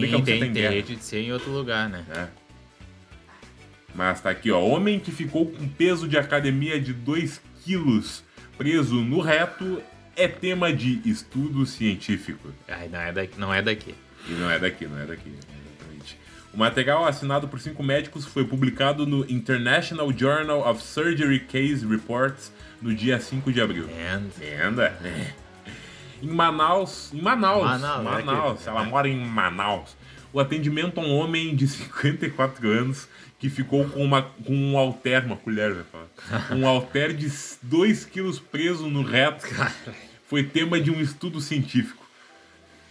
[SPEAKER 1] Tem,
[SPEAKER 2] que você
[SPEAKER 1] tem,
[SPEAKER 2] tem
[SPEAKER 1] tem
[SPEAKER 2] guerra.
[SPEAKER 1] jeito de ser em outro lugar, né?
[SPEAKER 2] né? Mas tá aqui, ó. Homem que ficou com peso de academia de 2 quilos preso no reto é tema de estudo científico.
[SPEAKER 1] Ai, não é daqui. Não é daqui.
[SPEAKER 2] E não é daqui, não é daqui. Exatamente. O material assinado por cinco médicos foi publicado no International Journal of Surgery Case Reports no dia 5 de abril.
[SPEAKER 1] And...
[SPEAKER 2] Entenda? Em Manaus. Em Manaus.
[SPEAKER 1] Manaus, olha aqui.
[SPEAKER 2] Manaus, Ela
[SPEAKER 1] É.
[SPEAKER 2] mora em Manaus. O atendimento a um homem de 54 anos que ficou com, uma, com um halter, uma colher, vai falar. Um halter de 2 quilos preso no reto. Foi tema de um estudo científico.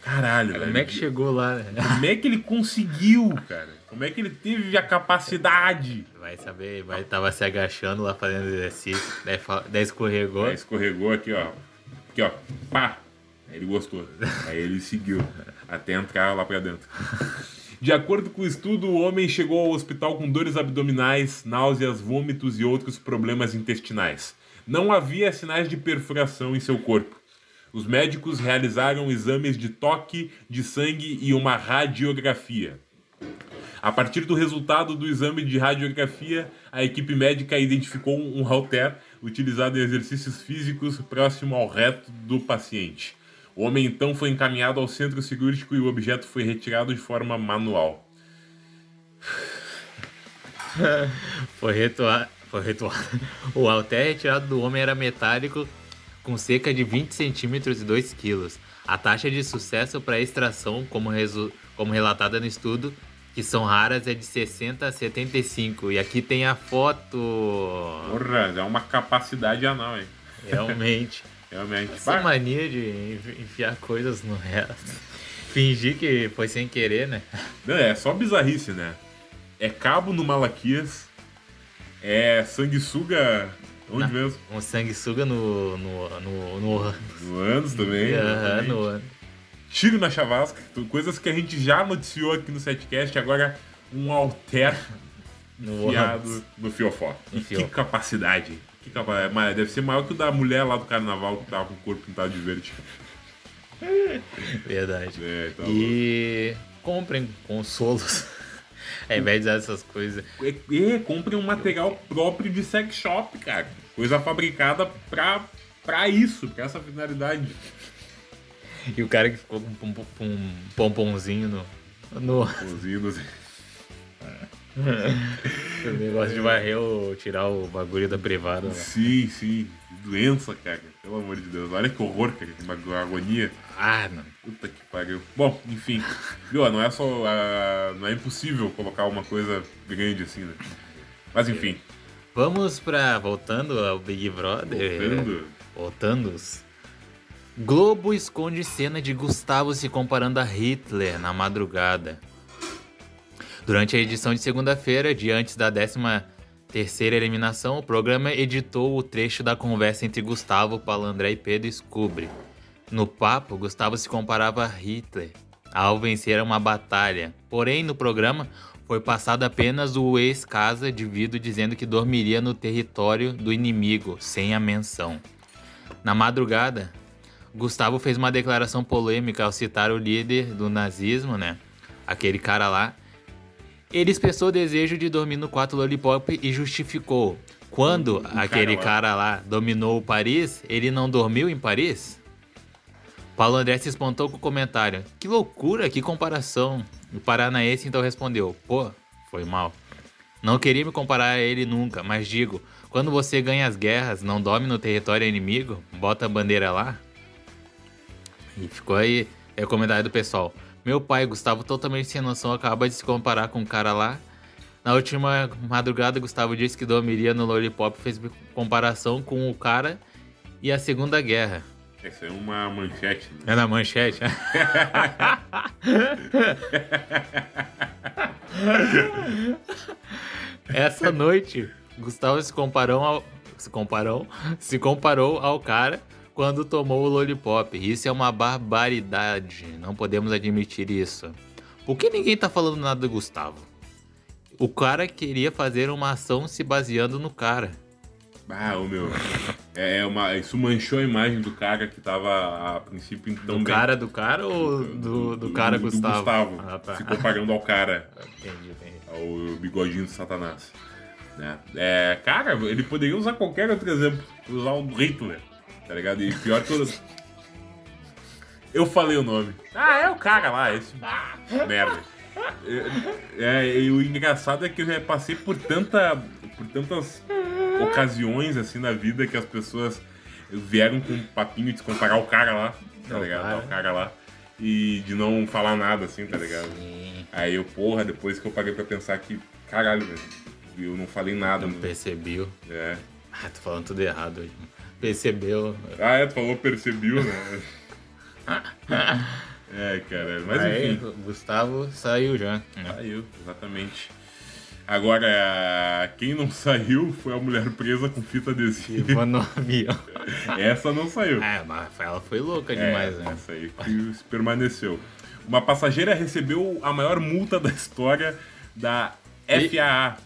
[SPEAKER 2] Caralho, velho.
[SPEAKER 1] Como é que chegou lá, né?
[SPEAKER 2] Como é que ele conseguiu, cara? Como é que ele teve a capacidade?
[SPEAKER 1] Vai saber, vai, tava se agachando lá fazendo exercício, daí, fa- daí escorregou.
[SPEAKER 2] Aí escorregou aqui, ó. Aqui, ó. Pá! Aí ele gostou. Aí ele seguiu. Até entrar lá pra dentro. De acordo com o estudo, o homem chegou ao hospital com dores abdominais, náuseas, vômitos e outros problemas intestinais. Não havia sinais de perfuração em seu corpo. Os médicos realizaram exames de toque, de sangue e uma radiografia. A partir do resultado do exame de radiografia, a equipe médica identificou um halter utilizado em exercícios físicos próximo ao reto do paciente. O homem então foi encaminhado ao centro cirúrgico e o objeto foi retirado de forma manual.
[SPEAKER 1] Foi retuado. Foi retuado. O halter retirado do homem era metálico, com cerca de 20 centímetros e 2 quilos. A taxa de sucesso para extração, como, resu- como relatada no estudo, que são raras, é de 60 a 75. E aqui tem a foto.
[SPEAKER 2] Porra, é uma capacidade anal, hein?
[SPEAKER 1] Realmente.
[SPEAKER 2] Realmente.
[SPEAKER 1] Essa
[SPEAKER 2] Bah,
[SPEAKER 1] mania de enfi- enfiar coisas no reto. Fingir que foi sem querer, né?
[SPEAKER 2] não, é só bizarrice, né? É cabo no Malaquias, é sanguessuga. Onde
[SPEAKER 1] Na-
[SPEAKER 2] mesmo?
[SPEAKER 1] Um sanguessuga no. no. no. no.
[SPEAKER 2] No Anos também.
[SPEAKER 1] Aham,
[SPEAKER 2] exatamente.
[SPEAKER 1] no-
[SPEAKER 2] tiro na chavasca, tu- coisas que a gente já noticiou aqui no setcast, agora um alter
[SPEAKER 1] no-
[SPEAKER 2] fiado no fiofó. E
[SPEAKER 1] No fiofó.
[SPEAKER 2] que capacidade, hein? que capacidade. Mas deve ser maior que o da mulher lá do carnaval que tava com o corpo pintado de verde.
[SPEAKER 1] Verdade.
[SPEAKER 2] É, então,
[SPEAKER 1] E comprem consolos. Ao invés de usar essas coisas.
[SPEAKER 2] E, e compre um material próprio de sex shop, cara. Coisa fabricada pra, pra isso, pra essa finalidade.
[SPEAKER 1] E o cara que ficou com um, pom- um pomponzinho no. no
[SPEAKER 2] Cozidos.
[SPEAKER 1] no negócio de varrer ou tirar o bagulho da privada. né?
[SPEAKER 2] Sim, sim. Doença, cara. Pelo amor de Deus. Olha que horror, cara. Que uma agonia.
[SPEAKER 1] Ah, não.
[SPEAKER 2] Puta que pariu. Bom, enfim. Viu, não é só. ah, não é impossível colocar uma coisa grande assim, né? Mas enfim,
[SPEAKER 1] Vamos pra. voltando ao Big Brother.
[SPEAKER 2] voltando.
[SPEAKER 1] Voltando. Globo esconde cena de Gustavo se comparando a Hitler na madrugada. Durante a edição de segunda-feira, diante da 13 terceira eliminação, o programa editou o trecho da conversa entre Gustavo, Palandré e Pedro Scubre. No papo, Gustavo se comparava a Hitler ao vencer uma batalha. Porém, no programa, foi passado apenas o ex-casa de Vido dizendo que dormiria no território do inimigo, sem a menção. Na madrugada, Gustavo fez uma declaração polêmica ao citar o líder do nazismo, né? Aquele cara lá. Ele expressou o desejo de dormir no 4 Lollipop e justificou. Quando
[SPEAKER 2] cara
[SPEAKER 1] aquele
[SPEAKER 2] lá.
[SPEAKER 1] cara lá dominou o Paris, ele não dormiu em Paris? Paulo André se espantou com o comentário. Que loucura, que comparação. O paranaense então respondeu: Pô, foi mal. Não queria me comparar a ele nunca, mas digo, quando você ganha as guerras, não dorme no território inimigo, bota a bandeira lá. E ficou aí é o comentário do pessoal. Meu pai, Gustavo, totalmente sem noção, acaba de se comparar com o cara lá. Na última madrugada, Gustavo disse que dormiria no Lollipop, fez comparação com o cara e a Segunda Guerra.
[SPEAKER 2] Essa é uma manchete, né?
[SPEAKER 1] É na manchete? Essa noite, Gustavo se comparou ao. Se comparou? Se comparou ao cara quando tomou o lollipop. Isso é uma barbaridade. Não podemos admitir isso. Por que ninguém tá falando nada do Gustavo? O cara queria fazer uma ação se baseando no cara.
[SPEAKER 2] Ah, o meu. É uma, isso manchou a imagem do cara que tava a princípio então
[SPEAKER 1] Do cara do cara ou do, do, cara Gustavo? Ah, tá.
[SPEAKER 2] Se comparando ao cara,
[SPEAKER 1] Entendi, entendi.
[SPEAKER 2] ao bigodinho do Satanás. Né? É, cara, ele poderia usar qualquer outro exemplo. Usar o do Hitler, tá ligado? E pior que eu. Eu falei o nome. Ah, é o cara lá, esse. Merda. É, é, e o engraçado é que eu já passei por, tanta, por tantas ocasiões assim na vida que as pessoas vieram com um papinho de comparar o cara lá, tá
[SPEAKER 1] É, o
[SPEAKER 2] ligado?
[SPEAKER 1] cara.
[SPEAKER 2] O cara lá. E de não falar nada assim, tá ligado?
[SPEAKER 1] Sim,
[SPEAKER 2] Aí eu, porra, depois que eu parei pra pensar que, caralho, velho, eu não falei nada.
[SPEAKER 1] não
[SPEAKER 2] né?
[SPEAKER 1] percebeu.
[SPEAKER 2] É.
[SPEAKER 1] Ah, tô falando tudo errado hoje. Percebeu.
[SPEAKER 2] Ah, é, tu falou, percebeu, né? é, cara, mas
[SPEAKER 1] Aí,
[SPEAKER 2] enfim.
[SPEAKER 1] o Gustavo saiu já. né?
[SPEAKER 2] Saiu, exatamente. Agora, quem não saiu foi a mulher presa com fita adesiva.
[SPEAKER 1] Levou no avião.
[SPEAKER 2] Essa não saiu.
[SPEAKER 1] Ah, mas ela foi louca demais,
[SPEAKER 2] é,
[SPEAKER 1] né?
[SPEAKER 2] Essa aí que se permaneceu. Uma passageira recebeu a maior multa da história da
[SPEAKER 1] E-
[SPEAKER 2] FAA,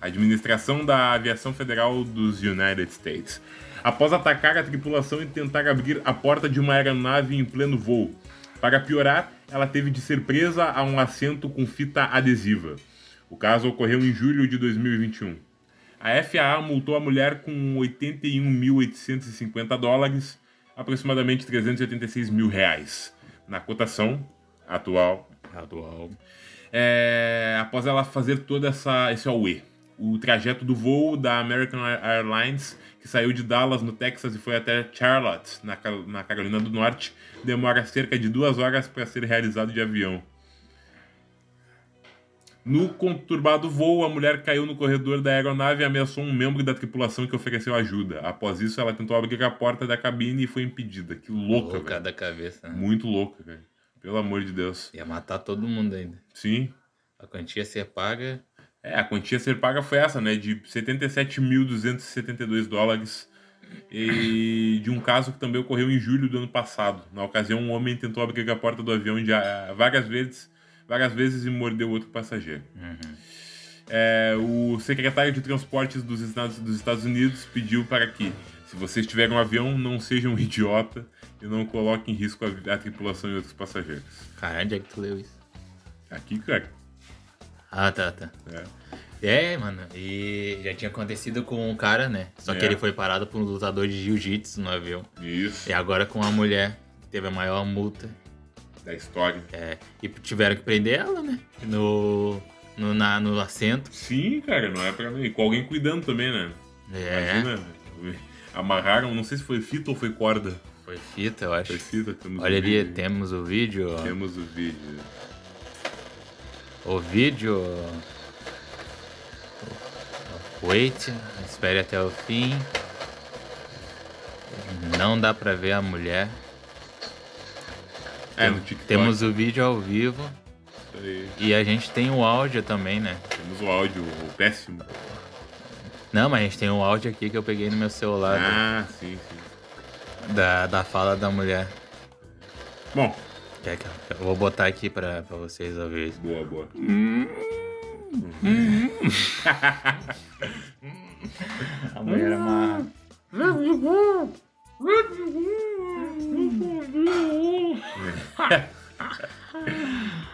[SPEAKER 2] Administração da Aviação Federal dos United States, após atacar a tripulação e tentar abrir a porta de uma aeronave em pleno voo. Para piorar, ela teve de ser presa a um assento com fita adesiva. O caso ocorreu em julho de 2021. A FAA multou a mulher com 81.850 dólares, aproximadamente 386 mil reais. Na cotação atual,
[SPEAKER 1] Atual.
[SPEAKER 2] é, após ela fazer toda essa esse auê. O trajeto do voo da American Air- Airlines, que saiu de Dallas, no Texas, e foi até Charlotte, na, Car- na Carolina do Norte, demora cerca de duas horas para ser realizado de avião. No conturbado voo, a mulher caiu no corredor da aeronave e ameaçou um membro da tripulação que ofereceu ajuda. Após isso, ela tentou abrir a porta da cabine e foi impedida. Que louca,
[SPEAKER 1] louca
[SPEAKER 2] velho.
[SPEAKER 1] da cabeça, né?
[SPEAKER 2] Muito louca, velho. Pelo amor de Deus.
[SPEAKER 1] Ia matar todo mundo ainda.
[SPEAKER 2] Sim,
[SPEAKER 1] A quantia ser paga.
[SPEAKER 2] É, a quantia a ser paga foi essa, né? De 77.272 dólares. E de um caso que também ocorreu em julho do ano passado. Na ocasião, um homem tentou abrir a porta do avião de, ah, várias vezes várias vezes e mordeu outro passageiro. É, o secretário de Transportes dos Estados, dos Estados Unidos pediu para que, se vocês tiverem um avião, não sejam um idiota e não coloquem em risco a, a tripulação e outros passageiros.
[SPEAKER 1] Caralho, onde é que tu leu isso?
[SPEAKER 2] Aqui, cara.
[SPEAKER 1] Ah, tá, tá.
[SPEAKER 2] né?
[SPEAKER 1] É, mano, e já tinha acontecido com um cara, né? Só que
[SPEAKER 2] É.
[SPEAKER 1] ele foi parado por um lutador de jiu-jitsu no avião.
[SPEAKER 2] Isso,
[SPEAKER 1] E agora com a mulher, que teve a maior multa.
[SPEAKER 2] da história.
[SPEAKER 1] É, e tiveram que prender ela, né? No, no, na, no assento.
[SPEAKER 2] Sim, cara, não é pra mim. E Com alguém cuidando também, né?
[SPEAKER 1] É,
[SPEAKER 2] Imagina. né? Amarraram, não sei se foi fita ou foi corda.
[SPEAKER 1] foi fita, eu acho.
[SPEAKER 2] Foi fita, temos
[SPEAKER 1] Olha
[SPEAKER 2] o
[SPEAKER 1] ali,
[SPEAKER 2] vídeo.
[SPEAKER 1] temos o vídeo. ó.
[SPEAKER 2] Temos o vídeo.
[SPEAKER 1] O vídeo. Wait, espere até o fim. Não dá pra ver a mulher.
[SPEAKER 2] É, no TikTok.
[SPEAKER 1] Temos o vídeo ao vivo
[SPEAKER 2] isso aí.
[SPEAKER 1] e a gente tem o áudio também, né?
[SPEAKER 2] Temos o áudio, o péssimo.
[SPEAKER 1] Não, mas a gente tem o áudio aqui que eu peguei no meu celular
[SPEAKER 2] Ah, sim, sim. Ah.
[SPEAKER 1] da, da fala da mulher.
[SPEAKER 2] Bom,
[SPEAKER 1] Quer que eu- eu vou botar aqui pra, pra vocês ouvirem.
[SPEAKER 2] boa, boa.
[SPEAKER 1] A mulher é uma.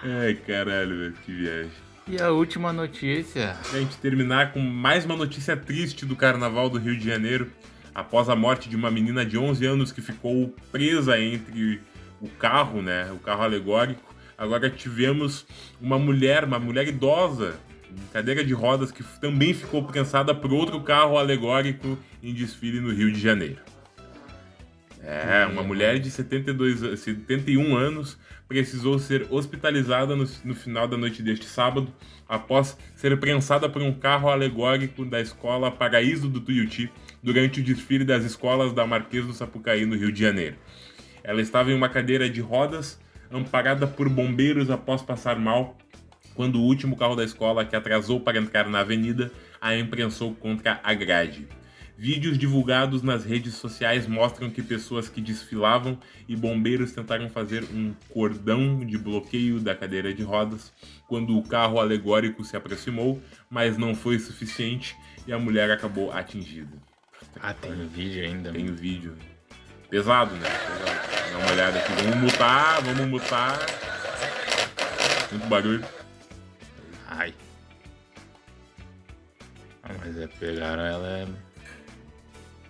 [SPEAKER 2] Ai, caralho, velho, que viagem.
[SPEAKER 1] E a última notícia.
[SPEAKER 2] Pra gente terminar com mais uma notícia triste do Carnaval do Rio de Janeiro, após a morte de uma menina de 11 anos que ficou presa entre o carro, né, o carro alegórico. Agora tivemos uma mulher, uma mulher idosa, em cadeira de rodas, que também ficou prensada por outro carro alegórico em desfile no Rio de Janeiro. É, uma mulher de 72, an- 71 anos precisou ser hospitalizada no, no final da noite deste sábado após ser prensada por um carro alegórico da escola Paraíso do Tuiuti durante o desfile das escolas da Marquês do Sapucaí, no Rio de Janeiro. Ela estava em uma cadeira de rodas, amparada por bombeiros após passar mal, quando o último carro da escola, que atrasou para entrar na avenida, a imprensou contra a grade. Vídeos divulgados nas redes sociais mostram que pessoas que desfilavam e bombeiros tentaram fazer um cordão de bloqueio da cadeira de rodas quando o carro alegórico se aproximou, mas não foi suficiente e a mulher acabou atingida.
[SPEAKER 1] Ah, tem vídeo ainda.
[SPEAKER 2] Tem o vídeo. Pesado, né? Pesado. Dá uma olhada aqui. Vamos mutar, vamos mutar. Muito barulho.
[SPEAKER 1] Ai. Ah, mas é, pegaram ela,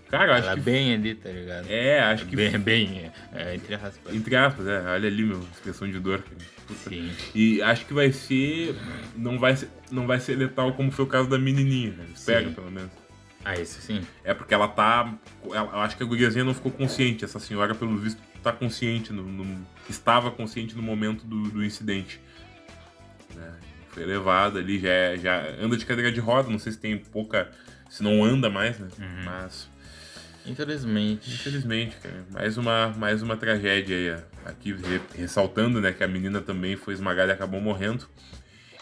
[SPEAKER 2] Cara, eu acho
[SPEAKER 1] ela
[SPEAKER 2] que.
[SPEAKER 1] bem ali, tá ligado?
[SPEAKER 2] É, acho que.
[SPEAKER 1] Bem, bem, é, entre aspas.
[SPEAKER 2] Entre aspas, é. Olha ali, meu. Expressão de dor. cara. Puta.
[SPEAKER 1] Sim.
[SPEAKER 2] E acho que vai ser. Não vai ser, não vai ser letal como foi o caso da menininha, né? Espero,
[SPEAKER 1] Sim.
[SPEAKER 2] pelo menos.
[SPEAKER 1] Ah, isso sim.
[SPEAKER 2] É porque ela tá. ela- eu acho que a guriazinha não ficou consciente. Essa senhora, pelo visto, tá consciente. No, no- estava consciente no momento do, do incidente. Né? Foi levada ali, já, é- já anda de cadeira de roda. Não sei se tem pouca. Se não anda mais, né? Mas,
[SPEAKER 1] Infelizmente.
[SPEAKER 2] infelizmente, cara, mais uma, mais uma tragédia aí. ó. Aqui re- ressaltando, né, que a menina também foi esmagada e acabou morrendo.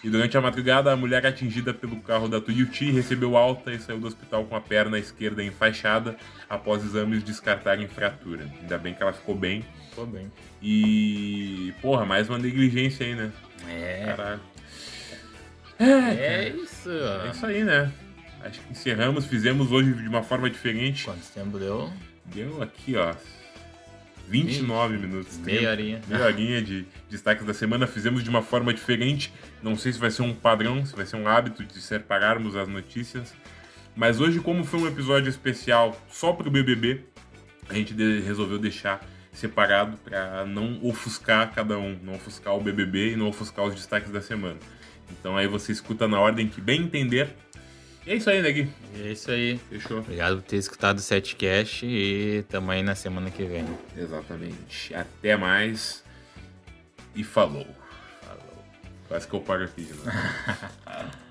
[SPEAKER 2] E durante a madrugada, a mulher atingida pelo carro da Tuiuti recebeu alta e saiu do hospital com a perna esquerda enfaixada após exames descartarem fratura. Ainda bem que ela ficou bem.
[SPEAKER 1] Ficou bem.
[SPEAKER 2] E, porra, mais uma negligência aí, né?
[SPEAKER 1] É.
[SPEAKER 2] Caralho.
[SPEAKER 1] É isso.
[SPEAKER 2] É isso aí, né? Acho que encerramos, fizemos hoje de uma forma diferente.
[SPEAKER 1] Quanto tempo deu?
[SPEAKER 2] Deu aqui, ó, 29 minutos. Tem
[SPEAKER 1] Meia horinha.
[SPEAKER 2] Meia horinha de destaques da semana, fizemos de uma forma diferente. Não sei se vai ser um padrão, se vai ser um hábito de separarmos as notícias. Mas hoje, como foi um episódio especial só pro BBB, a gente de- resolveu deixar separado para não ofuscar cada um, não ofuscar o BBB e não ofuscar os destaques da semana. Então aí você escuta na ordem que bem entender. E é isso aí, Negui.
[SPEAKER 1] É isso aí.
[SPEAKER 2] Fechou.
[SPEAKER 1] Obrigado por ter escutado o setcast e tamo aí na semana que vem.
[SPEAKER 2] Exatamente. Até mais. E falou. Falou. Quase que eu paro aqui de novo.